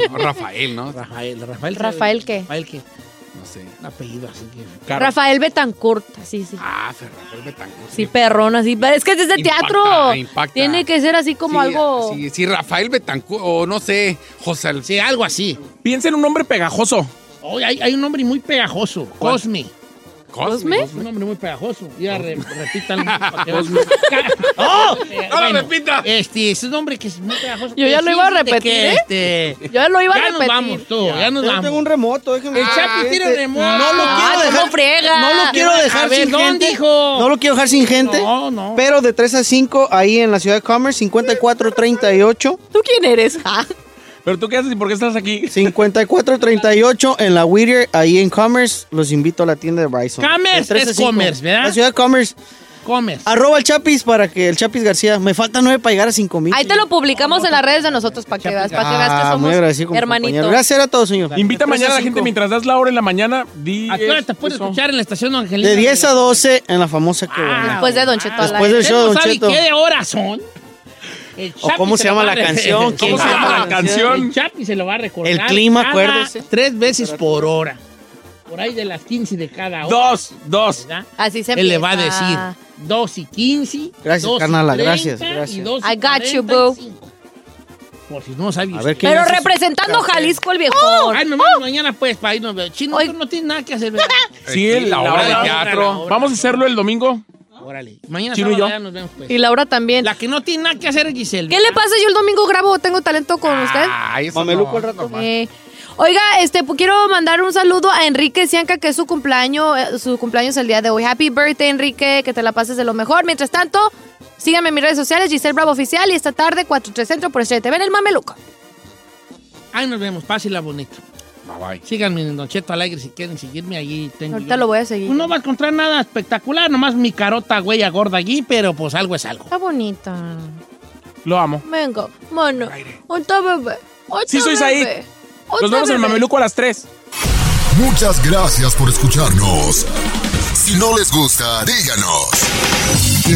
C: No, Rafael, ¿no?
A: Rafael, Rafael.
B: ¿Rafael qué?
A: Rafael qué.
C: No sé.
A: Un apellido así que.
B: Rafael Betancourt, así, sí.
C: Ah, Rafael Betancourt.
B: Sí, perrón, así. Es que es de
C: Impacta,
B: teatro.
C: impacta.
B: Tiene que ser así como
C: Sí,
B: algo.
C: Sí, sí, Rafael Betancourt, o no sé, José. Al-
A: Sí, algo así.
I: Piensa en un nombre pegajoso.
A: Hoy hay, hay un nombre muy pegajoso. Cosme.
C: ¿Cosme?
A: Un nombre muy pegajoso. Ya re,
L: (laughs)
A: repítanlo. para que
I: Cosme.
A: vean. ¡Oh! Eh,
C: ¡No lo
A: bueno,
C: repita!
A: Este, es un nombre que es muy pegajoso.
B: Yo ya lo iba a
A: Fíjate
B: repetir,
A: que,
B: ¿eh?
A: este,
B: Yo lo iba a
A: ya
B: repetir.
A: nos vamos, tú. Ya, nos
L: Yo
A: vamos.
L: tengo un remoto, déjenme.
A: El Chapi tiene
L: Este,
A: remoto.
L: No lo
A: Ah,
L: quiero
A: ¿cómo
L: dejar.
A: friega?
L: No lo quiero dejar
A: A ver,
L: sin
A: ¿dónde,
L: gente.
A: hijo?
L: No lo quiero dejar sin gente.
A: No, no.
L: Pero de 3 a 5 ahí en la ciudad de Commerce 5438.
B: ¿Tú quién eres? (laughs)
I: Pero tú qué haces y por qué estás aquí?
L: 5438 en la Whittier, ahí en Commerce. Los invito a la tienda de Bryson.
A: Commerce
L: De 3 a
A: es
L: 5.
A: Commerce, ¿verdad?
L: La ciudad de Commerce.
A: Commerce.
L: Arroba el Chapis para que el Chapis García. Me faltan 9 para llegar a 5 mil.
B: Ahí te lo publicamos en las redes de nosotros para que veas, para que veas que
L: Ah, muy agradecido
B: somos
L: con mi compañero.
B: hermanitos.
L: Gracias a todos, señor.
I: Invita
L: De
I: mañana a la
L: 3
I: gente
L: 5.
I: mientras das la hora en la mañana. Di
A: ¿A qué hora te puedes
I: eso.
A: escuchar en la estación Angelina?
L: De 10 a 12 en la famosa que
I: Ah.
B: Después de Don Cheto al
L: Después
B: aire.
L: del show,
A: ¿Usted
L: Don
A: no sabe
L: Cheto.
A: qué horas son? El
L: ¿O
A: Chapi
L: cómo se
A: lo
L: llama
A: va
L: la
A: a re-
L: canción?
A: ¿Cómo se llama la canción? El Chapi se lo va a recordar.
L: El clima,
A: cada
L: acuérdese.
A: Tres veces por hora. Por ahí de las 15 de cada hora.
I: Dos, dos.
A: ¿verdad?
B: Así se
A: Él le va a
B: empieza.
A: decir 2 y 15.
L: Gracias,
A: dos y
L: carnala,
A: 30,
L: gracias,
A: y
L: gracias.
A: dos y
B: I got
A: 45.
B: you, boo.
A: Por si no sabía.
L: A ver, ¿qué
B: Pero
L: haces?
B: representando
L: Café.
B: Jalisco el viejo.
A: Ay, nos vemos mañana pues para irnos. Chino, tú no tienes nada que hacer. ¿verdad?
I: (laughs) Sí, el- la hora de teatro. Vamos a hacerlo el domingo.
A: Órale. Mañana
I: Chino y
A: sábado
I: yo.
A: ya nos vemos pues.
B: Y Laura también.
A: La que no tiene nada que hacer es Giselle.
B: ¿Qué le pasa? Yo el domingo grabo, tengo talento con usted.
C: Ay, Ah, eso
L: Mameluco
C: no,
L: al rato.
C: nomás.
B: Eh, Oiga, este, pues, quiero mandar un saludo a Enrique Cianca, que es su cumpleaños, eh, su cumpleaños el día de hoy. Happy birthday, Enrique, que te la pases de lo mejor. Mientras tanto, síganme en mis redes sociales, Giselle Bravo Oficial, y esta tarde, 43 Centro, por te ven el mameluco.
A: Ahí nos vemos, fácil la bonita.
C: Bye, bye.
A: Síganme en Don Cheto Alegre si quieren seguirme allí. Tengo
B: Ahorita
A: yo-
B: lo voy a seguir.
A: Pues no va a encontrar nada espectacular, nomás mi carota huella gorda allí, pero pues algo es algo.
B: Está bonita.
I: Lo amo.
B: Venga, mono. Otra bebé. Otra
I: Sí, sois ahí.
B: bebé.
I: Nos
B: Otra
I: vemos en el
B: bebé.
I: Mameluco a las 3.
E: Muchas gracias por escucharnos. Si no les gusta, díganos. Que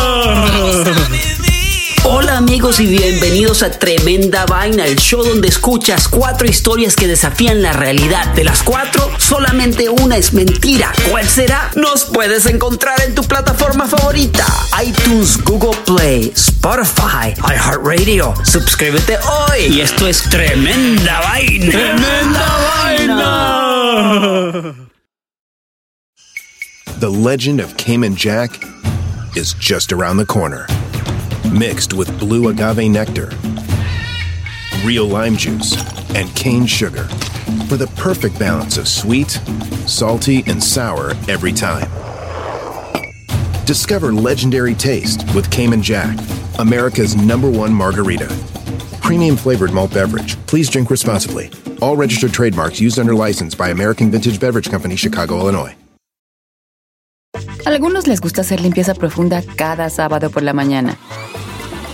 F: Hola amigos y bienvenidos a Tremenda Vaina, el show donde escuchas cuatro historias que desafían la realidad. De las cuatro, solamente una es mentira. ¿Cuál será? Nos puedes encontrar en tu plataforma favorita. iTunes, Google Play, Spotify, iHeartRadio. Suscríbete hoy. Y esto es Tremenda Vaina.
O: ¡Tremenda vaina!
R: The legend of Cayman Jack is just around the corner. Mixed with blue agave nectar, real lime juice, and cane sugar for the perfect balance of sweet, salty, and sour every time. Discover legendary taste with Cayman Jack, America's number one margarita. Premium flavored malt beverage. Please drink responsibly. All registered trademarks used under license by American Vintage Beverage Company, Chicago, Illinois.
S: Algunos les gusta hacer limpieza profunda cada sábado por la mañana.